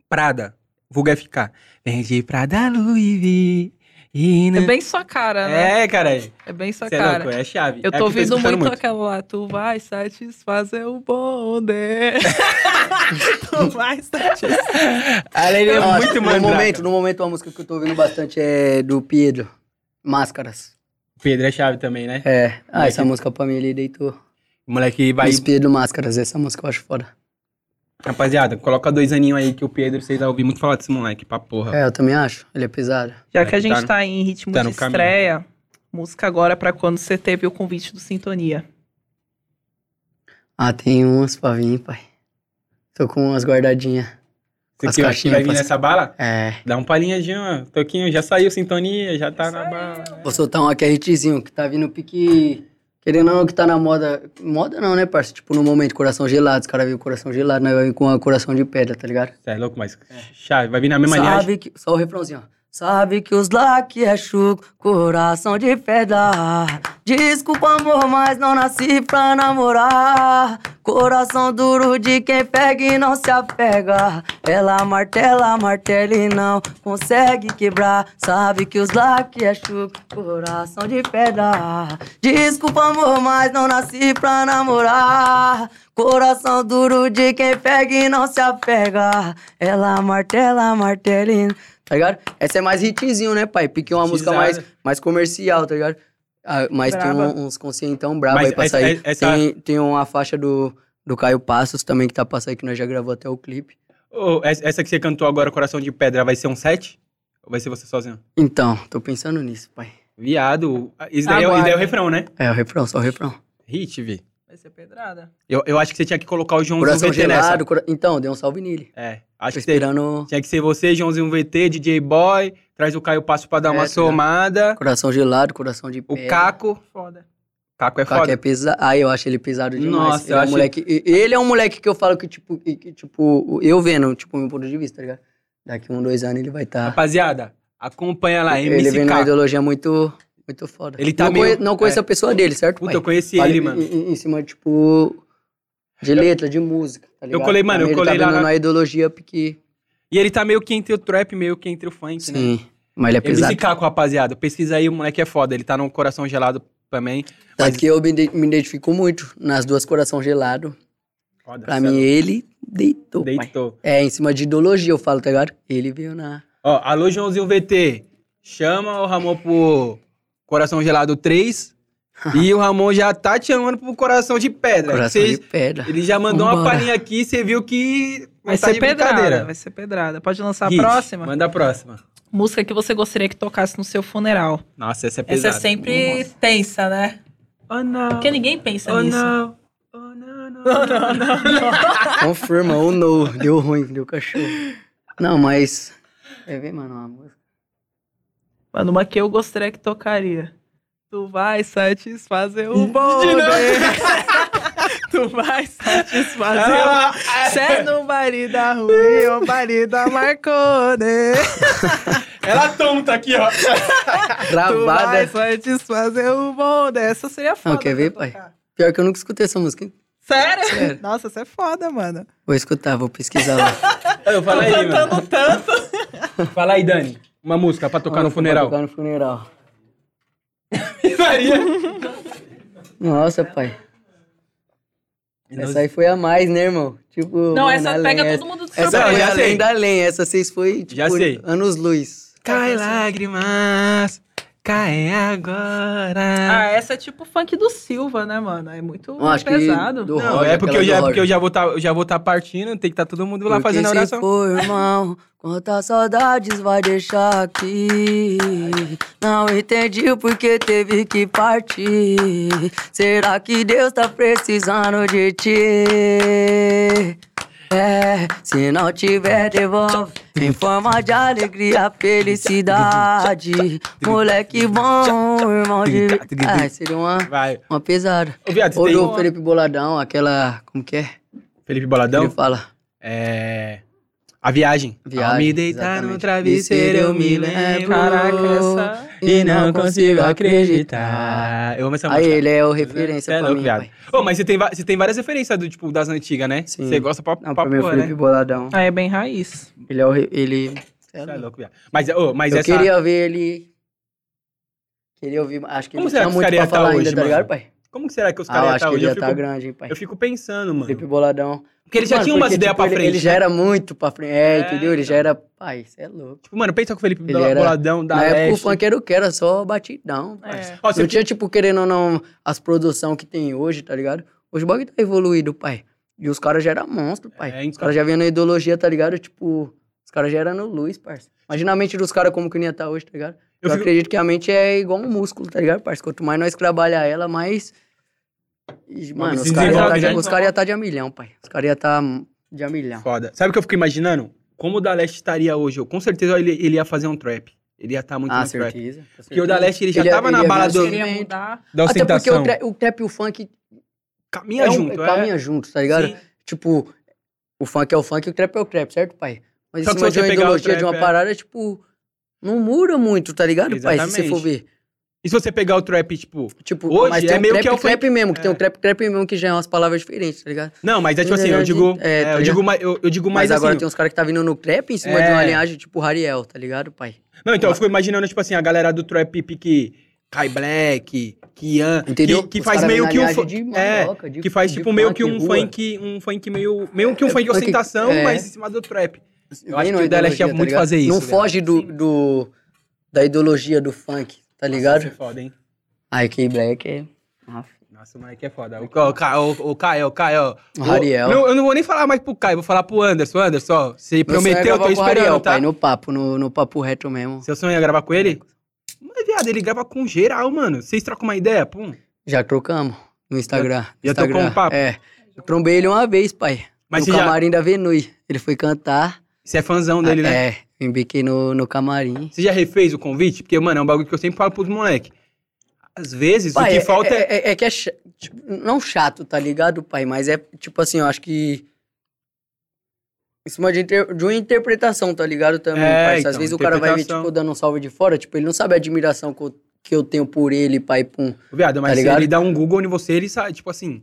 S1: Prada, vulga FK. Vem de Prada Louis e
S2: É bem sua cara, né?
S1: É, caralho.
S2: É bem sua
S1: Você é
S2: cara.
S1: louco, é chave.
S2: Eu
S1: É
S2: tô
S1: que
S2: ouvindo
S1: escutando
S2: muito, aquela lá, tu vai satisfazer o bonde. [laughs] tu vai satisfazer.
S1: Cara, ele é
S3: Nossa,
S1: muito
S3: no
S1: mandrake.
S3: momento, no momento, uma música que eu tô ouvindo bastante é do Pedro. Máscaras.
S1: Pedro é chave também, né?
S3: É. Ah, essa
S1: Moleque.
S3: música pra mim ele deitou.
S1: O moleque vai...
S3: Mas Pedro Máscaras, essa música eu acho foda.
S1: Rapaziada, coloca dois aninhos aí que o Pedro, vocês vão ouvir muito falar desse moleque, pra porra.
S3: É, eu também acho. Ele é pesado.
S2: Já
S1: É,
S2: que a gente
S1: tá
S2: tá,
S1: no-
S2: em ritmo
S1: tá
S2: de
S1: no caminho.
S2: estreia, música agora pra quando você teve o convite do Sintonia.
S3: Ah, tem umas pra vir, pai. Tô com umas guardadinhas.
S1: Você
S3: as
S1: que- que
S3: caixinhas,
S1: vai vir
S3: faz-
S1: nessa bala?
S3: É.
S1: Dá um palhinha de uma. Toquinho, já saiu sintonia, já tá
S2: Já
S1: na
S2: saiu.
S1: bala.
S3: Vou soltar um aqui hitzinho, que tá vindo pique. Querendo ou não, que tá na moda. Moda não, né, parça? Tipo, no momento, coração gelado. Os caras vêm com coração gelado, nós vamos vir com a coração de pedra, tá ligado?
S1: Você é louco, mas chave, vai vir na mesma linhagem.
S3: Sabe que. Só o refrãozinho, ó. Sabe que os black é chuco, coração de pedra. Desculpa, amor, mas não nasci pra namorar. Coração duro de quem pega e não se apega. Ela martela, martela e não consegue quebrar. Sabe que os black é chuco, coração de pedra. Desculpa, amor, mas não nasci pra namorar. Coração duro de quem pega e não se apega. Ela martela, martela e... Tá ligado? Essa é mais hitzinho, né, pai? Porque é uma música
S1: Hitizada.
S3: mais, mais comercial, tá ligado? Ah, mas
S2: Braba.
S3: tem um- uns conscientão brabo
S1: Mas
S3: aí pra
S1: essa-
S3: sair.
S1: essa-
S3: Tem, tem uma faixa do, do Caio Passos também que tá pra sair, que nós já gravou até o clipe.
S1: Ô, essa essa que você cantou agora, Coração de Pedra, vai ser um set? Ou vai ser você sozinho?
S3: Então, tô pensando nisso, pai.
S1: Viado. Isso daí, é, o-
S2: Aguarde.
S1: isso daí é o refrão, né?
S3: É, o refrão, só o refrão.
S1: Hit, vi.
S2: Vai ser pedrada.
S1: Eu, eu acho que você tinha que colocar o Joãozinho
S3: Coração
S1: VT
S3: gelado, cora- então, deu um salve nele.
S1: nessa. É.
S3: Tô
S1: Acho que você-
S3: esperando
S1: tinha que ser você, Joãozinho VT, DJ Boy, traz o Caio Passo pra dar
S3: É,
S1: uma
S3: tá ligado.
S1: somada.
S3: coração gelado, coração de
S1: O
S3: pedra.
S1: Caco.
S2: Foda.
S1: Caco é
S3: O Caco
S1: foda.
S3: é pesado. Ah, eu acho ele pesado demais.
S1: Nossa,
S3: ele
S1: eu
S3: é um
S1: acho-
S3: moleque. e- Ele é um moleque que eu falo que, tipo, e que, tipo, eu vendo, tipo, meu ponto de vista, tá ligado? Daqui um, dois anos ele vai estar.
S1: Rapaziada, acompanha lá,
S3: ele
S1: MC
S3: vem numa
S1: Caco.
S3: ideologia muito, muito foda.
S1: Ele tá
S3: não,
S1: meio-
S3: conhe- não conheço a pessoa dele, certo?
S1: Puta,
S3: pai?
S1: eu conheci
S3: Fala
S1: ele,
S3: em-
S1: mano.
S3: Em, em cima, tipo. De letra, de música. Tá ligado?
S1: colei, mano, eu
S3: Também
S1: colei
S3: ele tá
S1: lá
S3: vendo
S1: na-
S3: na ideologia porque.
S1: E ele tá meio que entre o trap, meio que entre o funk, né?
S3: Sim. Mas ele é pesado.
S1: MC Caco, rapaziada. Pesquisa aí, o moleque é foda. Ele tá no coração gelado também.
S3: Tanto que eu me, ide- me identifico muito nas duas Coração Gelado.
S1: Foda,
S3: Pra
S1: cê
S3: mim,
S1: é
S3: ele deitou,
S1: louco.
S3: pai.
S1: deitou.
S3: É, em cima de ideologia, eu falo, tá ligado? Ele veio na...
S1: Ó, alô, Joãozinho VT. Chama o Ramon pro Coração Gelado 3.
S3: [laughs]
S1: e o Ramon já tá te chamando pro Coração de Pedra.
S3: Coração
S1: Cê- [laughs]
S3: de pedra.
S1: Ele já mandou uma
S3: Vambora.
S1: palhinha aqui, você viu que
S2: Vai
S1: não tá
S2: ser
S1: de
S2: pedrada,
S1: brincadeira.
S2: vai ser pedrada. Pode lançar
S1: Hit,
S2: a próxima?
S1: Manda a próxima.
S2: Música que você gostaria que tocasse no seu funeral.
S1: Nossa, essa é
S2: Essa
S1: pesada.
S2: é sempre tensa, né?
S1: Oh, não.
S2: Porque ninguém pensa
S1: Oh,
S2: nisso.
S1: não. Oh, não, não, não, não.
S3: Confirma, ou não. Deu ruim, deu cachorro. Não, mas... Quer ver, mano, uma música?
S2: Mano, uma que eu gostaria que tocaria. Tu vai satisfazer
S1: [laughs]
S2: o poder. tu vai satisfazer
S1: Ah,
S2: o... Cê no marido ruim, o marido marcou, né?
S1: Ela tonta aqui, ó.
S2: Tu vai
S3: Gravada.
S2: satisfazer o poder. Essa seria foda.
S3: é- quer ver,
S2: pra
S3: pai?
S2: tocar.
S3: Pior que eu nunca escutei essa música, hein?
S2: Sério?
S3: Sério.
S2: Nossa, essa é foda, mano.
S3: Vou escutar, vou pesquisar lá.
S1: Eu, fala
S2: Tô
S1: aí, mano.
S2: cantando tanto.
S3: [laughs]
S1: Fala aí, Dani. Uma música pra [laughs] tocar no
S3: Vou
S1: funeral.
S3: Tocar no funeral.
S1: Maria.
S3: Nossa, pai. Essa aí foi a mais, né, irmão? Tipo...
S2: Não,
S3: mano,
S2: essa
S3: além,
S2: pega
S3: essa-
S2: todo mundo de
S3: Essa assim, né?
S1: Não,
S3: foi
S2: surpresa.
S1: já
S3: além
S1: sei.
S3: da além. Essa vocês foi, tipo,
S1: Já sei.
S3: anos-luz.
S1: Cai lágrimas, caem agora.
S2: Ah, essa é tipo funk do Silva, né, mano? É muito
S3: Não, acho que
S2: pesado.
S3: do
S1: Não,
S3: Roger,
S1: é porque eu,
S3: aquela do
S1: já, porque
S3: Roger.
S1: eu já vou tá, eu já vou tá partindo, tem que estar todo mundo lá
S3: Porque
S1: fazendo a
S3: se
S1: oração.
S3: for, irmão, quantas saudades vai deixar aqui? Não entendi o porquê teve que partir. Será que Deus tá precisando de ti? É, se não tiver, devolve em forma de alegria, felicidade. Moleque bom, irmão de. Ai, seria uma,
S1: Vai.
S3: uma pesada.
S1: Ô, viado, você
S3: Ou
S1: tem um-
S3: do Felipe Boladão, aquela. Como que é?
S1: Felipe
S3: Ele
S1: Boladão?
S3: fala.
S1: É... A Viagem.
S3: Viagem,
S1: Ao me deitar no
S3: exatamente.
S1: travesseiro, eu me lembro.
S2: Caraca, essa.
S1: E não consigo acreditar. Eu amo essa
S3: Aí
S1: música.
S3: ele é o
S1: Cê
S3: referência pra
S1: louco,
S3: mim,
S1: viado.
S3: pai.
S1: Ô, mas você tem, va- você tem várias referências do, tipo, das antigas, né?
S3: Sim.
S1: Você gosta pra, pra
S3: Não, pra mim é o
S1: porra,
S3: Felipe
S1: né?
S3: Boladão.
S2: Ah, é bem raiz.
S3: Ele é o... re- Ele...
S1: Cê é louco, viado. Mas, ô, mas
S3: eu
S1: essa...
S3: queria ver ele... Queria ouvir... Acho que
S1: Como
S3: ele
S1: será
S3: tinha
S1: que
S3: muito
S1: esse cara
S3: pra
S1: ia tá
S3: falar
S1: hoje,
S3: ainda, tá
S1: mano?
S3: ligado, pai?
S1: Como que será que os
S3: Ah, eu
S1: caras
S3: acho
S1: estão
S3: que
S1: hoje?
S3: ele
S1: Eu
S3: ia tá
S1: fico,
S3: grande, hein, pai.
S1: eu fico pensando, mano.
S3: Felipe Boladão.
S1: Porque ele já
S3: Mano,
S1: tinha umas
S3: porque,
S1: ideias
S3: tipo,
S1: pra
S3: ele-
S1: frente.
S3: Ele já era muito pra frente. É,
S1: É,
S3: entendeu? Ele já
S1: então.
S3: era... Pai, você é louco.
S1: Tipo, mano, pensa que o Felipe
S3: Ele
S1: Bola-
S3: era-
S1: Boladão da
S3: Na época o
S1: Leste.
S3: funk era o que era, só batidão, pai.
S2: É.
S1: Ó,
S3: Não
S1: você
S3: tinha, tipo, querendo ou não, as produções que tem hoje, tá ligado? Hoje o bagulho tá evoluído, pai. E os caras já eram monstro, pai.
S1: É, então.
S3: Os caras já vinham na ideologia, tá ligado? Tipo, os caras já eram no luz, parça. Imagina a mente dos caras como que não ia estar hoje, tá ligado?
S1: Eu
S3: Eu,
S1: fico-
S3: acredito que a mente é igual um músculo, tá ligado, parça? Quanto mais nós trabalhar ela, mais... E, mano, os
S1: se
S3: caras iam
S1: desenvolve, né?
S3: estar tá de a milhão, pai. Os caras iam estar de a milhão.
S1: Foda. Sabe o que eu fico imaginando? Como o da Leste estaria hoje? Eu, com certeza ele, ele ia fazer um trap. Ele ia estar muito
S3: Ah,
S1: no trap.
S3: certeza. com
S1: Porque o da
S3: certeza.
S1: Leste ele já
S3: Ele ia-
S1: tava
S3: ele
S1: na
S3: ia
S1: bala
S3: vir
S1: do,
S3: assim,
S2: Queria mudar.
S1: da
S3: Até porque
S1: ostentação.
S3: o, tra- o trap e o funk
S1: Caminha
S3: é um-
S1: junto, é.
S3: Caminha junto, tá ligado?
S1: Sim.
S3: Tipo, o funk é o funk e o trap é o trap, certo, pai? Mas
S1: Só
S3: em
S1: que
S3: cima
S1: se você
S3: de uma
S1: pegar o
S3: ideologia de
S1: trap,
S3: uma
S1: é.
S3: parada, tipo, não muda muito, tá ligado, pai? Se você for ver.
S1: E se você pegar o trap, tipo...
S3: Tipo,
S1: Hoje
S3: mas
S1: é
S3: tem um
S1: meio
S3: trap,
S1: que é o
S3: trap mesmo, que tem um
S1: é.
S3: trap, trap mesmo, que já é umas palavras diferentes, tá ligado?
S1: Não, mas é tipo
S3: Mas
S1: assim,
S3: é
S1: eu
S3: de-
S1: digo...
S3: é,
S1: é,
S3: tá
S1: eu, digo mais, eu, eu digo
S3: Mas,
S1: mais
S3: agora
S1: assim...
S3: tem uns caras que tá vindo no trap em cima
S1: É.
S3: de uma linhagem, tipo, Rariel, tá ligado, pai?
S1: Não, então eu fico imaginando, tipo assim, a galera do trap pique... Kai Black, Kian...
S3: Entendeu?
S1: Que, que
S3: Os
S1: faz
S3: caras
S1: meio
S3: na
S1: que um...
S3: linhagem
S1: fu-
S3: de
S1: é,
S3: mandioca, de-
S1: que faz
S3: de
S1: tipo meio que
S3: funk,
S1: um
S3: rua.
S1: funk... Um funk meio... Meio que um funk
S3: funk-
S1: ostentação,
S3: é.
S1: mas em cima do trap. Eu acho que
S3: Vem numa
S1: o Dallas ia
S3: ideologia, tá
S1: muito
S3: ligado?
S1: fazer isso.
S3: Não
S1: velho.
S3: foge do, do- da ideologia do funk, tá
S1: Nossa, você é
S3: ligado?
S1: foda, hein?
S3: Ai, que Black é... Nossa.
S1: Nossa, o moleque é foda. O, Ca- o, Ca- o, o Caio, o Caio.
S3: O Rariel.
S1: Não, eu não vou nem falar mais pro Caio, vou falar pro Anderson. Anderson, ó, você
S3: Meu sonho é
S1: prometeu, eu tô
S3: gravar com o
S1: esperando,
S3: Ariel,
S1: tá?
S3: pai, no papo, no, no papo reto mesmo.
S1: Seu sonho é gravar com ele? Mas, viado, ele grava com geral, mano. Vocês trocam uma ideia? Pum.
S3: Já trocamos no Instagram.
S1: já
S3: Instagram.
S1: trocou um papo?
S3: É. Eu trombei ele uma vez, pai.
S1: Mas
S3: no
S1: você já-
S3: camarim da Venui. Ele foi cantar.
S1: Você é fãzão dele, né?
S3: É, eu embiquei no, no camarim.
S1: Você já refez o convite? Porque, mano, é um bagulho que eu sempre falo pros moleque. Às vezes,
S3: Pai,
S1: o
S3: é-
S1: que falta é...
S3: é, é- é que é cha- tipo, não chato, tá ligado, pai? Mas é tipo assim, eu acho que. Em cima de, inter- de uma interpretação, tá ligado? Também,
S1: É,
S3: parça. Às
S1: então,
S3: vezes o cara vai ver,
S1: interpretação.
S3: tipo, dando um salve de fora, tipo, ele não sabe a admiração que eu, que eu tenho por ele, pai, pum.
S1: Viado, mas
S3: tá
S1: se
S3: ligado?
S1: ele dá um Google em você, ele sabe, tipo assim...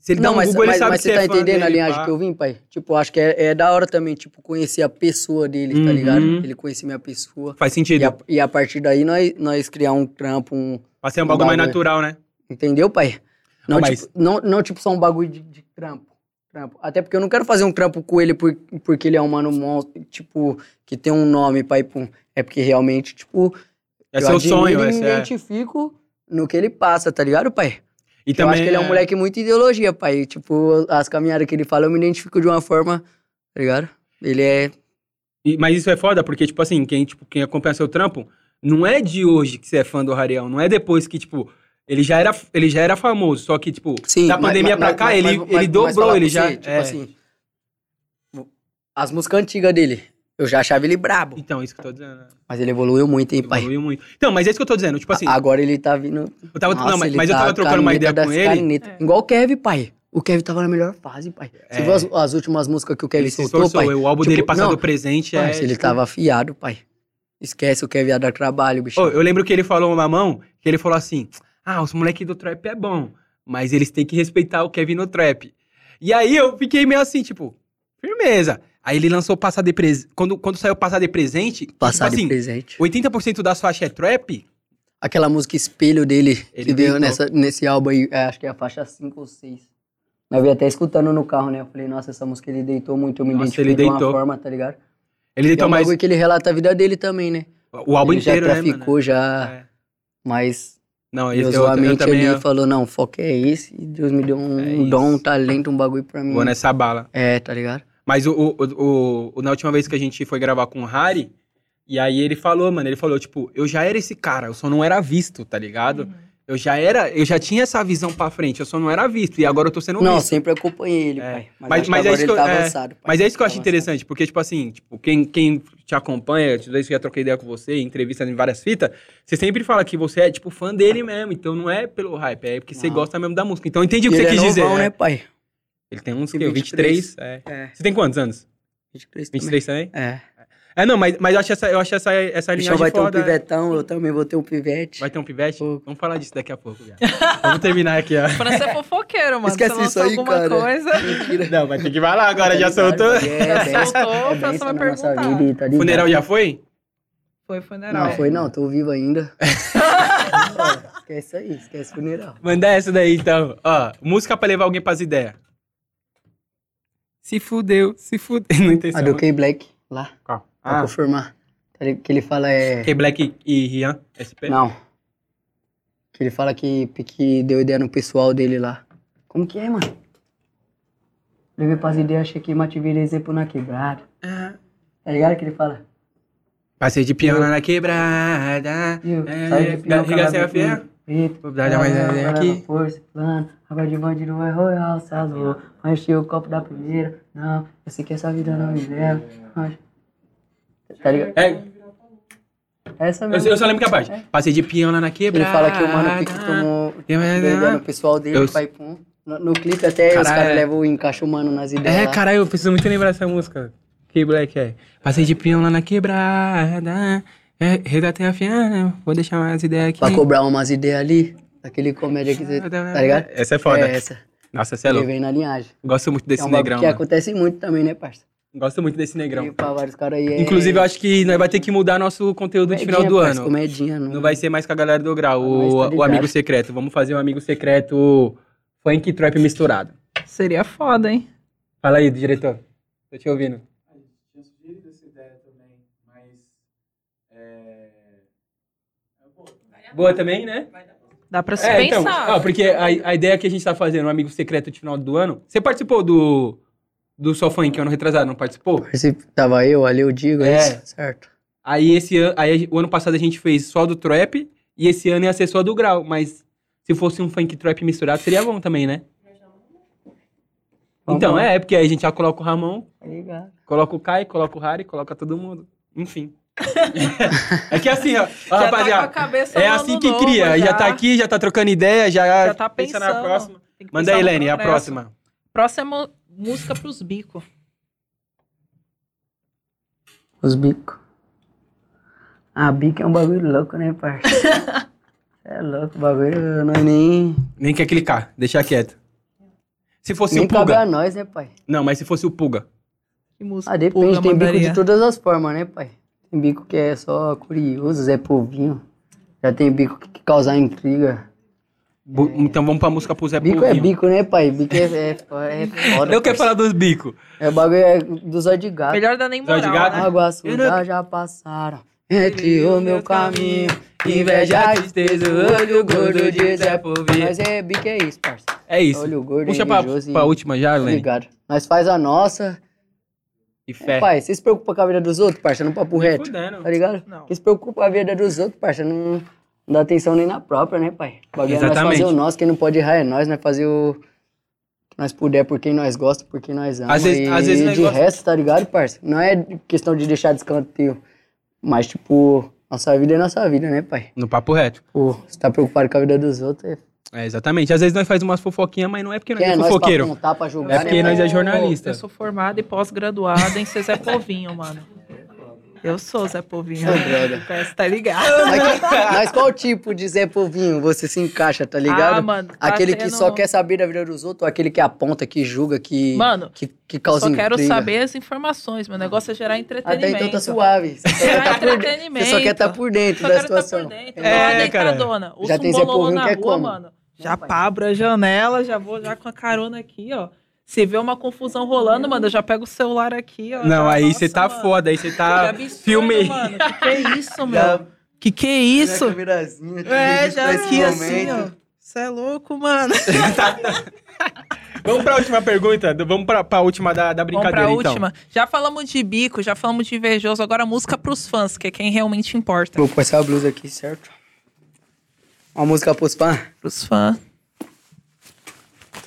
S1: Se ele dá
S3: Não,
S1: um
S3: mas,
S1: Google, ele
S3: mas,
S1: sabe
S3: mas
S1: que
S3: você tá
S1: é fã
S3: entendendo
S1: dele,
S3: a linhagem
S1: pá.
S3: que eu vim, pai? Tipo, acho que é, é da hora também, tipo, conhecer a pessoa dele, tá
S1: Uhum.
S3: ligado? Ele conhecer minha pessoa.
S1: Faz
S3: E
S1: sentido.
S3: a, e a partir daí nós, nós criar um trampo, um.
S1: Pra ser um bagulho mais
S3: bagulho.
S1: natural, né?
S3: Entendeu, pai? Não,
S1: Mas-
S3: tipo, não, não tipo só um bagulho de, de trampo. Trampo. Até porque eu não quero fazer um trampo com ele por, porque ele é um mano monstro, tipo, que tem um nome, pai, pum. É porque realmente, tipo,
S1: É
S3: eu
S1: seu
S3: admiro
S1: sonho,
S3: e me
S1: esse é.
S3: identifico no que ele passa, tá ligado, pai?
S1: E
S3: eu acho que ele é um moleque muito ideologia, pai. Tipo, as caminhadas que ele fala, eu me identifico de uma forma, tá ligado? Ele é.
S1: E- Mas isso é foda, porque, tipo assim, quem, tipo, quem acompanha seu trampo, não é de hoje que você é fã do Rariel, não é depois que, tipo, ele já era, ele já era famoso, só que, tipo,
S3: Sim,
S1: da
S3: mas-
S1: pandemia
S3: mas-
S1: pra cá,
S3: mas-
S1: ele,
S3: mas-
S1: ele
S3: mas falar
S1: dobrou,
S3: pra
S1: ele
S3: você,
S1: já...
S3: Tipo
S1: é.
S3: assim. As músicas antigas dele, eu já achava ele brabo.
S1: Então, isso que eu tô dizendo. né?
S3: Mas ele evoluiu muito, hein, pai?
S1: Evoluiu muito. Então, mas é isso que eu tô dizendo, tipo assim,
S3: Agora ele tá vindo.
S1: eu tava,
S3: Nossa,
S1: não, mas,
S3: ele
S1: mas eu
S3: tá
S1: tava trocando uma
S3: caneta
S1: ideia
S3: das
S1: com ele,
S3: canetas.
S2: É.
S3: Igual o Kevin, pai. O Kevin tava na melhor fase, pai. Você
S1: É.
S3: viu as, as últimas músicas que o Kevin
S1: ele se
S3: soltou,
S1: esforçou,
S3: pai?
S1: o álbum
S3: Tipo,
S1: dele passado
S3: não,
S1: presente é...
S3: Parça, ele
S1: tipo,
S3: tava afiado, pai. Esquece o Kevin ia dar trabalho, bicho.
S1: Ô, eu lembro que ele falou uma mão, que ele falou assim: Ah, os moleques do trap é bom, mas eles têm que respeitar o Kevin no trap. E aí eu fiquei meio assim, tipo, firmeza. Aí ele lançou Passar de Presente. Quando, quando saiu Passar de Presente,
S3: Passar de
S1: tipo assim,
S3: presente.
S1: 80% das faixas é trap.
S3: Aquela música espelho dele
S1: Ele
S3: que veio
S1: deitou.
S3: nessa, nesse álbum aí, é, acho que é a faixa 5 ou 6. Eu vi até escutando no carro, né? Eu falei, nossa, essa música ele deitou muito, eu me
S1: Nossa,
S3: identifiquei
S1: ele
S3: de uma
S1: deitou.
S3: forma, tá ligado?
S1: Ele
S3: Então,
S1: deitou
S3: é um
S1: mais
S3: bagulho que ele relata a vida dele também, né?
S1: o álbum
S3: ele
S1: inteiro,
S3: já
S1: né, mano?
S3: traficou, já,
S1: É.
S3: mas
S1: Não, esse é
S3: Deus
S1: eu,
S3: usou a
S1: eu,
S3: mente
S1: também
S3: ali
S1: eu,
S3: e falou, não, o foco é esse, e Deus me deu um,
S1: É
S3: um dom,
S1: isso.
S3: um talento, um bagulho pra mim.
S1: vou nessa bala.
S3: É, tá ligado?
S1: Mas o, o, o- o- na última vez que a gente foi gravar com o Harry, e aí ele falou, mano, ele falou, tipo, eu já era esse cara, eu só não era visto, tá ligado? Eu já era, eu já tinha essa visão pra frente, eu só não era visto, e agora eu tô sendo
S3: Não,
S1: visto.
S3: sempre acompanhei ele,
S1: É.
S3: pai. Mas,
S1: Mas-
S3: acho que
S1: mas é
S3: agora
S1: isso
S3: ele
S1: que eu-
S3: tá
S1: é.
S3: avançado, pai.
S1: Mas é isso que eu
S3: Tá
S1: acho
S3: avançado.
S1: interessante, porque, tipo assim, tipo, quem, quem te acompanha, tudo isso que eu já troquei ideia com você, em entrevista em várias fitas, você sempre fala que você é, tipo, fã dele mesmo, então não é pelo hype, é porque você
S3: Não.
S1: gosta mesmo da música. Então eu entendi o
S3: E
S1: que
S3: ele
S1: você
S3: é
S1: quis dizer.
S3: novão,
S1: né?
S3: né, pai?
S1: Ele tem uns,
S3: Tem
S1: que, 23,
S3: 23,
S1: é.
S3: É,
S1: Você tem quantos anos?
S3: 23 também.
S1: 23 também?
S3: É.
S1: É, não, mas, mas eu acho essa, eu acho essa, essa
S3: O Michel
S1: linhagem
S3: vai ter um
S1: foda. né?
S3: pivetão, eu também vou ter um pivete.
S1: Vai ter um pivete?
S3: Pouco.
S1: Vamos falar disso daqui a pouco, viado. Vamos terminar aqui, ó.
S2: Pra ser é fofoqueiro, mano.
S3: Esquece
S2: Você lança
S3: isso aí,
S2: alguma
S3: cara.
S2: coisa.
S1: [laughs]
S3: Mentira.
S1: Não, vai ter que falar agora, já soltou.
S2: [laughs]
S3: É,
S2: Já
S3: benção,
S2: soltou,
S3: é
S2: o pessoal vai
S3: benção na nossa
S2: perguntar.
S3: vida, tá ligado?
S1: Funeral já foi?
S2: Foi funeral.
S3: Não, foi não, tô vivo ainda. esquece aí, esquece funeral.
S1: Manda essa daí, então. Ó, música pra levar alguém pras ideias. Se fudeu, se fudeu. [laughs] Não entendi.
S3: A Ah, do K-Black, lá,
S1: Qual?
S3: pra
S1: Ah,
S3: confirmar. Tá ligado? Que ele fala é...
S1: K-Black e Rian, SP?
S3: Não. Que ele fala que, que deu ideia no pessoal dele lá. Como que é, mano? Levei pras ideias, achei que mate virei exemplo na quebrada. Tá ligado que ele fala?
S1: Passei de piano na quebrada.
S3: Viu?
S1: É,
S3: Sai de pinhão,
S1: Riga sem a fé.
S3: Eita,
S1: Vou dar mais
S3: caramba,
S1: ideia
S3: ela
S1: aqui.
S3: na Força, plano, água de bandido é royal, salô. Mas tinha o copo da primeira. Não, eu sei que essa vida não me leva. mas- Tá ligado?
S1: É,
S3: Essa
S1: eu,
S3: mesmo. Tá
S1: eu só lembro que é a parte. Passei de piano na
S3: É. Ele
S1: quebrada.
S3: fala que o Mano Pique tomou
S1: Eu-
S3: ideia no pessoal dele,
S1: é? Eu-
S3: pai pum. No, no clipe até os
S1: Caralho.
S3: caras levam o encaixe humano nas ideias.
S1: É,
S3: lá.
S1: caralho, eu preciso muito lembrar essa música. Que black é. Passei de peão lá na quebrada. É, regatei a fiana. Vou deixar umas ideias aqui.
S3: Pra cobrar umas ideias ali, daquele comédia que você. Tá ligado?
S1: Essa é foda.
S3: É essa.
S1: Nossa, essa é
S3: Ele
S1: louca.
S3: vem na linhagem.
S1: Gosto muito desse
S3: é um bagulho
S1: negrão.
S3: que
S1: mano.
S3: acontece muito também, né, parça?
S1: Gosto muito desse negrão.
S3: E pra vários caras aí. é-
S1: Inclusive, eu acho que nós vai ter que mudar nosso conteúdo de
S3: Comedinha,
S1: final do
S3: parça,
S1: ano.
S3: Comedinha,
S1: Não vai ser mais com a galera do grau,
S3: é Mas tá
S1: o, o
S3: ligado.
S1: amigo secreto. Vamos fazer um amigo secreto funk e trap misturado.
S2: Seria foda, hein?
S1: Fala aí, diretor. Tô te ouvindo.
S4: A gente tinha sugerido essa ideia também, mas. É. É boa.
S1: Boa também, né?
S2: Dá pra se
S1: É, então,
S2: pensar.
S1: ó, porque a, a ideia que a gente tá fazendo, um amigo secreto de final do ano. Você participou do do Só Funk ano retrasado, não participou?
S3: Esse tava eu, ali eu digo, é,
S1: É.
S3: isso? Certo.
S1: Aí esse ano, aí o ano passado a gente fez só do trap e esse ano ia ser só do grau, mas se fosse um funk trap misturado seria bom também, né? Então, é, porque aí a gente já coloca o Ramon,
S3: Tá Obrigado.
S1: coloca o Kai, coloca o Harry, coloca todo mundo.
S2: [laughs]
S1: Enfim. é que assim, ó, ó
S2: Já tá com a
S1: rapaziada,
S2: cabeça
S1: é
S2: no
S1: assim
S2: ano
S1: que
S2: novo,
S1: cria, já. tá aqui, já tá trocando ideia, já,
S2: Já tá
S1: pensa
S2: pensando.
S1: na próxima.
S2: Tem que
S1: Manda
S2: pensar
S1: aí,
S2: no
S1: Lene, a
S2: progresso.
S1: próxima.
S2: Próxima música pros bicos.
S3: Os bicos. A bica é um bagulho louco, né, [laughs] parça? é louco, o bagulho não é nem.
S1: Nem quer clicar, deixar quieto. Se fosse
S3: nem
S1: o Puga.
S3: cabe a nós, né, pai?
S1: Não, mas se fosse o Puga.
S2: Que música?
S3: Ah, depende,
S2: Puga
S3: tem bico
S2: mandaria.
S3: de todas as formas, né, pai? Tem bico que é só curioso, Zé Povinho. Já tem bico que quer causar intriga.
S1: Bu- Então vamos pra música pro Zé
S3: Bico é
S1: Povinho.
S3: bico, né, pai? Bico é, é,
S1: [laughs]
S3: fo- é foda.
S1: Eu quero falar
S3: parça.
S1: dos bicos.
S3: É o bagulho é do zóio de gato.
S2: Melhor dar nem
S1: Zóio de
S2: moral,
S1: gato?
S2: né?
S3: Água
S1: Eu não-
S3: suja já passaram entre o meu caminho. Inveja, tristeza, olho gordo de Zé Povinho. Mas é bico é isso, parça.
S1: É isso.
S3: Olho gordo,
S1: Puxa pra,
S3: invejoso e-
S1: pra última já,
S3: Tá
S1: Lenny.
S3: ligado? Nós faz a nossa.
S1: E fé.
S3: Pai, você se preocupa com a vida dos outros, parça? No papo reto.
S1: É. Fudendo.
S3: Tá ligado?
S2: Não.
S3: Quem se preocupa com a vida dos outros, parça, não não dá atenção nem na própria, né, pai? O bagulho é nós
S1: Exatamente.
S3: fazer o nosso, quem não pode errar é nós, nós fazer o que nós puder, por quem nós gosta, por quem nós amamos.
S1: Às vezes-
S3: e
S1: às vezes nós
S3: de
S1: gosta-
S3: resto, tá ligado, parça? Não é questão de deixar descanteio, mas, tipo, nossa vida é nossa vida, né, pai?
S1: No papo reto.
S3: Pô, você tá preocupado com a vida dos outros, é...
S1: É, exatamente. Às vezes nós faz umas fofoquinhas, mas não é porque nós
S3: Quem
S1: é,
S3: é nós pra
S1: fofoqueiro.
S3: contar, pra julgar,
S1: É porque
S3: né,
S1: nós
S3: pai?
S1: é jornalista.
S2: Eu sou formada e pós-graduada em ser Zé Povinho, mano. Eu sou Zé Povinho.
S3: Ô,
S2: né?
S3: é droga.
S2: Parece que tá ligado.
S3: Mas, que- mas qual tipo de Zé Povinho você se encaixa, tá [laughs] ligado?
S2: Ah, mano, tá
S3: aquele que
S2: sendo-
S3: só quer saber da vida dos outros ou aquele que aponta, que julga, que,
S2: Mano,
S3: que, que
S2: Eu
S3: causa
S2: só quero
S3: intriga?
S2: saber as informações. Meu negócio é gerar entretenimento.
S3: Até então tá suave. [laughs] Você só quer
S2: Gerar
S3: tá por,
S2: entretenimento.
S3: você só quer estar por dentro
S2: Só
S3: da
S2: quero tá
S3: situação.
S2: por dentro.
S1: É,
S2: É, uma
S1: cara.
S2: deitadona. Ouço
S3: Já tem
S2: um
S3: Zé
S2: bololô
S3: Povinho
S2: na
S3: que é
S2: rua,
S3: como?
S2: mano. Já pá, abro a janela, já vou já com a carona aqui, ó. Se vê uma confusão rolando, mano, eu já pego o celular aqui, ó.
S1: Não,
S2: já-
S1: aí
S2: Ah, nossa,
S1: você tá
S2: mano.
S1: foda, aí você
S2: Que
S1: tá
S2: absurdo,
S1: filme.
S2: mano. Que que é isso,
S3: Já-
S2: meu? Que que é isso?
S3: Né, câmerazinha,
S2: É,
S3: tudo
S2: já
S3: pra esse
S2: aqui assim,
S3: tá momento.
S2: ó. Você é louco, mano.
S1: Vamos pra última pergunta? Vamos pra, pra última da, da
S2: Vamos
S1: brincadeira,
S2: pra
S1: então.
S2: última. Já falamos de bico, já falamos de invejoso. Agora música pros fãs, que é quem realmente importa.
S3: Vou pôr essa blusa aqui, certo? Uma música pros fãs.
S2: Pros fãs.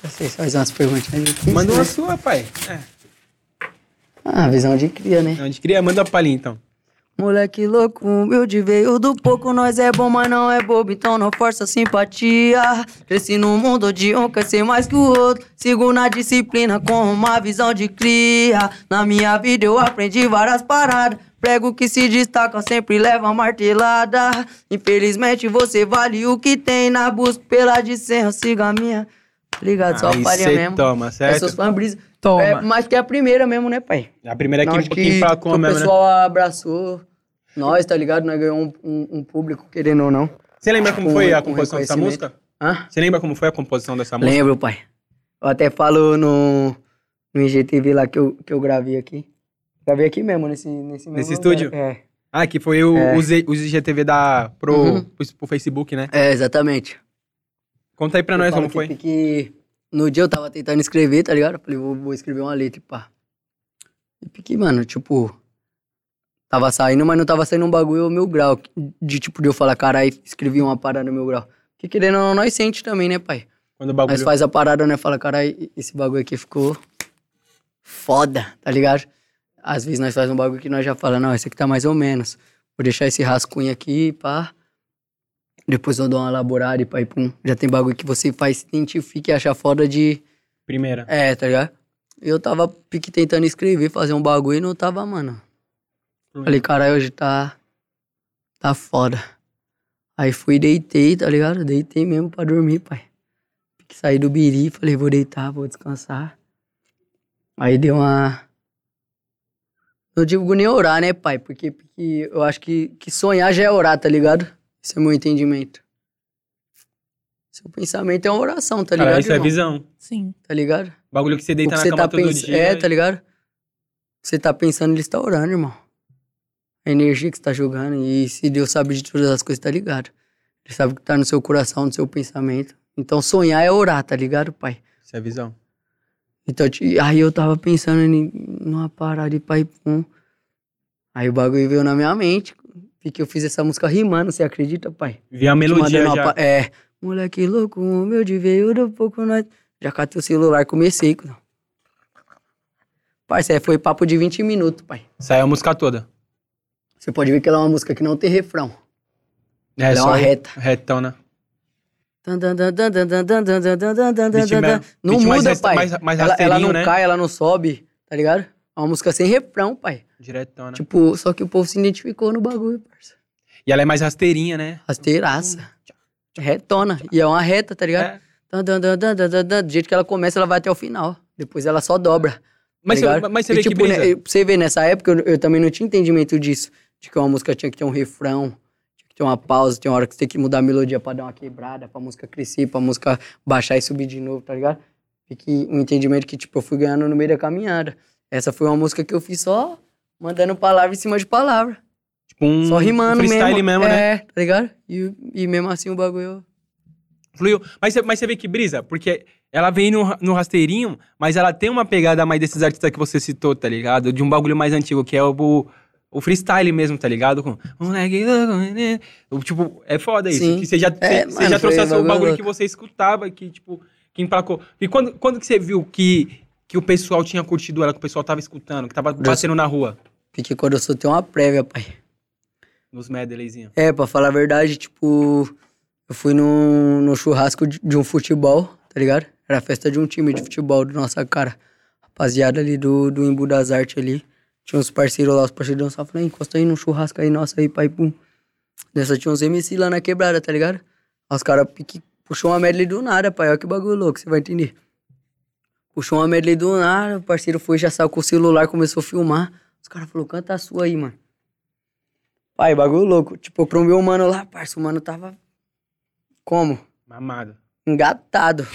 S3: Vocês fazem umas perguntinhas difíceis,
S1: Manda
S3: né?
S1: uma sua, pai. É.
S3: Ah, visão de cria, né?
S1: A gente queria, manda uma palhinha, então.
S3: Moleque louco, humilde, veio do pouco. Nós é bom, mas não é bobo, então não força a simpatia. Cresci num mundo onde um quer ser mais que o outro. Sigo na disciplina com uma visão de cria. Na minha vida eu aprendi várias paradas. Prego que se destaca sempre leva martelada. Infelizmente você vale o que tem. Na busca pela dissenha, siga a minha. Tá Ligado, só
S1: aí
S3: a farinha
S1: cê
S3: mesmo.
S1: toma,
S3: Eu
S1: certo?
S3: sou fã brisa.
S2: Toma.
S3: É, mas que é a primeira mesmo, né, pai?
S1: A primeira
S3: Não,
S1: aqui um
S3: acho
S1: pouquinho
S3: que
S1: pra
S3: o
S1: com mesmo, né?
S3: pessoal abraçou nós, tá ligado? Nós ganhamos um, um- um público, querendo ou não.
S1: Você lembra como
S3: com-
S1: foi a
S3: com
S1: composição dessa
S3: reconhecimento.
S1: música?
S3: Hã?
S1: Você lembra como foi a composição dessa música?
S3: Lembro, pai. Eu até falo no, no IGTV lá que eu, que eu gravei aqui. Gravei aqui mesmo, nesse Nesse, mesmo
S1: Nesse
S3: lugar.
S1: estúdio?
S3: É.
S1: Ah, que foi o,
S3: É.
S1: os, os IGTV da, pro,
S3: Uhum.
S1: pro, pro Facebook, né?
S3: É, exatamente.
S1: Conta aí pra nós
S3: Eu falo
S1: como foi.
S3: Que, que no dia eu tava tentando escrever, tá ligado? Eu Falei, vou, vou escrever uma letra, e pá. E pique, mano, tipo. Tava saindo, mas não tava saindo um bagulho meu grau. De tipo, de eu falar, caralho, escrevi uma parada no meu grau. Porque querendo ou não, nós sente também, né, pai?
S1: Quando o bagulho...
S3: Nós faz a parada, né? Fala, caralho, esse bagulho aqui ficou foda, tá ligado? Às vezes nós faz um bagulho que nós já fala, não, esse aqui tá mais ou menos. Vou deixar esse rascunho aqui, pá. Depois eu dou uma elaborada e pá, e pum. Já tem bagulho que você faz, se identifica e acha foda de...
S1: Primeira.
S3: É, tá ligado? Eu tava pique tentando escrever, fazer um bagulho e não tava, mano.
S1: Hum.
S3: Falei, caralho, hoje tá. Tá foda. Aí fui e deitei, tá ligado? Deitei mesmo pra dormir, pai. Pique saí do biri, falei, vou deitar, vou descansar. Aí deu uma. Não digo nem orar, né, pai? Porque, porque eu acho que, que sonhar já é orar, tá ligado? Esse é meu entendimento. Seu pensamento é uma oração, tá ligado?
S1: Cara, isso é
S3: irmão?
S1: visão.
S2: Sim.
S3: Tá ligado?
S1: Bagulho que você
S3: O
S1: deita
S3: que
S1: na
S3: você
S1: cama
S3: tá
S1: todo
S3: pensando.
S1: dia.
S3: É, tá ligado? O que você tá pensando, ele está orando, irmão. A energia que você tá jogando. E se Deus sabe de todas as coisas, tá ligado? Ele sabe o que tá no seu coração, no seu pensamento. Então sonhar é orar, tá ligado, pai?
S1: Isso é visão.
S3: Então, ti- aí eu tava pensando em numa parada e pai pum. Aí o bagulho veio na minha mente. Porque eu fiz essa música rimando, você acredita, pai?
S1: Vi a
S3: Te
S1: melodia
S3: mandando uma
S1: já.
S3: pa- É. Moleque louco, um humilde, veio do pouco nós. Já catei o celular, comecei. cuzão. Parça, é, foi papo de 20 minutos, pai.
S1: Saiu a música toda.
S3: Você pode ver que ela é uma música que não tem refrão.
S1: É,
S3: Ela é
S1: só
S3: uma reta.
S1: Retão, né?
S3: Tan, tan, tan, tan, tan, tan, tan, tan, tan, tan, tan, tan,
S1: Beat
S3: tan,
S1: mais-
S3: tan. Não
S1: beat mais
S3: muda,
S1: rast-
S3: pai.
S1: mais- mais
S3: ela, ela
S1: rasteirinho,
S3: não
S1: né?
S3: cai, ela não sobe, tá ligado? É uma música sem refrão, pai.
S1: Diretão, né?
S3: Tipo, só que o povo se identificou no bagulho, parça.
S1: E ela é mais rasteirinha, né?
S3: Rasteiraça. Retona. E é uma reta, tá ligado?
S1: É.
S3: Tan, tan, tan, tan, tan, tan, tan. Do jeito que ela começa, ela vai até o final. Depois ela só dobra.
S1: Mas,
S3: tá
S1: você-
S3: ligado?
S1: mas você
S3: E,
S1: vê que
S3: tipo, né,
S1: brisa.
S3: pra você ver, nessa época eu, eu também não tinha entendimento disso. De que uma música tinha que ter um refrão, tinha que ter Tem uma pausa, tem uma hora que você tem que mudar a melodia pra dar uma quebrada, pra música crescer, pra música baixar e subir de novo, tá ligado? E que um entendimento que, tipo, eu fui ganhando no meio da caminhada. Essa foi uma música que eu fiz só mandando palavra em cima de palavra.
S1: Tipo um
S3: Só rimando
S1: um freestyle mesmo, né?
S3: É, tá ligado? E, e mesmo assim o bagulho.
S1: Fluiu. Mas, você- mas você vê que brisa, porque ela vem no, ra- no rasteirinho, mas ela tem uma pegada mais desses artistas que você citou, tá ligado? De um bagulho mais antigo, que é o, o freestyle mesmo, tá ligado? Com... moleque louco, né? O Tipo, é foda isso.
S3: Sim.
S1: Que você já, você-
S3: É,
S1: você
S3: mano,
S1: já
S3: foi
S1: trouxe
S3: um
S1: o bagulho,
S3: bagulho louco.
S1: que você escutava, que, tipo, que emplacou. E quando, quando que você viu que, que o pessoal tinha curtido ela, que o pessoal tava escutando, que tava batendo na rua?
S3: Porque quando eu sou tem uma prévia, pai.
S1: Nos medleyzinhos.
S3: É, pra falar a verdade, tipo, eu fui num, num churrasco de, de um futebol, tá ligado? Era a festa de um time de futebol do nossa cara. Rapaziada ali do, do Embu das Artes ali. Tinha uns parceiros lá, os parceiros dançavam. só falei, encosta aí num churrasco aí, nossa aí, pai, pum. Nessa tinha uns MC lá na quebrada, tá ligado? Aí Os caras pique- puxou uma medley do nada, pai. Olha que bagulho louco, você vai entender. Puxou uma medley do nada, o parceiro foi, já saiu com o celular, começou a filmar. Os caras falaram, canta a sua aí, mano. Pai, bagulho louco. Tipo, pro meu mano lá, parça, o mano tava. Como?
S1: Mamado.
S3: Engatado.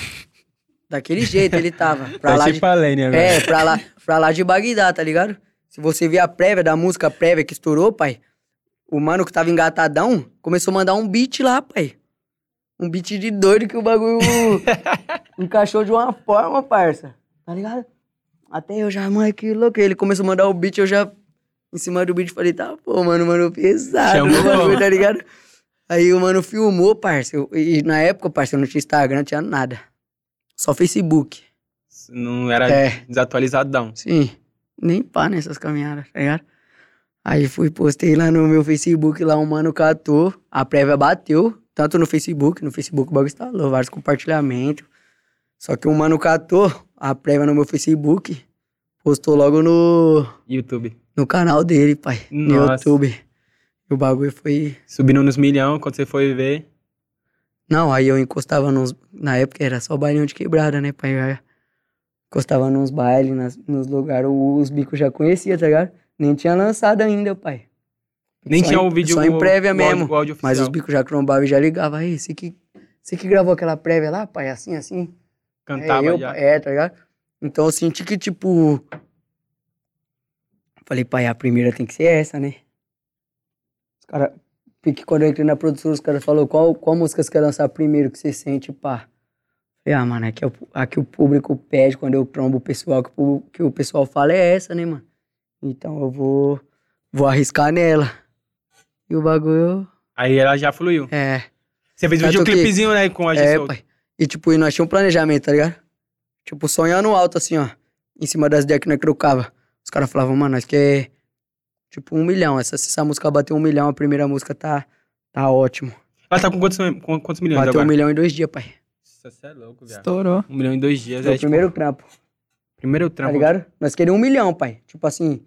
S3: Daquele jeito ele tava. Pra lá de...
S1: Lene
S3: É, pra lá, pra lá de Bagdá, tá ligado? Se você ver a prévia da música prévia que estourou, pai, o mano que tava engatadão começou a mandar um beat lá, pai. Um beat de doido que o bagulho encaixou de uma forma, parça. Tá ligado? Até eu já, mãe, que louco. Ele começou a mandar o beat, eu já, em cima do beat, falei, tá, pô, mano, mano, pesado.
S1: Chamou.
S3: o bagulho, tá ligado? Aí o mano filmou, parça. eu- E na época, parça, eu não tinha Instagram, não tinha nada. Só Facebook.
S1: Não era
S3: É.
S1: desatualizadão.
S3: Sim. Nem pá nessas caminhadas, tá ligado? Aí fui, postei lá no meu Facebook, lá um mano catou, a prévia bateu, tanto no Facebook, no Facebook o bagulho instalou, vários compartilhamentos. Só que um mano catou a prévia no meu Facebook, postou logo no,
S1: YouTube.
S3: no canal dele, pai, no
S1: Nossa.
S3: YouTube. E o bagulho foi...
S1: Subindo nos milhão, quando você foi ver.
S3: Não, aí eu encostava nos... Na época era só bailinho de quebrada, né, pai? Eu já encostava nos bailes, nas- nos lugares, os bicos já conhecia, tá ligado? Nem tinha lançado ainda, pai.
S1: Nem
S3: Só
S1: tinha
S3: em-
S1: o vídeo
S3: só em
S1: o-
S3: prévia
S1: o áudio-
S3: mesmo.
S1: o áudio
S3: Mas os
S1: oficial.
S3: bicos já crombavam e já ligavam. Aí, você que, você que gravou aquela prévia lá, pai? Assim, assim?
S1: cantava
S3: é, eu,
S1: já.
S3: pai, é, tá ligado? Então eu senti que, tipo... Falei, pai, a primeira tem que ser essa, né? Os caras... Porque quando eu entrei na produção, os caras falaram qual, qual música você quer lançar primeiro que você sente, pá. Falei, ah, mano, aqui é o, aqui o público pede quando eu trombo o pessoal, que o, pú- que o pessoal fala é essa, né, mano? Então eu vou, vou arriscar nela. E o bagulho...
S1: Aí ela já fluiu.
S3: É...
S1: Você fez um
S3: Tanto que-
S1: videoclipezinho, né, com a gente
S3: É, pai. E tipo, e nós tínhamos um planejamento, tá ligado? Tipo, sonhando alto, assim, ó. Em cima das ideias que nós trocava. Os caras falavam, mano, nós quer tipo um milhão. Essa, se essa música bater um milhão, a primeira música tá, tá ótimo.
S1: Ela tá com quantos, com quantos milhões
S3: Bateu um
S1: agora?
S3: milhão em dois dias, pai.
S1: Nossa, você é louco, viado.
S2: Estourou.
S1: Um milhão em dois dias.
S3: Foi
S1: É,
S3: o primeiro trampo,
S1: tipo, primeiro
S3: tá
S1: trampo.
S3: ligado? Nós queríamos um milhão, pai. Tipo assim,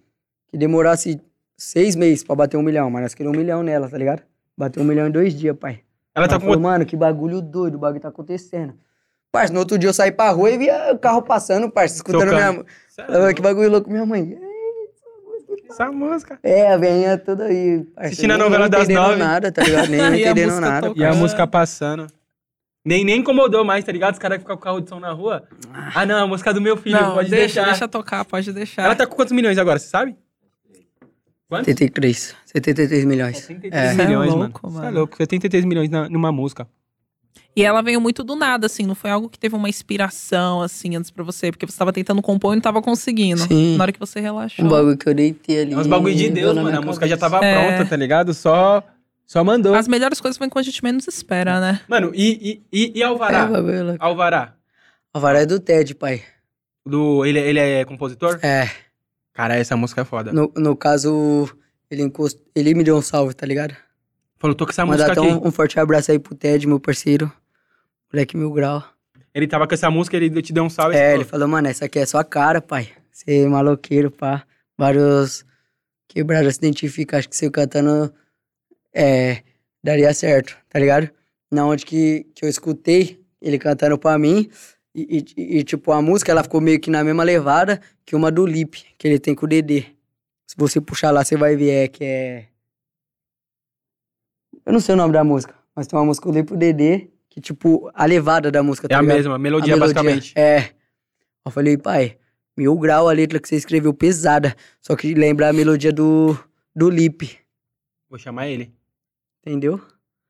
S3: que demorasse seis meses pra bater um milhão, mas nós queríamos um milhão nela, tá ligado? Bateu um milhão em dois dias, pai.
S1: Ela tá
S3: Ela
S1: com
S3: falou, mano, que bagulho doido, o bagulho tá acontecendo. Parça, no outro dia eu saí pra rua e via o carro passando, parça, escutando
S1: Tocando.
S3: minha...
S1: Cê é
S3: Ah,
S1: louco,
S3: que bagulho louco, minha mãe.
S1: Essa música.
S3: É, a velhinha toda aí. parceiro.
S1: Assistindo a
S3: Nem-
S1: novela
S3: nem
S1: das
S3: entendendo
S1: nove.
S3: nada, tá ligado? Nem
S2: [laughs] E a
S3: entendendo
S2: música
S3: nada.
S2: tocando.
S1: E a
S2: Cara.
S1: música passando. Nem, nem incomodou mais, tá ligado? Os caras que ficam com carro de som na rua. Ah, não, a música do meu filho,
S2: Não,
S1: pode
S2: deixa,
S1: deixar.
S2: deixa tocar, pode deixar.
S1: Ela tá com quantos milhões agora, você sabe? Quantos?
S3: 73. 73 milhões. É.
S2: Cê é
S1: milhões,
S2: louco,
S1: mano. Você é
S2: mano.
S1: louco, 73 milhões na- numa música.
S2: E ela veio muito do nada, assim, não foi algo que teve uma inspiração, assim, antes pra você, porque você tava tentando compor e não tava conseguindo.
S3: Sim.
S2: Na hora que você relaxou.
S3: Um bagulho que eu deitei ali.
S1: É uns bagulho de Deus,
S3: deu na
S1: mano. A
S3: minha
S1: música já
S3: cabeça.
S1: tava
S2: É. Ah.
S1: pronta, tá ligado? Só, só mandou.
S2: As melhores coisas vêm quando a gente menos espera, né?
S1: Mano, e, e, e, e
S3: É,
S1: Alvará?
S3: bagulho louco.
S1: Alvará.
S3: Alvará é do Ted, pai.
S1: Do, ele, ele é compositor?
S3: É.
S1: Cara, essa música é foda.
S3: No, no caso, ele, encost... ele me deu um salve, tá ligado?
S1: Falou, tô com essa
S3: Mandar
S1: música
S3: até
S1: aqui.
S3: um, um forte abraço aí pro Ted, meu parceiro. Moleque mil grau.
S1: Ele tava com essa música, ele te deu um salve.
S3: É,
S1: você
S3: ele falou, mano, essa aqui é sua cara, pai. Você é maloqueiro, pá. Vários quebrados se identificam. Acho que você cantando é, daria certo, tá ligado? Na onde que, que eu escutei ele cantando pra mim. E, e- e, tipo, a música, ela ficou meio que na mesma levada que uma do Lip, que ele tem com o Dedê. Se você puxar lá, você vai ver, é que é... Eu não sei o nome da música, mas tem uma música que eu dei pro Dedê, que, tipo, a levada da
S1: É
S3: música, tá
S1: a
S3: ligado?
S1: mesma, melodia, basicamente.
S3: É. Eu falei, pai, mil grau a letra que você escreveu pesada. Só que lembra a melodia do, do Lip,
S1: Vou chamar ele.
S3: entendeu?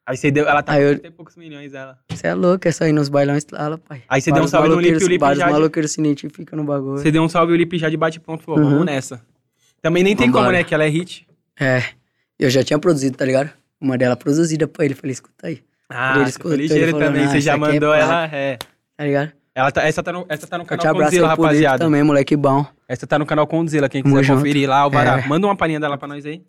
S1: Aí você deu. Ela tá
S3: Aí eu-
S1: com 30 e poucos milhões, ela.
S3: Você é louco, é só ir nos bailão e estrala, pai.
S1: Aí você deu um
S3: Vários
S1: salve no Lipe e o
S3: maloqueiros-
S1: Lipe
S3: Vários
S1: já de-
S3: maloqueiros se identificam no bagulho.
S1: Você deu um salve e o Lipe já de bate-pronto falou:
S3: Uhum.
S1: vamos nessa. Também nem tem como,
S3: Vambora.
S1: né? Que ela é hit.
S3: É. Eu já tinha produzido, tá ligado? Uma dela produzida pra ele. Falei, escuta aí,
S1: Ah,
S3: Ele
S1: você
S3: escutou,
S1: foi
S3: ele
S1: ligeiro
S3: falou,
S1: também.
S3: "Não,
S1: Você já
S3: essa aqui é
S1: mandou
S3: pra-"
S1: ela. É.
S3: tá ligado?
S1: Ela tá, essa, tá no, essa tá no
S3: Eu
S1: canal
S3: te abraço aí
S1: Conduzila,
S3: por dentro
S1: rapaziada.
S3: também, moleque bom.
S1: Essa tá no canal Conduzila. Quem
S3: Tamo
S1: quiser
S3: junto. É.
S1: conferir lá, Alvará. Manda uma palhinha dela pra nós aí.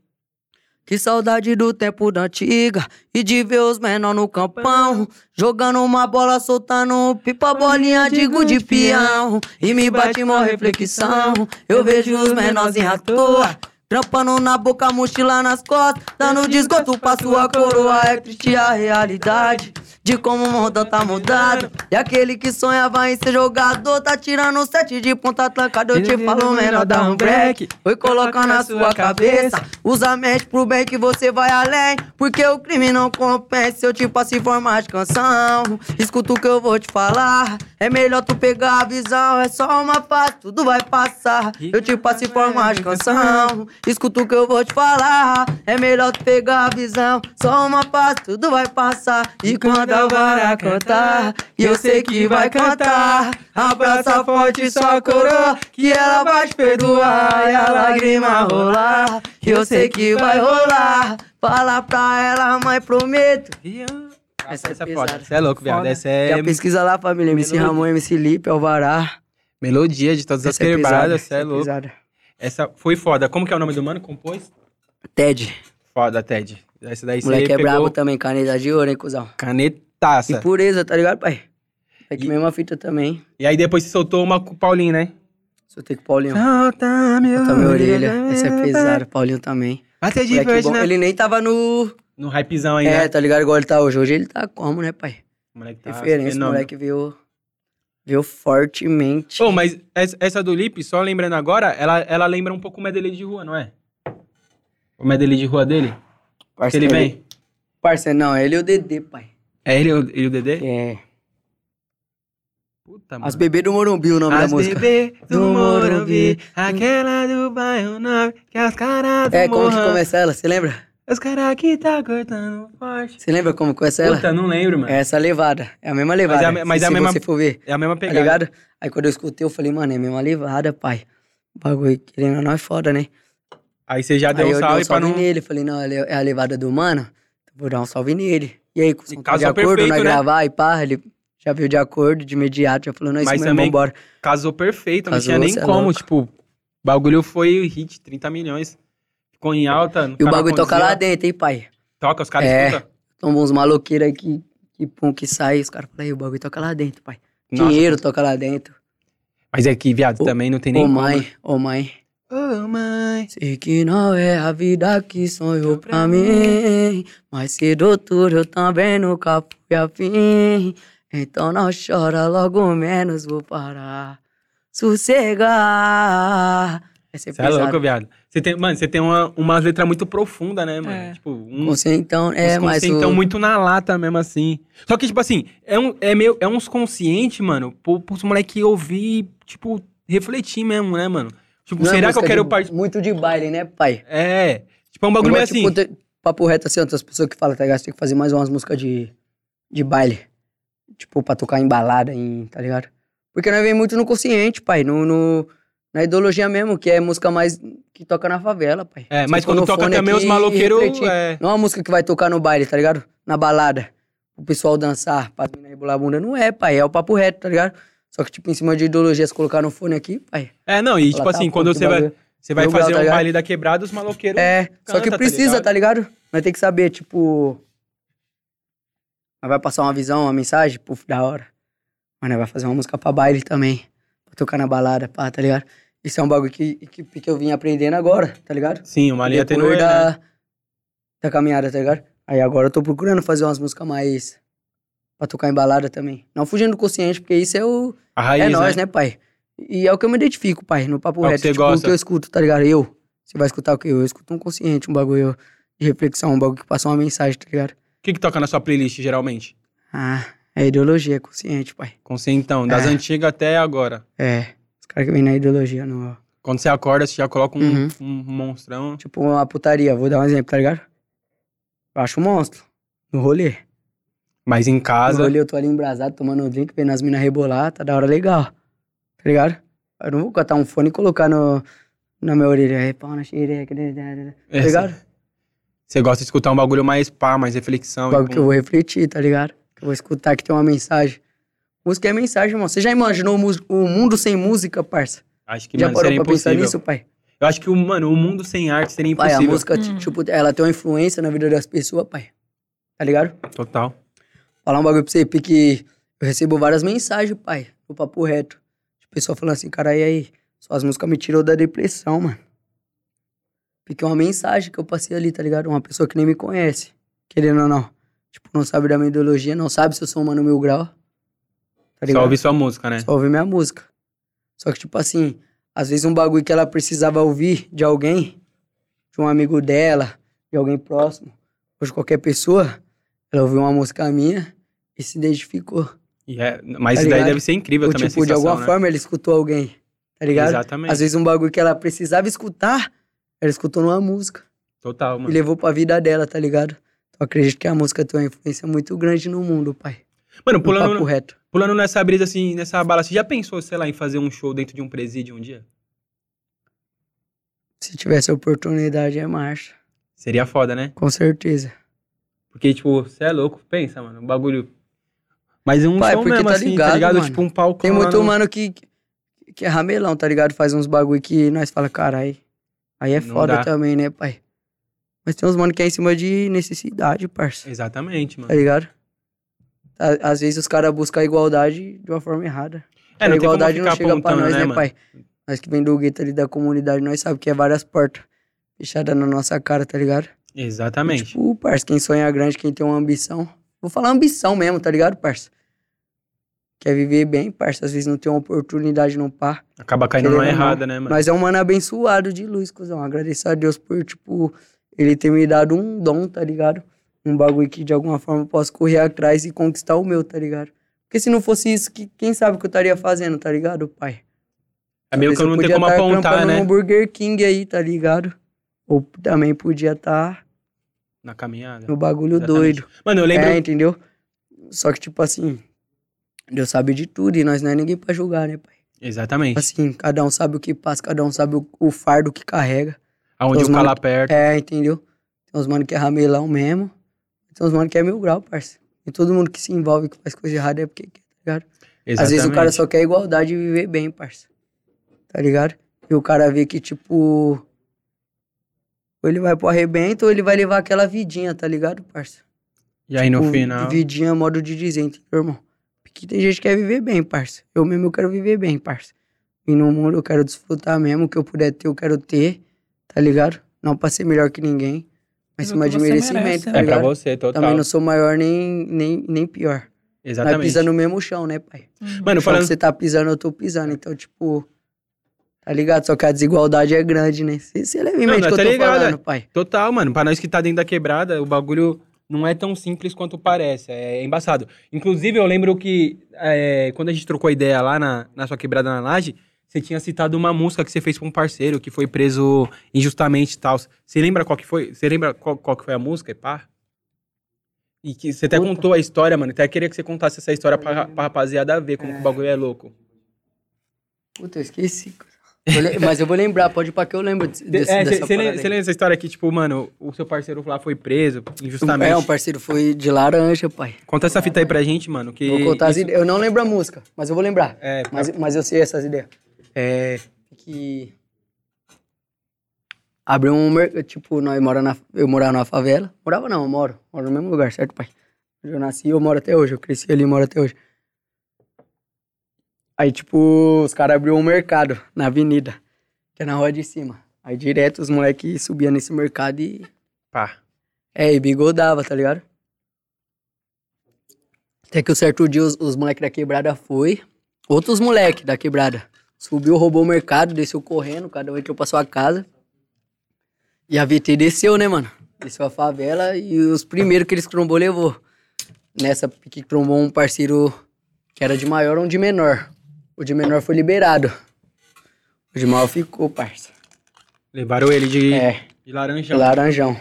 S3: Que saudade do tempo da antiga e de ver os menor no campão jogando uma bola, soltando pipa, bolinha de gude peão. E me bate mó reflexão. Eu vejo os menorzinhos à toa, trampando na boca, mochila nas costas, dando desgosto pra sua coroa. É triste a realidade de como o mundo tá mudado. E aquele que sonhava em ser jogador tá tirando sete de ponta trancada. Eu te falo, menor, dá um break. Foi colocar na sua cabeça. Usa a mente pro bem que você vai além. Porque o crime não compensa. Se Eu tipo te passo em forma de canção. Escuta o que eu vou te falar. É melhor tu pegar a visão. É só uma fase, tudo vai passar. Eu tipo te passo em forma de canção. Escuta o que eu vou te falar. É melhor tu pegar a visão. Só uma fase, tudo vai passar. E quando a vara cantar, e eu sei que vai cantar. Abraça forte sua coroa, que ela vai te perdoar. E a lágrima rolar, que eu sei que vai rolar. Fala pra ela, mãe, prometo. Essa é
S1: Essa é
S3: pesada.
S1: foda. Você é louco, viado.
S2: Foda.
S1: Essa
S3: Já
S1: é
S3: pesquisa lá, família. MC
S1: Melodia.
S3: Ramon, MC Lipe, Alvará.
S1: melodia de todas as
S3: Essa é pesada.
S1: quebradas. Você
S3: essa
S1: é louco.
S3: pesada.
S1: Essa foi foda. Como que é o nome do mano? que Compôs?
S3: Ted,
S1: Foda, Ted. Essa daí você
S3: moleque é
S1: pegou
S3: brabo também, caneta de ouro, hein, cuzão. E
S1: canetaça.
S3: pureza, tá ligado, pai? É que
S1: E-
S3: mesma fita também.
S1: E aí depois você soltou uma com o Paulinho, né?
S3: Soltei com o Paulinho.
S1: Ah, Solta meu
S3: Solta minha orelha. Essa é pesada, Paulinho também.
S1: Até
S3: Moleque
S1: diverte,
S3: bom.
S1: né?
S3: Ele nem tava no.
S1: No hypezão aí,
S3: É,
S1: né?
S3: tá ligado? Igual ele tá hoje. Hoje ele tá como, né, pai?
S1: O Moleque
S3: Referência, o
S1: Tá, fenômeno.
S3: moleque veio, veio fortemente.
S1: Ô, mas essa, essa do Lipe, só lembrando agora, ela, ela lembra um pouco o Medellín de rua, não é? O Medellín de rua dele? Que ele vem?
S3: Parceiro, não, ele e o Dedê, pai.
S1: É ele e o- e o Dedê?
S3: É.
S1: Puta,
S3: As Bebê do Morumbi, o nome da música.
S1: bebê
S3: do Morumbi,
S1: aquela do bairro 9, que as caras
S3: É, como que começa ela? Você lembra?
S1: Os caras que tá cortando forte.
S3: Você lembra como começa ela?
S1: Puta, não lembro, mano.
S3: É
S1: É,
S3: essa levada. É a mesma levada.
S1: é a me- mas
S3: se
S1: é a
S3: se
S1: mesma
S3: você for ver,
S1: a mesma
S3: tá
S1: pegada.
S3: ligado? Aí quando eu escutei, eu falei, mano, é a mesma levada, pai. O bagulho querendo ou não é foda, né?
S1: Aí você já deu
S3: aí
S1: um
S3: eu
S1: salve
S3: dei um
S1: pra
S3: salve
S1: não...
S3: nele. Falei, não, ele- é a levada do mano. Vou dar um salve nele. E aí, com
S1: E
S3: tá de
S1: casou
S3: acordo,
S1: perfeito,
S3: nós
S1: né?
S3: gravar e pá, ele já veio de acordo, de imediato, já falou, não, é isso
S1: Mas
S3: mesmo,
S1: também-
S3: vambora.
S1: Casou perfeito, não
S3: Casou,
S1: tinha nem
S3: cê é
S1: como,
S3: louco.
S1: tipo... O bagulho foi hit, 30 milhões. Ficou em alta. no
S3: E o
S1: canal
S3: bagulho toca
S1: Condizila.
S3: lá dentro, hein, pai?
S1: Toca, os caras
S3: É.
S1: escutam.
S3: Toma uns maloqueiros aí que, que pum, que sai, os caras falam, aí, o bagulho toca lá dentro, pai.
S1: Nossa,
S3: Dinheiro toca lá dentro.
S1: Mas é que, viado, também não tem
S3: Ô
S1: nem né?
S3: mãe, ô mãe.
S1: como. Ô, mãe.
S3: Sei que não é a vida que sonhou pra mim, mas cedo ou tudo eu também nunca fui afim. Então não chora, logo menos vou parar, sossegar. Essa é
S1: Você é louco,
S3: pesada.
S1: viado. Você tem, mano, você tem uma, uma letra muito profunda, né, mano?
S2: É.
S1: Tipo, um,
S3: Você então é
S1: uns
S3: mais
S1: conscientão
S3: o...
S1: muito na lata mesmo, assim. Só que, tipo assim, é, um, é, meio, é uns consciente, mano, pro- pros moleque ouvir, tipo, refletir mesmo, né, mano? Tipo,
S3: Não é
S1: será que eu
S3: música
S1: quero
S3: de-
S1: participar?
S3: Muito de baile, né, pai?
S1: É. Tipo, é um bagulho meio
S3: Igual,
S1: assim.
S3: tipo, te- papo reto assim, outras pessoas que falam, tá ligado? Você tem que fazer mais umas músicas de, de baile. Tipo, pra tocar em balada, em, tá ligado? Porque nós vem muito no consciente, pai. No, no- na ideologia mesmo, que é música mais que toca na favela, pai.
S1: É,
S3: Você
S1: mas
S3: põe
S1: quando
S3: tipo, no
S1: toca
S3: fone
S1: também
S3: aqui
S1: os
S3: e
S1: maloqueiros.
S3: refletir.
S1: É...
S3: Não é uma música que vai tocar no baile, tá ligado? Na balada. O pessoal dançar, pra mina rebolar a bunda. Não é, pai. É o papo reto, tá ligado? Só que, tipo, em cima de ideologia, se colocar no fone aqui, pai.
S1: é, não, e tipo
S3: ela tá,
S1: assim,
S3: pô,
S1: quando
S3: que
S1: você vai,
S3: bagulho.
S1: você vai
S3: Meu grau,
S1: fazer
S3: tá
S1: um
S3: ligado?
S1: baile da quebrada, os maloqueiros.
S3: É, só
S1: canta,
S3: que
S1: tá
S3: precisa,
S1: ligado?
S3: tá ligado? Nós tem que saber, tipo. Nós vai passar uma visão, uma mensagem, puf, da hora. Mas nós vai fazer uma música pra baile também. Pra tocar na balada, pá, tá ligado? Isso é um bagulho que, que, que eu vim aprendendo agora, tá ligado?
S1: Sim, uma linha
S3: Depois
S1: tenue, né?
S3: da, da caminhada, tá ligado? Aí agora eu tô procurando fazer umas músicas mais. pra tocar em balada também. Não fugindo do consciente, porque isso é o.
S1: A raiz,
S3: É
S1: né?
S3: nós, né, pai? E é o que eu me identifico, pai, no papo
S1: É o que
S3: reto.
S1: você
S3: tipo,
S1: gosta.
S3: o que eu escuto, tá ligado? Eu. Você vai escutar o que eu? Eu escuto um consciente, um bagulho de reflexão, um bagulho que passa uma mensagem, tá ligado?
S1: O que, que toca na sua playlist, geralmente?
S3: Ah, é ideologia, é consciente, pai.
S1: Conscientão, então, das
S3: É.
S1: antigas até agora.
S3: É, os caras que vêm na ideologia, no,
S1: Quando você acorda, você já coloca um,
S3: Uhum.
S1: um monstrão.
S3: tipo uma putaria, vou dar um exemplo, tá ligado? Baixo um monstro, no rolê.
S1: Mas em
S3: No
S1: casa.
S3: rolê eu tô ali embrasado, tomando um drink, vendo as minas rebolar, tá da hora legal, tá ligado? Eu não vou catar um fone e colocar no, na minha orelha, é pau na xereca, né, né, né, né, tá
S1: É,
S3: ligado?
S1: Você gosta de escutar um bagulho mais pá, mais reflexão. Tipo, e
S3: Algo um que eu vou refletir, tá ligado? Que eu vou escutar que tem uma mensagem. Música é mensagem, irmão. Você já imaginou o mus- o mundo sem música, parça?
S1: Acho que,
S3: já
S1: mano,
S3: parou
S1: seria
S3: pra pensar
S1: impossível.
S3: nisso, pai?
S1: Eu acho que, o- mano, o mundo sem arte seria
S3: Pai,
S1: impossível.
S3: a música, ti-
S2: Hum.
S3: tipo, ela tem uma influência na vida das pessoas, pai. Tá ligado?
S1: Total.
S3: Falar um bagulho pra você, porque eu recebo várias mensagens, pai, no papo reto. De pessoa falando assim, cara, e aí? Suas músicas me tirou da depressão, mano. Porque é uma mensagem que eu passei ali, tá ligado? Uma pessoa que nem me conhece, querendo ou não. Tipo, não sabe da minha ideologia, não sabe se eu sou humano mil grau. Tá
S1: Só
S3: ligado?
S1: ouvir sua música, né?
S3: Só ouvir minha música. Só que, tipo assim, às vezes um bagulho que ela precisava ouvir de alguém, de um amigo dela, de alguém próximo, ou de qualquer pessoa, ela ouviu uma música minha e se identificou.
S1: E é- mas isso
S3: Tá
S1: daí
S3: ligado?
S1: deve ser incrível
S3: ou,
S1: também,
S3: tipo,
S1: a
S3: de
S1: sensação,
S3: alguma
S1: né?
S3: forma ela escutou alguém, tá ligado?
S1: Exatamente.
S3: Às vezes um bagulho que ela precisava escutar, ela escutou numa música
S1: Total,
S3: e
S1: mano.
S3: levou pra vida dela, tá ligado? Então acredito que a música tem uma influência muito grande no mundo, pai.
S1: Mano,
S3: No um papo
S1: pulando,
S3: reto.
S1: pulando nessa brisa assim, nessa bala, você já pensou, sei lá, em fazer um show dentro de um presídio um dia?
S3: Se tivesse oportunidade, é marcha.
S1: Seria foda, né?
S3: Com certeza.
S1: Porque, tipo, você é louco, pensa, mano, um bagulho. Mas um
S3: Pai,
S1: show
S3: porque
S1: mesmo,
S3: tá
S1: assim, tá
S3: ligado,
S1: ligado?
S3: mano.
S1: Tipo, um palco.
S3: Tem muito mano que, que é ramelão, tá ligado? Faz uns bagulho que nós fala, carai. Aí é
S1: Não
S3: foda
S1: dá.
S3: também, né, pai? Mas tem uns mano que é em cima de necessidade, parça.
S1: Exatamente, mano.
S3: Tá ligado? Tá- Às vezes os caras buscam a igualdade de uma forma errada.
S1: É, não tem
S3: a
S1: como
S3: igualdade
S1: ficar
S3: não chega pra
S1: apontando,
S3: nós,
S1: né,
S3: né,
S1: mano?
S3: pai? Nós que vem do gueto ali da comunidade, nós sabemos que é várias portas fechadas na nossa cara, tá ligado?
S1: Exatamente.
S3: Tipo, parça, quem sonha grande, quem tem uma ambição. Vou falar ambição mesmo, tá ligado, parça? Quer viver bem, parça. Às vezes não tem uma oportunidade, não pá.
S1: Acaba caindo numa
S3: querendo ou não,
S1: errada, né, mano?
S3: Mas é um mano abençoado de luz, cuzão. Agradeço a Deus por, tipo, ele ter me dado um dom, tá ligado? Um bagulho que de alguma forma eu posso correr atrás e conquistar o meu, tá ligado? Porque se não fosse isso, que, quem sabe o que eu estaria fazendo, tá ligado, pai?
S1: É meio que eu não
S3: Talvez
S1: tenho como
S3: podia tá
S1: apontar,
S3: trampando
S1: né?
S3: num Burger King aí, tá ligado? Ou também podia estar
S1: Na caminhada.
S3: no bagulho
S1: É. Exatamente.
S3: doido.
S1: Mano, eu lembro.
S3: É, entendeu? Só que, tipo assim, Deus sabe de tudo e nós não é ninguém pra julgar, né, pai?
S1: Exatamente.
S3: Assim, cada um sabe o que passa, cada um sabe o, o fardo que carrega.
S1: Aonde
S3: os
S1: o cala
S3: mano-
S1: perto.
S3: É, entendeu? Tem uns mano que é ramelão mesmo, tem uns mano que é mil grau, parça. E todo mundo que se envolve, que faz coisa errada é porque quer, tá ligado?
S1: Exatamente.
S3: Às vezes o cara só quer igualdade e viver bem, parça. Tá ligado? E o cara vê que, tipo. Ou ele vai pro arrebento ou ele vai levar aquela vidinha, tá ligado, parça?
S1: E aí no
S3: Tipo,
S1: final.
S3: Vidinha, modo de dizer, entendeu, irmão? Porque tem gente que quer viver bem, parça. Eu mesmo eu quero viver bem, parça. E no mundo eu quero desfrutar mesmo. O que eu puder ter, eu quero ter. Tá ligado? Não pra ser melhor que ninguém.
S2: Mas
S3: Mas cima
S2: o
S3: de
S2: que você
S3: merecimento,
S2: merece, né?
S3: tá
S1: É pra
S3: ligado?
S1: você, total.
S3: Também não sou maior nem, nem, nem pior. Nós
S1: Exatamente.
S3: pisa no mesmo chão, né, pai?
S1: Mano,
S3: O chão
S1: falando.
S3: que você tá pisando, eu tô pisando. Então, tipo... Tá ligado? Só que a desigualdade é grande, né? Você leva em
S1: Não,
S3: mente o
S1: nós
S3: que eu
S1: tá
S3: tô
S1: ligado,
S3: falando,
S1: é.
S3: pai.
S1: Total, mano. Pra nós que tá dentro da quebrada, o bagulho não é tão simples quanto parece. É embaçado. Inclusive, eu lembro que é, quando a gente trocou a ideia lá na, na sua quebrada na laje, você tinha citado uma música que você fez pra um parceiro que foi preso injustamente e tal. Você lembra qual que foi? Você lembra qual, qual que foi a música, e pá? E que você até
S3: Puta.
S1: contou a história, mano. Até queria que você contasse essa história pra, ra- pra rapaziada ver como que o bagulho é louco.
S3: Puta, eu esqueci. cara. Vou le- Mas eu vou lembrar. Pode ir pra que eu lembro desse, desse,
S1: É,
S3: dessa
S1: Você
S3: parada
S1: lembra,
S3: aí.
S1: cê lembra essa história que, tipo, mano, o seu parceiro lá foi preso injustamente?
S3: É, um parceiro foi de laranja, pai.
S1: Conta essa fita aí pra gente, mano. Que
S3: Vou contar as
S1: isso-
S3: ideias. Eu não lembro a música, mas eu vou lembrar.
S1: É, pra-
S3: Mas, mas eu sei essas ideias. É. Que. Abriu um mercado. Tipo, nós mora na, eu morava numa favela. Morava não, eu moro. Moro no mesmo lugar, certo, pai? Onde eu nasci, eu moro até hoje. Eu cresci ali e moro até hoje. Aí, tipo, os caras abriu um mercado na avenida, que é na rua de cima. Aí direto os moleques subiam nesse mercado e
S1: Pá.
S3: É, e bigodava, tá ligado? Até que um certo dia os, os moleques da quebrada foi. Outros moleques da quebrada. Subiu, roubou o mercado, desceu correndo, cada um entrou pra sua casa. E a VT desceu, né, mano? Desceu a favela e os primeiros que eles trombou levou. Nessa que trombou um parceiro que era de maior ou de menor. O de menor foi liberado. O de maior ficou, parça.
S1: Levaram ele de,
S3: É,
S1: de laranja.
S3: laranjão.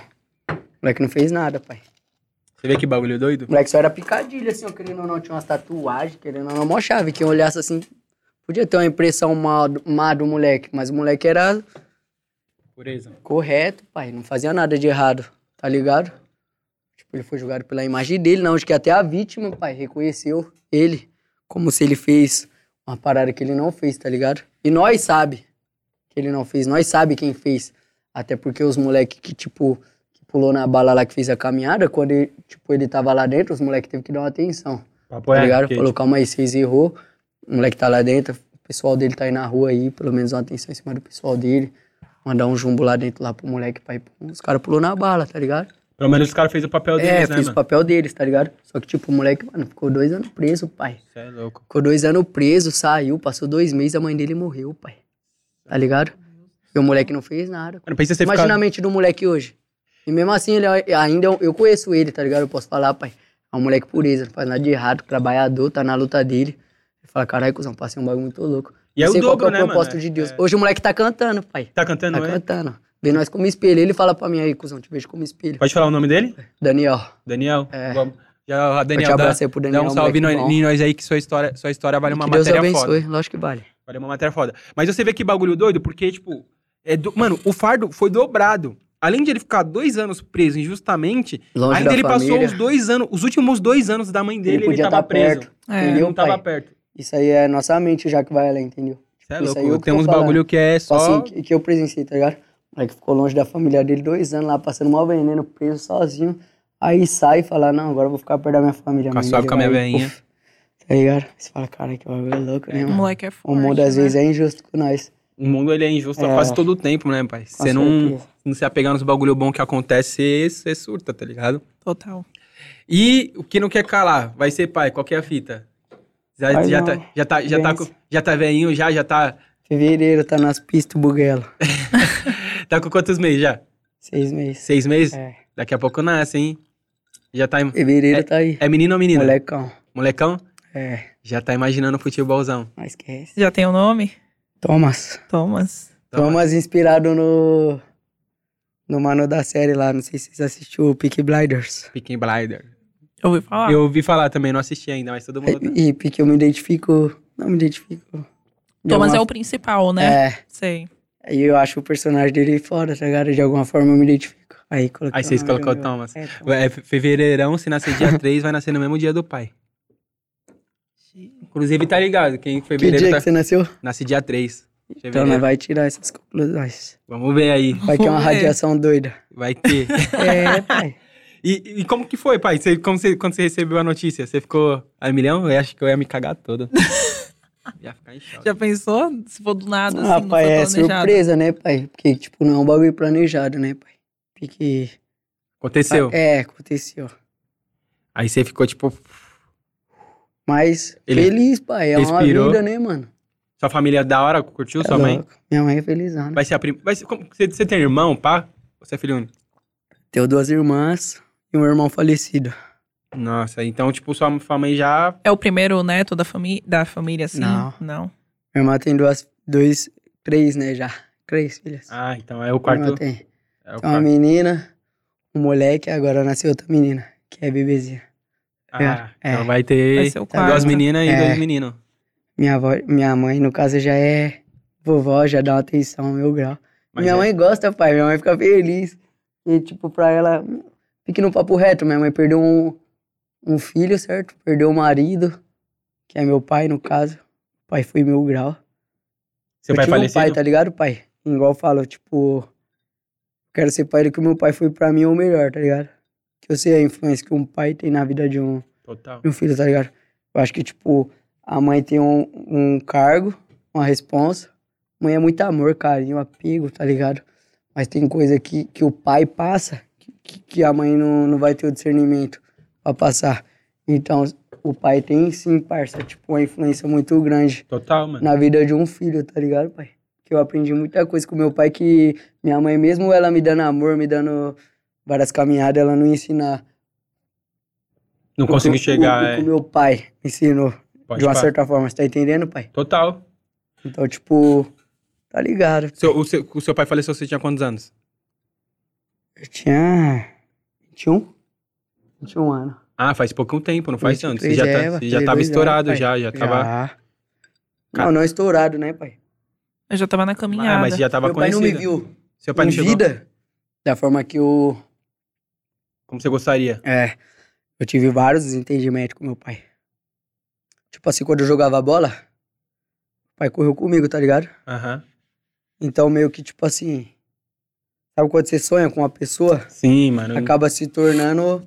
S3: O moleque não fez nada, pai.
S1: Você vê que bagulho doido?
S3: O moleque só era picadilho, assim, ó, querendo ou não, tinha umas tatuagens, querendo ou não, mó chave. Quem olhasse assim, podia ter uma impressão má, do- má do moleque, mas o moleque era
S1: Pureza.
S3: correto, pai, não fazia nada de errado, tá ligado? Tipo, ele foi julgado pela imagem dele, não, acho que até a vítima, pai, reconheceu ele, como se ele fez uma parada que ele não fez, tá ligado? E nós sabe que ele não fez, nós sabe quem fez, até porque os moleque que, tipo, que pulou na bala lá, que fez a caminhada, quando, ele, tipo, ele tava lá dentro, os moleque teve que dar uma atenção.
S1: Papo é
S3: tá ligado?
S1: porque,
S3: Falou, calma aí, vocês errou. O moleque tá lá dentro, o pessoal dele tá aí na rua aí, pelo menos uma atenção em cima do pessoal dele. Mandar um jumbo lá dentro lá pro moleque, pai. Os caras pulou na bala, tá ligado?
S1: Pelo menos os caras fez o papel
S3: é,
S1: deles, né,
S3: fez o
S1: mano?
S3: papel deles, tá ligado? Só que, tipo, o moleque, mano, ficou dois anos preso, pai.
S1: Você é louco.
S3: Ficou dois anos preso, saiu, passou dois meses, a mãe dele morreu, pai. Tá ligado? E o moleque não fez nada.
S1: Mano, pensa você
S3: Imagina
S1: ficar...
S3: a mente do um moleque hoje. E mesmo assim, ele é- ainda é um- eu conheço ele, tá ligado? Eu posso falar, pai. É um moleque pureza, não faz nada de errado, trabalhador, tá na luta dele. Ele fala, caralho, cuzão, passei um bagulho muito louco.
S1: E é
S3: Não
S1: o
S3: sei
S1: dobro,
S3: qual que é
S1: né,
S3: o propósito
S1: mano?
S3: de Deus.
S1: É.
S3: Hoje o moleque tá cantando, pai.
S1: Tá cantando,
S3: tá
S1: é?
S3: cantando. Vê nós como espelho. Ele fala pra mim aí, cuzão, te vejo como espelho.
S1: Pode falar o nome dele?
S3: Daniel.
S1: Daniel?
S3: É.
S1: Vamos. Já,
S3: Eu te
S1: Daniel, dá,
S3: abraço aí pro
S1: dá
S3: Daniel.
S1: um salve
S3: moleque bom.
S1: no- em nós aí que sua história, sua história vale é uma
S3: que Deus
S1: matéria foda.
S3: abençoe, lógico que vale.
S1: Olha, uma matéria foda. Mas você vê que bagulho doido, porque, tipo, é do- mano, o fardo foi dobrado. Além de ele ficar dois anos preso injustamente,
S3: Longe
S1: ainda
S3: da
S1: ele
S3: família.
S1: passou os dois anos, os últimos dois anos da mãe dele, ele,
S3: podia
S1: tava
S3: tá
S1: preso.
S3: perto,
S2: É,
S1: Ele
S3: entendeu,
S1: não tava
S3: pai?
S1: perto.
S3: Isso aí é nossa mente já que vai além, entendeu?
S1: Você é
S3: Isso aí é o
S1: louco,
S3: que
S1: tem
S3: eu tô
S1: uns
S3: falando.
S1: bagulho que é
S3: Só...
S1: só.
S3: Assim, que, que eu presenciei, tá ligado? O moleque ficou longe da família dele dois anos lá, passando mal veneno, preso sozinho. Aí sai e fala, não, agora eu vou ficar perto da minha família.
S1: Ficar
S3: mãe
S1: suave
S3: dele
S1: com a minha
S3: vai,
S1: veinha.
S3: puf, Tá ligado? Você fala, cara, que bagulho louco, né,
S2: O
S3: mano?
S2: moleque é
S3: O
S2: forte.
S3: mundo às
S2: né?
S3: vezes é injusto com nós.
S1: O mundo ele é injusto
S3: É.
S1: quase todo o tempo, né, pai? Se
S3: com
S1: você não,
S3: certeza.
S1: não se apegar nos bagulho bom que acontece, você- você surta, tá ligado?
S3: é-
S2: Total.
S1: E o que não quer calar, vai ser pai, qual que é a fita? Já,
S3: Pai,
S1: já
S3: não.
S1: tá, já tá, já tá, com-
S3: Vence.
S1: já tá veinho, já, já tá,
S3: Fevereiro tá nas pistas do Buguelo.
S1: tá com quantos meses já?
S3: Seis meses.
S1: Seis meses?
S3: É.
S1: Daqui a pouco nasce, hein? Já tá. im-
S3: Fevereiro tá aí.
S1: É menino ou menina?
S3: Molecão.
S1: Molecão?
S3: É.
S1: Já tá imaginando o futebolzão.
S3: Não esquece.
S2: Já tem o nome?
S3: Thomas.
S2: Thomas.
S1: Thomas.
S3: Thomas inspirado no. No mano da série lá, não sei se vocês assistiu o Peaky Blinders.
S1: Picking Blider.
S2: Eu ouvi falar.
S1: Eu ouvi falar também, não assisti ainda, mas todo mundo. tá-
S3: E porque eu me identifico. Não me identifico. De
S2: Thomas é
S3: alguma-
S2: o principal, né?
S3: É.
S2: Sei.
S3: Aí eu acho o personagem dele foda, tá ligado? De alguma forma eu me identifico. Aí coloquei.
S1: [laughs] Aí vocês
S3: o nome do
S1: colocou
S3: meu-
S1: Thomas.
S3: É, Thomas.
S1: É, fe- fevereirão, se nascer
S3: [laughs]
S1: dia 3, vai nascer no mesmo dia do pai. Inclusive, tá ligado? Quem em
S3: Que
S1: fevereiro
S3: dia
S1: tá...
S3: que você nasceu?
S1: nasce dia 3.
S3: Então
S1: Fevereiro.
S3: nós vai tirar essas conclusões.
S1: Vamos ver aí.
S3: Vai ter uma
S2: Vamos ver.
S1: [laughs]
S3: radiação doida.
S1: Vai
S3: [laughs]
S1: ter.
S3: É, pai.
S1: e, e como que foi, pai? Você, como você- quando você recebeu a notícia? Você ficou. Ai, milhão? Eu acho que eu ia me cagar
S3: [laughs]
S1: toda. ia ficar em choque.
S2: Já pensou? Se for do nada, assim,
S3: Ah,
S2: não
S3: pai,
S2: foi
S3: é
S2: planejado.
S3: surpresa, né, pai? Porque, tipo, não é um bagulho planejado, né, pai? Porque.
S1: Aconteceu.
S3: É, aconteceu. é.
S1: Aí você ficou tipo.
S3: Mas
S1: Ele
S3: feliz, pai. É
S1: respirou.
S3: uma vida, né, mano?
S1: Sua família é da hora, curtiu?
S3: Tá
S1: sua mãe?
S3: louco. Minha mãe é felizona.
S1: Vai ser a prima. Vai ser, como- você, você tem irmão, pá? Você é filho único?
S3: Tenho duas irmãs e um irmão falecido.
S1: Nossa, então, tipo, sua, sua mãe já.
S2: É o primeiro neto da, fami da família, assim?
S3: Não.
S2: Não.
S3: Minha irmã tem duas, dois, três, né, já. Três filhas.
S1: Ah, então é o
S3: Minha irmã
S1: quarto.
S3: tem.
S1: É o
S3: Tem uma
S1: quarto.
S3: menina, um moleque, agora nasceu outra menina, que é bebezinha.
S1: Ah,
S3: é.
S1: então vai
S2: Vai
S1: ter
S2: ser o quarto.
S1: duas meninas e
S3: É.
S1: dois meninos.
S3: Minha, avó, minha mãe, no caso, já é vovó, já dá uma atenção ao meu grau.
S1: Mas
S3: minha
S1: é.
S3: mãe gosta, pai. Minha mãe fica feliz. E, tipo, pra ela. Fique no papo reto. Minha mãe perdeu um, um filho, certo? Perdeu o marido, que é meu pai, no caso. O pai foi meu grau.
S1: Seu
S3: eu
S1: pai
S3: tive um
S1: falecido?
S3: pai, tá ligado, pai? Igual eu falo, tipo. Quero ser pai do que o meu pai foi pra mim, ou melhor, tá ligado? Que eu sei a influência que um pai tem na vida de um,
S1: Total.
S3: de um filho, tá ligado? Eu acho que, tipo, a mãe tem um, um cargo, uma responsa. Mãe é muito amor, carinho, apego, tá ligado? Mas tem coisa que, que o pai passa que- que, que a mãe não, não vai ter o discernimento pra passar. Então, o pai tem sim, parça, tipo, uma influência muito grande
S1: Total, mano.
S3: na vida de um filho, tá ligado, pai? Que eu aprendi muita coisa com meu pai que minha mãe, mesmo ela me dando amor, me dando várias caminhadas, ela não ia ensinar.
S1: Não
S3: O
S1: consegui
S3: que-
S1: chegar.
S3: o- O
S1: é.
S3: que o meu pai me ensinou,
S1: Pode
S3: de uma
S1: pá.
S3: certa forma. Você tá entendendo, pai?
S1: Total.
S3: Então, tipo, tá ligado.
S1: Seu, o, seu, o seu pai faleceu, você tinha quantos anos?
S3: Eu tinha 21? 21 anos.
S1: Ah, faz pouco tempo, não faz tanto. Você
S3: 23
S1: já,
S3: é,
S1: tá,
S3: vai
S1: você já tava
S3: fazer dois anos,
S1: estourado,
S3: pai.
S1: já, já tava.
S3: Já.
S1: Ca-
S3: Não, não estourado, né, pai?
S2: Eu já tava na caminhada.
S1: Ah, mas já tava
S3: meu pai não
S1: conhecido.
S3: me viu
S1: Seu pai
S3: em
S1: não chegou
S3: vida da forma que eu...
S1: como você gostaria.
S3: É, eu tive vários desentendimentos com meu pai. Tipo assim, quando eu jogava bola, o pai correu comigo, tá ligado?
S1: Aham.
S3: Então meio que, tipo assim... Sabe quando você sonha com uma pessoa,
S1: Sim, mano.
S3: acaba se tornando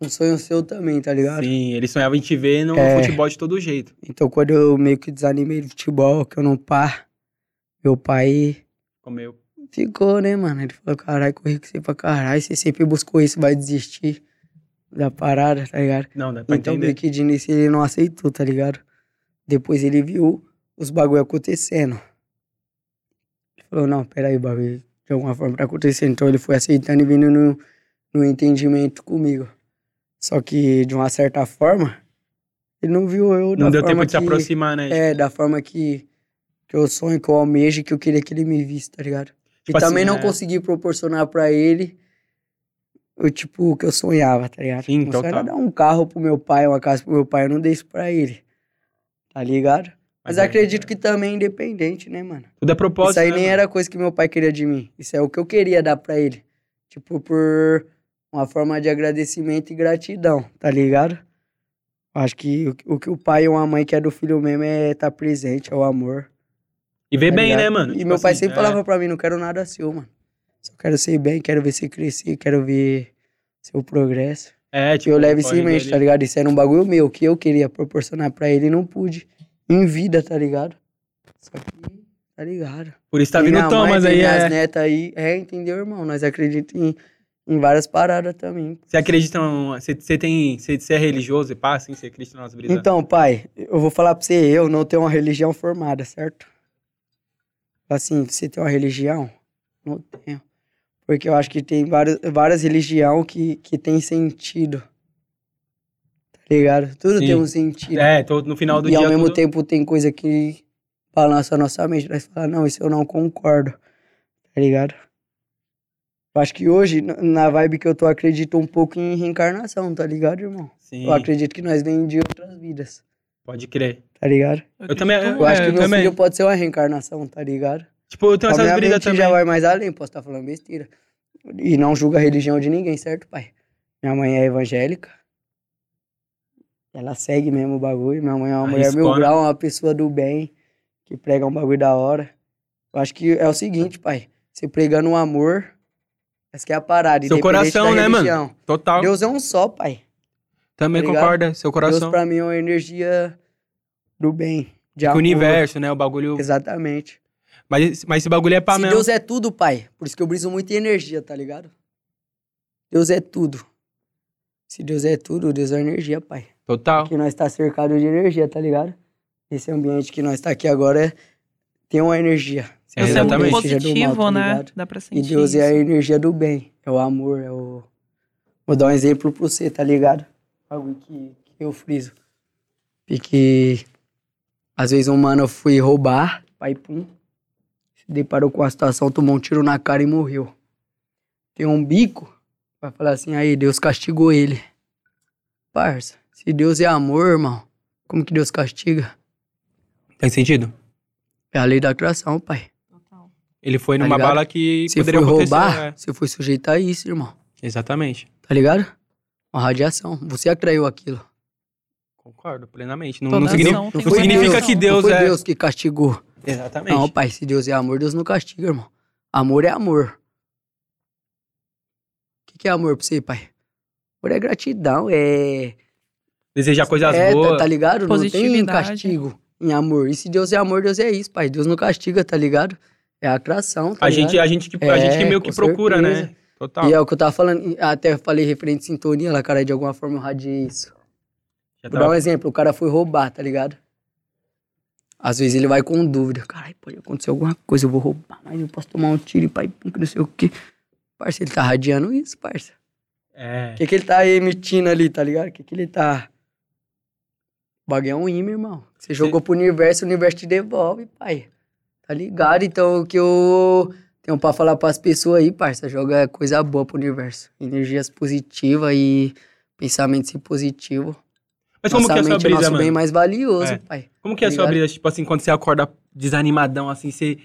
S3: um sonho seu também, tá ligado?
S1: Sim, ele sonhava em te ver no
S3: É.
S1: futebol de todo jeito.
S3: Então, quando eu meio que desanimei do futebol, que eu não pá, meu pai
S1: Como eu.
S3: ficou, né, mano? Ele falou: caralho, corri com você pra caralho, você sempre buscou isso, vai desistir da parada, tá ligado?
S1: Não, dá pra
S3: Então, meio
S1: entender.
S3: que de início ele não aceitou, tá ligado? Depois ele viu os bagulho acontecendo. Ele falou: não, peraí, o bagulho de alguma forma tá acontecendo. Então, ele foi aceitando e vindo no, no entendimento comigo. Só que, de uma certa forma, ele não viu eu. da
S1: Não deu tempo
S3: forma
S1: de se
S3: que-
S1: aproximar, né?
S3: é, da forma que, que eu sonho, que eu almejo, que eu queria que ele me visse, tá ligado?
S1: Tipo
S3: e
S1: assim,
S3: também não
S1: é.
S3: consegui proporcionar pra ele o tipo que eu sonhava, tá ligado?
S1: Sim,
S3: eu sonhava
S1: total.
S3: dar um carro pro meu pai, uma casa pro meu pai, eu não dei isso pra ele, tá ligado? Mas,
S1: é,
S3: acredito que também é independente, né, mano?
S1: Tudo é propósito.
S3: isso aí
S1: né,
S3: nem
S1: mano?
S3: era coisa que meu pai queria de mim. Isso é o que eu queria dar pra ele. Tipo, por uma forma de agradecimento e gratidão, tá ligado? Acho que o, o que o pai e uma mãe quer do filho mesmo é estar presente, é o amor.
S1: E vê
S3: tá
S1: bem,
S3: ligado?
S1: né, mano?
S3: E
S1: Tipo
S3: meu pai
S1: assim,
S3: sempre
S1: é.
S3: falava pra mim, não quero nada seu, mano. Só quero ser bem, quero ver você crescer, quero ver seu progresso.
S1: É,
S3: Que
S1: tipo,
S3: eu levo isso
S1: corre
S3: em mente,
S1: dele.
S3: tá ligado? Isso era um bagulho meu, que eu queria proporcionar pra ele e não pude. Em vida, tá ligado? Só que, tá ligado?
S1: Por isso tá
S3: Tem
S1: vindo
S3: minha
S1: o Thomas
S3: mãe,
S1: aí.
S3: tem minhas
S1: é.
S3: netas aí. É, entendeu, irmão? Nós acreditamos em, em várias paradas também.
S1: Você acredita. em- Você você tem. Você você é religioso e pá, assim? Você acredita nas brisas?
S3: Então, pai, eu vou falar pra você, eu não tenho uma religião formada, certo? Assim, você tem uma religião? Não tenho. Porque eu acho que tem várias, várias religiões que, que tem sentido. Tá ligado? Tudo
S1: Sim.
S3: tem um sentido.
S1: é, tô no final do
S3: e
S1: dia.
S3: ao mesmo
S1: tudo-
S3: tempo tem coisa que balança a nossa mente. Nós falamos, não, isso eu não concordo. Tá ligado? Eu acho que hoje, na- na vibe que eu tô, acredito um pouco em reencarnação, tá ligado, irmão?
S1: Sim,
S3: Eu acredito que nós vem de outras vidas,
S1: pode crer.
S3: tá ligado?
S1: Eu também-
S2: acredito
S3: Eu
S1: É,
S3: acho que
S1: eu
S3: meu
S1: também.
S3: filho pode ser uma reencarnação, tá ligado?
S1: Tipo, eu tenho essas brisas
S3: Obviamente
S1: também.
S3: já vai mais além, posso estar falando besteira. E não julga a religião de ninguém, certo, pai? Minha mãe é evangélica. Ela segue mesmo o bagulho. Minha mãe é uma mulher mil
S1: Arriscona.
S3: grau, uma pessoa do bem, que prega um bagulho da hora. Eu acho que é o seguinte, pai. Você pregando o amor, essa que é a parada.
S1: Seu
S3: independente
S1: coração,
S3: da
S1: né, mano?
S3: religião.
S1: Total.
S3: Deus é um só, pai.
S1: também
S3: tá ligado?
S1: concorda. Seu coração.
S3: Deus pra mim é uma energia do bem, de
S1: Que
S3: amor.
S1: o universo, né? O bagulho.
S3: Exatamente.
S1: Mas, mas esse bagulho é pra
S3: Se
S1: mesmo.
S3: Deus é tudo, pai. Por isso que eu briso muito em energia, tá ligado? Deus é tudo. Se Deus é tudo, Deus é energia, pai.
S1: Total.
S3: Que nós está cercado de energia, tá ligado? Esse ambiente que nós está aqui agora é- tem uma energia.
S1: É,
S2: Eu sou
S3: Exatamente.
S2: muito
S1: exatamente.
S3: Seja do mal,
S2: um positivo,
S3: tá
S2: né?
S3: ligado?
S2: Dá pra sentir
S3: E Deus é
S2: isso.
S3: a energia do bem. É o amor, é o... Vou dar um exemplo pra você, tá ligado? Algo que, que eu friso. Porque às vezes um mano eu fui roubar, pai pum, se deparou com a situação, tomou um tiro na cara e morreu. Tem um bico, vai falar assim, aí Deus castigou ele. Parça, se Deus é amor, irmão, como que Deus castiga?
S1: Tem sentido?
S3: É a lei da atração, pai.
S2: Total.
S1: Ele foi
S3: Tá
S1: numa
S3: ligado?
S1: bala que
S3: Se foi
S1: poderia acontecer.
S3: roubar,
S1: é.
S3: você foi sujeitar a isso, irmão.
S1: Exatamente.
S3: Tá ligado? Uma radiação. Você atraiu aquilo.
S1: Concordo plenamente. Não,
S2: Toda
S1: não signi-
S2: ação tem
S1: não significa
S2: razão.
S1: que Deus
S3: não foi
S1: é.
S3: Deus que castigou.
S1: Exatamente.
S3: Não, pai, se Deus é amor, Deus não castiga, irmão. Amor é amor. O que, que é amor pra você, pai? Amor é gratidão, é.
S1: Desejar coisas
S3: é, tá-
S1: boas.
S3: tá ligado? Não tem
S2: Positividade.
S3: castigo em amor. E se Deus é amor, Deus é isso, pai. Deus não castiga, tá ligado? É atração, tá
S1: a,
S3: ligado?
S1: gente, a, gente que, a gente que
S3: É,
S1: meio que
S3: com
S1: procura, né?
S3: certeza.
S1: Total.
S3: E é o que eu tava falando, até falei referente à sintonia, lá, cara, de alguma forma eu radiei isso.
S1: Já
S3: Vou
S1: tava-
S3: dar um exemplo, o cara foi roubar, tá ligado? Às vezes ele vai com dúvida. Caralho, pode acontecer alguma coisa, eu vou roubar, mas eu posso tomar um tiro e pai, pum, que não sei o quê. Parça, ele tá radiando isso, parça.
S1: É.
S3: O que, que ele tá emitindo ali, tá ligado? O que, que ele tá. O bagulho é um imã, irmão. Você jogou pro universo, o universo te devolve, pai. Tá ligado? Então o que eu tenho pra falar pras pessoas aí, parça, joga coisa boa pro universo. Energias positivas e pensamentos positivos.
S1: Mas como que é a sua
S3: mente é
S1: brisa,
S3: nosso bem tá
S1: mano?
S3: mais valioso,
S1: É.
S3: pai.
S1: Como que é a sua
S3: Obrigado.
S1: brisa, tipo assim, quando você acorda desanimadão, assim, você...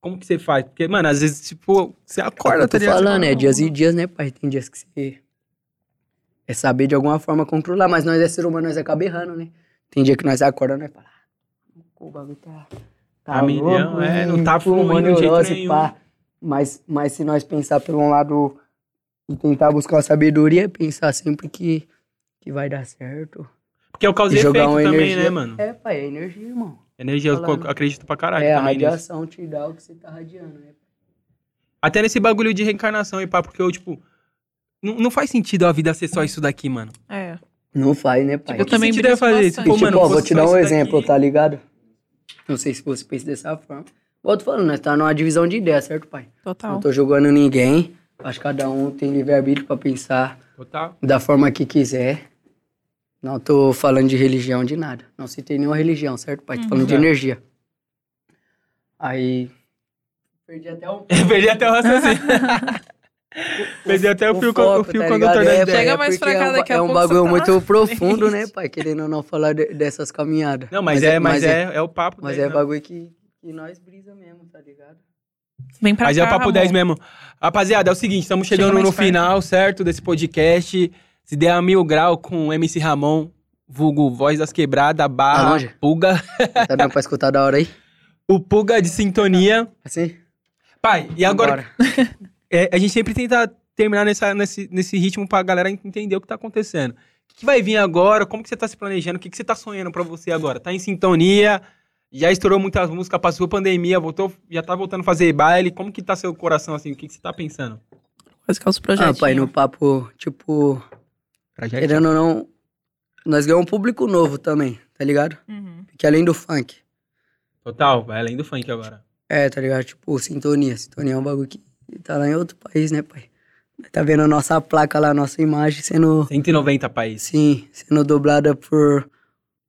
S1: Como que você faz? Porque, mano, às vezes, tipo, você acorda,
S3: é o que
S1: tá
S3: eu tô
S1: ligado?
S3: falando, é
S1: Mano,
S3: dias e dias, né, pai? Tem dias que você é saber de alguma forma controlar, mas nós é ser humano, nós acaba errando, né? Tem dia que nós acorda, nós fala, "Ah, o bagulho tá,
S1: Tá milhão, é, não tá
S3: hein, pô,
S1: fluindo de jeito
S3: neurose,
S1: nenhum."
S3: pá." Mas, mas se nós pensar por um lado e tentar buscar uma sabedoria, é pensar sempre que, que vai dar certo.
S1: Porque é o causa e
S3: E jogar
S1: efeito
S3: uma
S1: também,
S3: energia.
S1: né, mano?
S3: É, pai, é energia, irmão.
S1: Energia, eu
S3: Falando.
S1: co- acredito pra caralho
S3: é, a
S1: também nisso.
S3: radiação te dá o que você tá radiando, né?
S1: Até nesse bagulho de reencarnação e pá, porque eu, tipo... Não, não faz sentido a vida ser só isso daqui, mano. Tipo,
S2: É.
S3: Não faz, né, pai?
S2: Eu
S1: Que
S2: também
S1: sentido ia
S2: briso
S1: fazer isso?
S2: bastante.
S1: Pô,
S3: E, tipo,
S1: mano,
S3: ó,
S1: fosse
S3: vou te
S1: só
S3: dar
S1: isso
S3: um
S1: daqui-
S3: exemplo, tá ligado? Não sei se você pensa dessa forma. Volto falando, nós tá numa divisão de ideias, certo, pai? Não
S2: Total.
S3: tô jogando ninguém. Acho que cada um tem livre-arbítrio pra pensar
S1: Total.
S3: da forma que quiser. Não tô falando de religião, de nada. Não citei nenhuma religião, certo, pai? Tô falando de
S2: Uhum.
S1: Certo.
S3: energia. Aí... Perdi até um...
S1: Perdi até o
S3: [laughs]
S1: raciocínio. Perdi até o, fio, co- o fio condutor da
S3: é,
S1: ideia.
S2: Chega mais
S3: porque
S2: pra cá,
S3: é um, ba-
S2: daqui a
S3: é um
S2: pouco você
S3: bagulho
S2: tá lá.
S3: muito
S2: [laughs]
S3: profundo, né, pai? Querendo ou não falar de- dessas caminhadas.
S1: Não, mas, é, mas é, é, o papo
S3: Mas
S1: 10,
S3: é
S1: né?
S3: bagulho que, que nós brisa mesmo, tá ligado?
S2: Vem pra
S1: Mas
S2: cá,
S1: é o papo
S2: Ramon.
S1: 10 mesmo. Rapaziada, é o seguinte, estamos
S2: Chega
S1: chegando
S2: mais
S1: no
S2: perto.
S1: final, certo, desse podcast. Se der a mil grau com o MC Ramon, vulgo Voz das Quebradas,
S3: Tá
S1: barra
S3: longe?
S1: Puga.
S3: Tá dando pra escutar da hora aí?
S1: O Puga de sintonia.
S3: Assim?
S1: Pai, e agora...
S3: Bora.
S1: é, a gente sempre tenta terminar nessa, nesse, nesse ritmo pra galera entender o que tá acontecendo. O que vai vir agora? Como que você tá se planejando? O que, que você tá sonhando pra você agora? Tá em sintonia? Já estourou muitas músicas, passou a pandemia, voltou, já tá voltando a fazer baile. Como que tá seu coração, assim? O que, que você tá pensando?
S2: Quais que é os
S3: Ah,
S2: projetos?
S3: pai, no papo, tipo,
S1: Trajeto?
S3: querendo ou não, nós ganhamos um público novo também, tá ligado?
S2: Uhum.
S3: Que além do funk.
S1: Total, vai além do funk agora.
S3: É, tá ligado? Tipo, sintonia. Sintonia é um bagulho que tá lá em outro país, né, pai? Tá vendo a nossa placa lá, a nossa imagem sendo
S1: 190 países.
S3: Sim, sendo dublada por,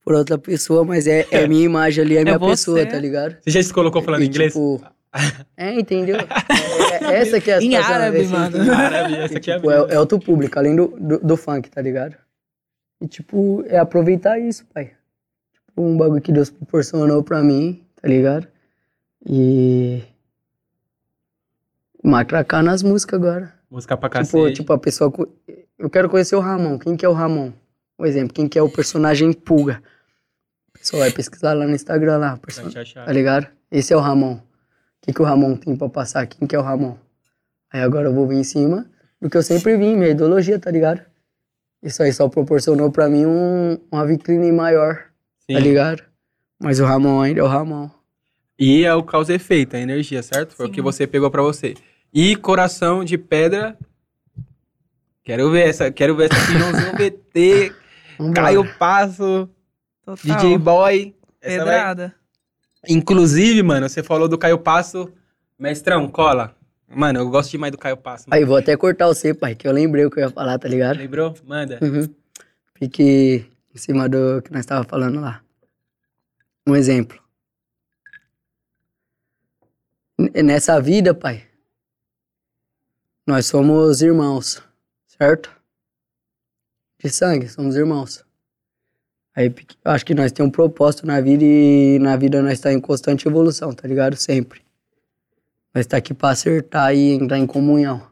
S3: por outra pessoa, mas é, é minha imagem ali, é minha
S2: você.
S3: pessoa, tá ligado?
S1: Você já se colocou falando
S3: E,
S1: inglês?
S3: tipo, é, entendeu? É- é- essa que é a
S2: Em
S3: situação,
S2: árabe,
S3: né? Esse-
S2: mano.
S1: Árabe, essa aqui é a
S3: tipo,
S1: brisa.
S3: é, é outro público, além do, do, do funk, tá ligado? E, tipo, é aproveitar isso, pai. Tipo, um bagulho que Deus proporcionou pra mim, tá ligado? E. Matracar nas músicas agora.
S1: Música pra
S3: Tipo,
S1: cacete.
S3: tipo, a pessoa. co- Eu quero conhecer o Ramon. Quem que é o Ramon? Um exemplo, quem que é o personagem Pulga? A pessoa vai pesquisar lá no Instagram lá.
S1: pra
S3: person-
S1: te achar.
S3: Tá ligado? Esse é o Ramon. O que, que o Ramon tem pra passar? Quem que é o Ramon? Aí agora eu vou vir em cima do que eu sempre vim, minha ideologia, tá ligado? Isso aí só proporcionou pra mim um, uma vitrine maior,
S1: Sim.
S3: tá ligado? Mas o Ramon ainda é o Ramon.
S1: E é o causa e efeito, a energia, certo? Foi o
S2: Sim.
S1: que você pegou pra você. E coração de pedra. Quero ver essa, quero ver essa [laughs] Pinhãozinho BT,
S3: Vambora.
S1: Caio Passo,
S2: Total.
S1: DJ Boy. Essa vai...
S2: Pedrada.
S1: Inclusive, mano, você falou do Caio Passo, mestrão, cola. Mano, eu gosto demais do Caio Passo. mano.
S3: Aí vou até cortar o C, pai, que eu lembrei o que eu ia falar, tá ligado?
S1: Lembrou? Manda.
S3: Uhum. Fique em cima do que nós estávamos falando lá. Um exemplo. N- nessa vida, pai, nós somos irmãos, certo? De sangue, somos irmãos. Aí pe- eu acho que nós temos um propósito na vida e na vida nós está em constante evolução, tá ligado? Sempre. Nós está aqui para acertar e entrar em comunhão.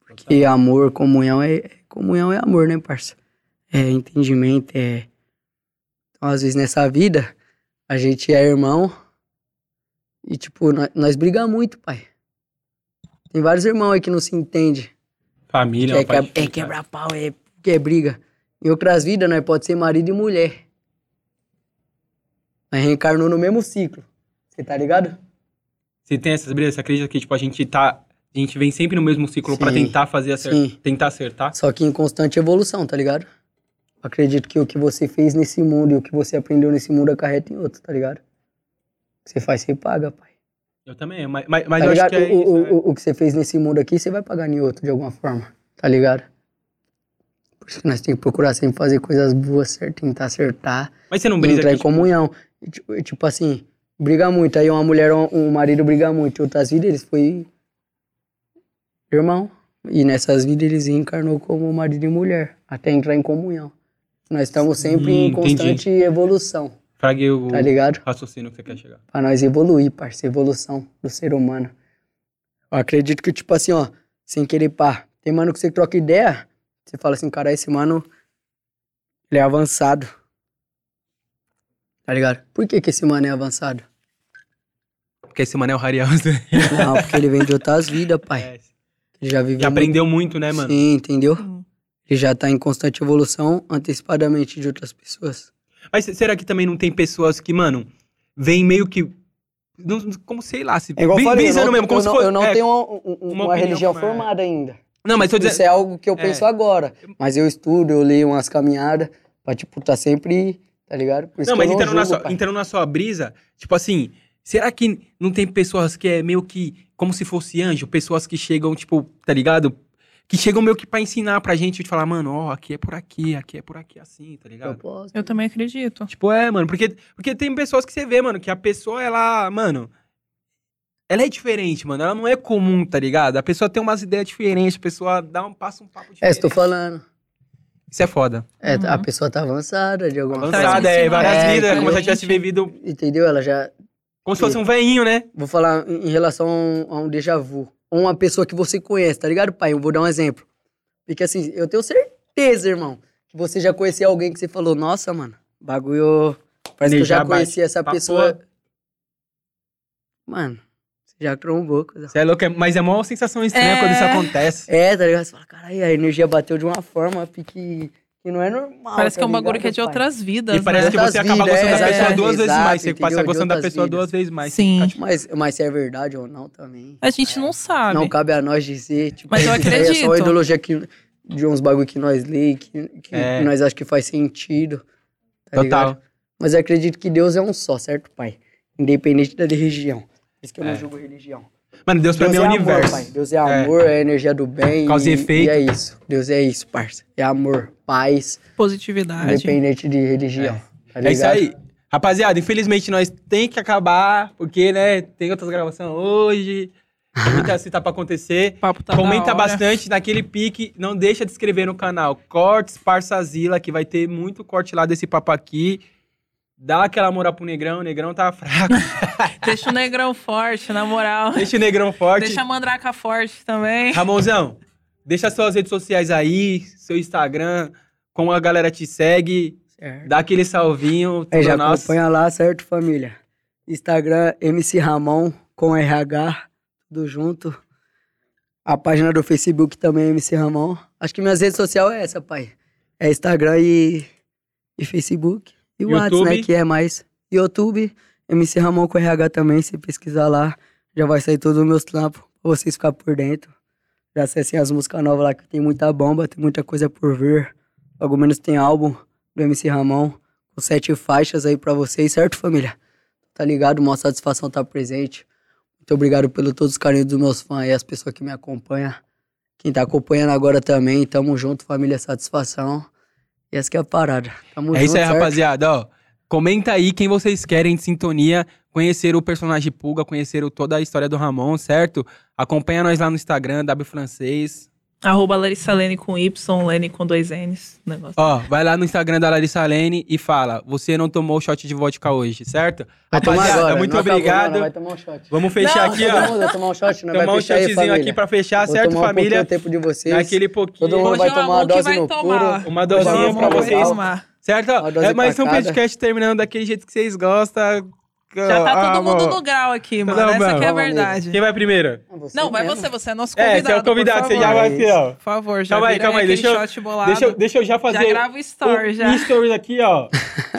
S3: Porque amor, comunhão é é- comunhão é amor, né, parça? É entendimento, é. Então, às vezes nessa vida, a gente é irmão e, tipo, nó- nós, brigamos muito, pai. Tem vários irmãos aí que não se entende. Que
S1: Família,
S3: é,
S1: pai.
S3: que- é quebrar pau, é, que é briga. Em outras vidas, nós pode ser marido e mulher. Nós reencarnou no mesmo ciclo. Você tá ligado?
S1: Você tem essas brilhas? Você acredita que, tipo, a gente tá. A gente vem sempre no mesmo ciclo pra
S3: Sim.
S1: tentar fazer acertar,
S3: Sim.
S1: tentar acertar?
S3: Só que em constante evolução, tá ligado? Acredito que o que você fez nesse mundo e o que você aprendeu nesse mundo acarreta em outro, tá ligado? O que você faz, você paga, pai.
S1: Eu também, mas, mas, mas
S3: tá
S1: eu acho
S3: ligado?
S1: que é
S3: o,
S1: isso.
S3: o-
S1: né?
S3: o, o que você fez nesse mundo aqui, você vai pagar em outro de alguma forma, tá ligado? Por isso que nós temos que procurar sempre fazer coisas boas, certo? Tentar acertar.
S1: Mas é tipo você não
S3: Não
S1: brisa
S3: entrar
S1: aqui,
S3: em comunhão. E, tipo, e, tipo assim, briga muito. Aí uma mulher, um, um marido briga muito. Outras vidas eles foi irmão. E nessas vidas eles reencarnou como marido e mulher. Até entrar em comunhão. Nós estamos sempre
S1: Hum,
S3: em
S1: entendi.
S3: constante evolução,
S1: tipo, fraguei o
S3: tá ligado?
S1: raciocínio que você
S3: Hum.
S1: quer chegar.
S3: Pra nós evoluir, parceiro. Evolução do ser humano. Eu acredito que, tipo assim, ó, sem querer pá. Tem mano que você troca ideia, você fala assim, cara, esse mano, ele é avançado. Tá ligado? Por que que esse mano é avançado? [laughs]
S1: Porque esse mano é o Hariel.
S3: Não, porque ele vem de outras vidas, pai.
S1: É,
S3: Ele já viveu
S1: já aprendeu muito, né,
S3: muito.
S1: mano?
S3: Sim, entendeu?
S2: Sim.
S3: Ele já tá em constante evolução antecipadamente de outras pessoas.
S1: Mas será que também não tem pessoas que, mano, vem meio que. não- não- como sei lá, se.
S3: É igual eu
S1: bri-
S3: falei, eu
S1: brisando
S3: não,
S1: mesmo, como
S3: eu
S1: se
S3: não,
S1: fosse.
S3: eu não
S1: é,
S3: tenho uma, um- um-
S1: uma
S3: uma
S1: opinião né?
S3: religião
S1: formada.
S3: formada ainda.
S1: Não, mas tô
S3: Isso
S1: dizendo.
S3: é algo que eu
S1: é.
S3: penso agora. Mas eu estudo, eu leio umas caminhadas pra, tipo, tá sempre, tá ligado? Por isso
S1: Não,
S3: que
S1: mas
S3: eu
S1: entrando,
S3: não
S1: na
S3: julgo,
S1: sua,
S3: pai.
S1: entrando na sua brisa, tipo assim, será que não tem pessoas que é meio que como se fosse anjo? Pessoas que chegam, tipo, tá ligado? Que chegam meio que pra ensinar pra gente, de falar, mano, ó, aqui é por aqui, aqui é por aqui, assim, tá ligado?
S3: Propósito.
S2: Eu também acredito.
S1: Tipo, é, mano, porque, porque tem pessoas que você vê, mano, que a pessoa, ela, mano, ela é diferente, mano, ela não é comum, tá ligado? A pessoa tem umas ideias diferentes, a pessoa dá um passa um papo
S3: É,
S1: diferente.
S3: estou falando.
S1: Isso é foda.
S3: É, a
S2: Uhum.
S3: pessoa tá avançada de alguma
S2: Tá
S1: Avançada,
S2: ensinando.
S1: é, várias
S3: É,
S1: vidas, é como se ela
S2: diferente.
S1: tivesse vivido,
S3: Entendeu? Ela já,
S1: como se fosse um veinho, né?
S3: Vou falar em em relação a um déjà vu. Ou uma pessoa que você conhece, tá ligado, pai? Eu vou dar um exemplo. Porque assim, eu tenho certeza, irmão, que você já conhecia alguém que você falou, nossa, mano, bagulho. Parece que eu
S1: Energia
S3: já
S1: baixa.
S3: conheci essa
S1: Papo- é.
S3: pessoa. Mano, você já trombou, coisa.
S1: Você é louco, é- mas é uma sensação estranha
S2: É.
S1: quando isso acontece.
S3: É, tá ligado? Você fala, caralho, a energia bateu de uma forma que, que não é normal.
S2: Parece
S3: tá
S2: que é um bagulho
S3: ligado,
S2: que é de
S3: pai?
S2: outras vidas,
S1: E parece
S2: né?
S1: que
S3: Outras
S1: você acaba
S3: vidas,
S1: gostando da
S2: é,
S1: pessoa
S2: é,
S1: duas vezes
S3: exato,
S1: mais. Você passa
S3: entendeu? De
S1: gostando da
S3: outras
S1: pessoa
S3: vidas.
S1: duas vezes mais.
S2: Sim.
S1: Fica, tipo,
S3: Mas, mas se é verdade ou não também.
S2: A gente não É, sabe.
S3: Não cabe a nós dizer, tipo,
S2: Mas eu
S3: isso aí [laughs] É só uma
S2: acredito.
S3: ideologia que, de uns bagulho que nós lê, que, que
S1: É.
S3: nós acho que faz sentido. tá
S1: Total.
S3: ligado? Mas eu acredito que Deus é um só, certo, pai? Independente da religião. Por isso que eu
S1: É.
S3: não julgo religião.
S1: Mano, Deus pra
S3: Deus
S1: mim é o
S3: é amor,
S1: universo.
S3: pai. Deus é amor, é, a energia do bem.
S1: Causa e
S3: e,
S1: efeito.
S3: e é isso. Deus é isso, parça. É amor, paz,
S2: Positividade.
S3: independente de religião. tá
S1: é isso
S3: ligado?
S1: aí. Rapaziada, infelizmente nós tem que acabar, porque, né, tem outras gravações hoje. tem Muita cita pra acontecer.
S2: O papo tá da
S1: Comenta
S2: hora.
S1: bastante naquele pique. Não deixa de se inscrever no canal. Cortes Parsazila, que vai ter muito corte lá desse papo aqui. Dá aquela moral pro Negrão. O Negrão tá fraco.
S2: Deixa o negrão forte, na moral.
S1: [laughs] Deixa o Negrão forte.
S2: Deixa a mandraca forte também.
S1: Ramonzão, deixa suas redes sociais aí, seu Instagram, como a galera te segue,
S3: Certo.
S1: dá aquele salvinho,
S3: É,
S1: tudo
S3: já
S1: nosso.
S3: acompanha lá, certo, família? Instagram, MC Ramon, com RH, tudo junto. A página do Facebook também é MC Ramon. Acho que minhas redes sociais é essa, pai. É Instagram e, e Facebook. E o WhatsApp,
S1: YouTube.
S3: né, que é mais. YouTube, MC Ramon com RH também, se pesquisar lá. Já vai sair todos os meus trampos, pra vocês ficarem por dentro. Já acessem as músicas novas lá, que tem muita bomba, tem muita coisa por vir. Logo menos tem álbum do MC Ramon, com sete faixas aí pra vocês, certo, família? Tá ligado? Uma satisfação estar presente. Muito obrigado pelo todos os carinhos dos meus fãs e as pessoas que me acompanham. Quem tá acompanhando agora também, tamo junto, família, satisfação. E essa que é a parada. Tamo
S1: É isso
S3: junto,
S1: aí,
S3: certo?
S1: rapaziada, ó. Comenta aí quem vocês querem de sintonia, conhecer o personagem Pulga, conhecer o- toda a história do Ramon, certo? Acompanha nós lá no Instagram, W Francês.
S2: Arroba Larissa Lene com Y, Lene com dois N's. Negócio.
S1: Ó, vai lá no Instagram da Larissa Lene e fala, você não tomou shot de vodka hoje, certo?
S3: Vai tomar
S1: Rapaziada,
S3: agora.
S1: muito
S3: não acabou,
S1: obrigado.
S3: não, vai tomar um shot.
S1: Vamos fechar
S2: Não,
S1: aqui,
S3: Todo
S1: ó.
S3: mundo vai tomar um shot, não
S1: Tomar
S3: vai
S1: um
S3: fechar aí,
S1: shotzinho
S3: família.
S1: aqui pra fechar,
S3: Vou
S1: certo,
S3: tomar um
S1: família?
S3: pouquinho do tempo de vocês.
S1: Naquele pouquinho.
S3: Todo mundo
S2: Hoje
S3: vai
S2: é o
S3: tomar
S2: Ramon
S3: uma
S2: que
S3: dose
S2: vai
S3: no
S2: tomar.
S3: puro.
S1: Uma
S2: Hoje é o
S1: dosinha
S3: Vamos
S1: pra
S2: Ramon que vai
S1: vocês.
S2: tomar.
S1: Certo?
S3: Uma dose
S1: É, mas são
S3: pra cada.
S1: podcast terminando daquele jeito que vocês gostam.
S2: Já tá
S1: Ah,
S2: todo mundo
S1: bom.
S2: no grau aqui, mano.
S1: Não,
S2: Essa
S1: mano.
S2: que é a
S3: Vamos mesmo.
S2: verdade.
S1: Quem vai primeiro?
S2: Não, vai você, você é nosso convidado.
S1: É, você é o convidado,
S2: por
S1: você
S2: favor.
S1: já vai
S3: É
S1: aqui,
S3: isso.
S1: ó.
S2: Por favor, já
S1: Calma aí,
S2: vira
S1: calma aí,
S2: aquele
S1: deixa eu-
S2: shot bolado.
S1: Deixa, eu- deixa eu já fazer.
S2: Já grava o story, já.
S1: um stories aqui, ó.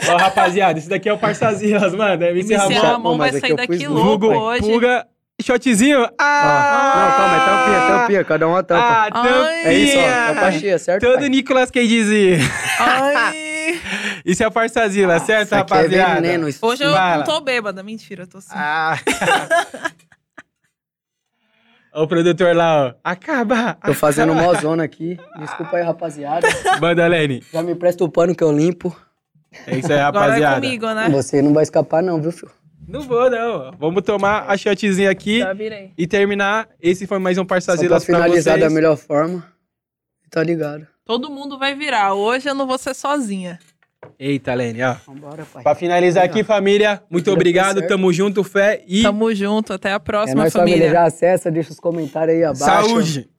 S1: ó, rapaziada, esse daqui é o Parçazilas, mano. É MC
S2: MC Ramon,
S1: Ramon.
S3: Pô, mas
S2: vai
S3: aqui
S2: sair
S3: eu
S2: daqui
S3: pus
S2: louco
S1: Vulgo,
S2: hoje.
S1: Puga, shotzinho. Ah!
S3: Não, calma, é tampinha, tampinha, cada uma tampa.
S1: Ah, tampinha.
S2: Ai.
S3: é isso, ó, tampa cheia, certo?
S1: Todo
S3: pai?
S1: Nicolas quer dizer.
S2: [laughs] Ai, Ah.
S1: Isso é o Parçazila, certo,
S3: Isso aqui é
S1: rapaziada? Ah.
S3: veneno, isso
S2: hoje eu
S1: Vai lá.
S2: não tô bêbada, mentira, eu tô sim.
S1: Ah. [laughs] Ó, o produtor lá, ó. Acaba!
S3: [laughs] Tô fazendo uma zona aqui. Desculpa aí, rapaziada.
S1: Madalene,
S3: Já me presta o pano que eu limpo.
S1: é isso aí,
S2: Agora é
S1: rapaziada.
S2: comigo, né?
S3: Você não vai escapar não, viu, filho?
S1: não vou, não. Vamos tomar a shotzinha aqui
S3: Tá
S2: Já virei.
S1: e terminar. Esse foi mais um
S3: Só
S1: Parçazilas
S3: pra
S1: pra vocês.
S3: finalizar da melhor forma. Tá ligado.
S2: Todo mundo vai virar. Hoje eu não vou ser sozinha.
S1: Eita, Lene,
S3: Tá
S1: ó.
S3: Vambora, pai.
S1: Pra finalizar aqui, família, muito
S3: Filha, tá
S1: obrigado.
S3: certo.
S1: Tamo junto, fé e
S2: Tamo junto. Até a
S3: É
S2: próxima,
S3: nóis, família.
S2: família.
S3: Já acessa, deixa os comentários aí abaixo.
S1: saúde.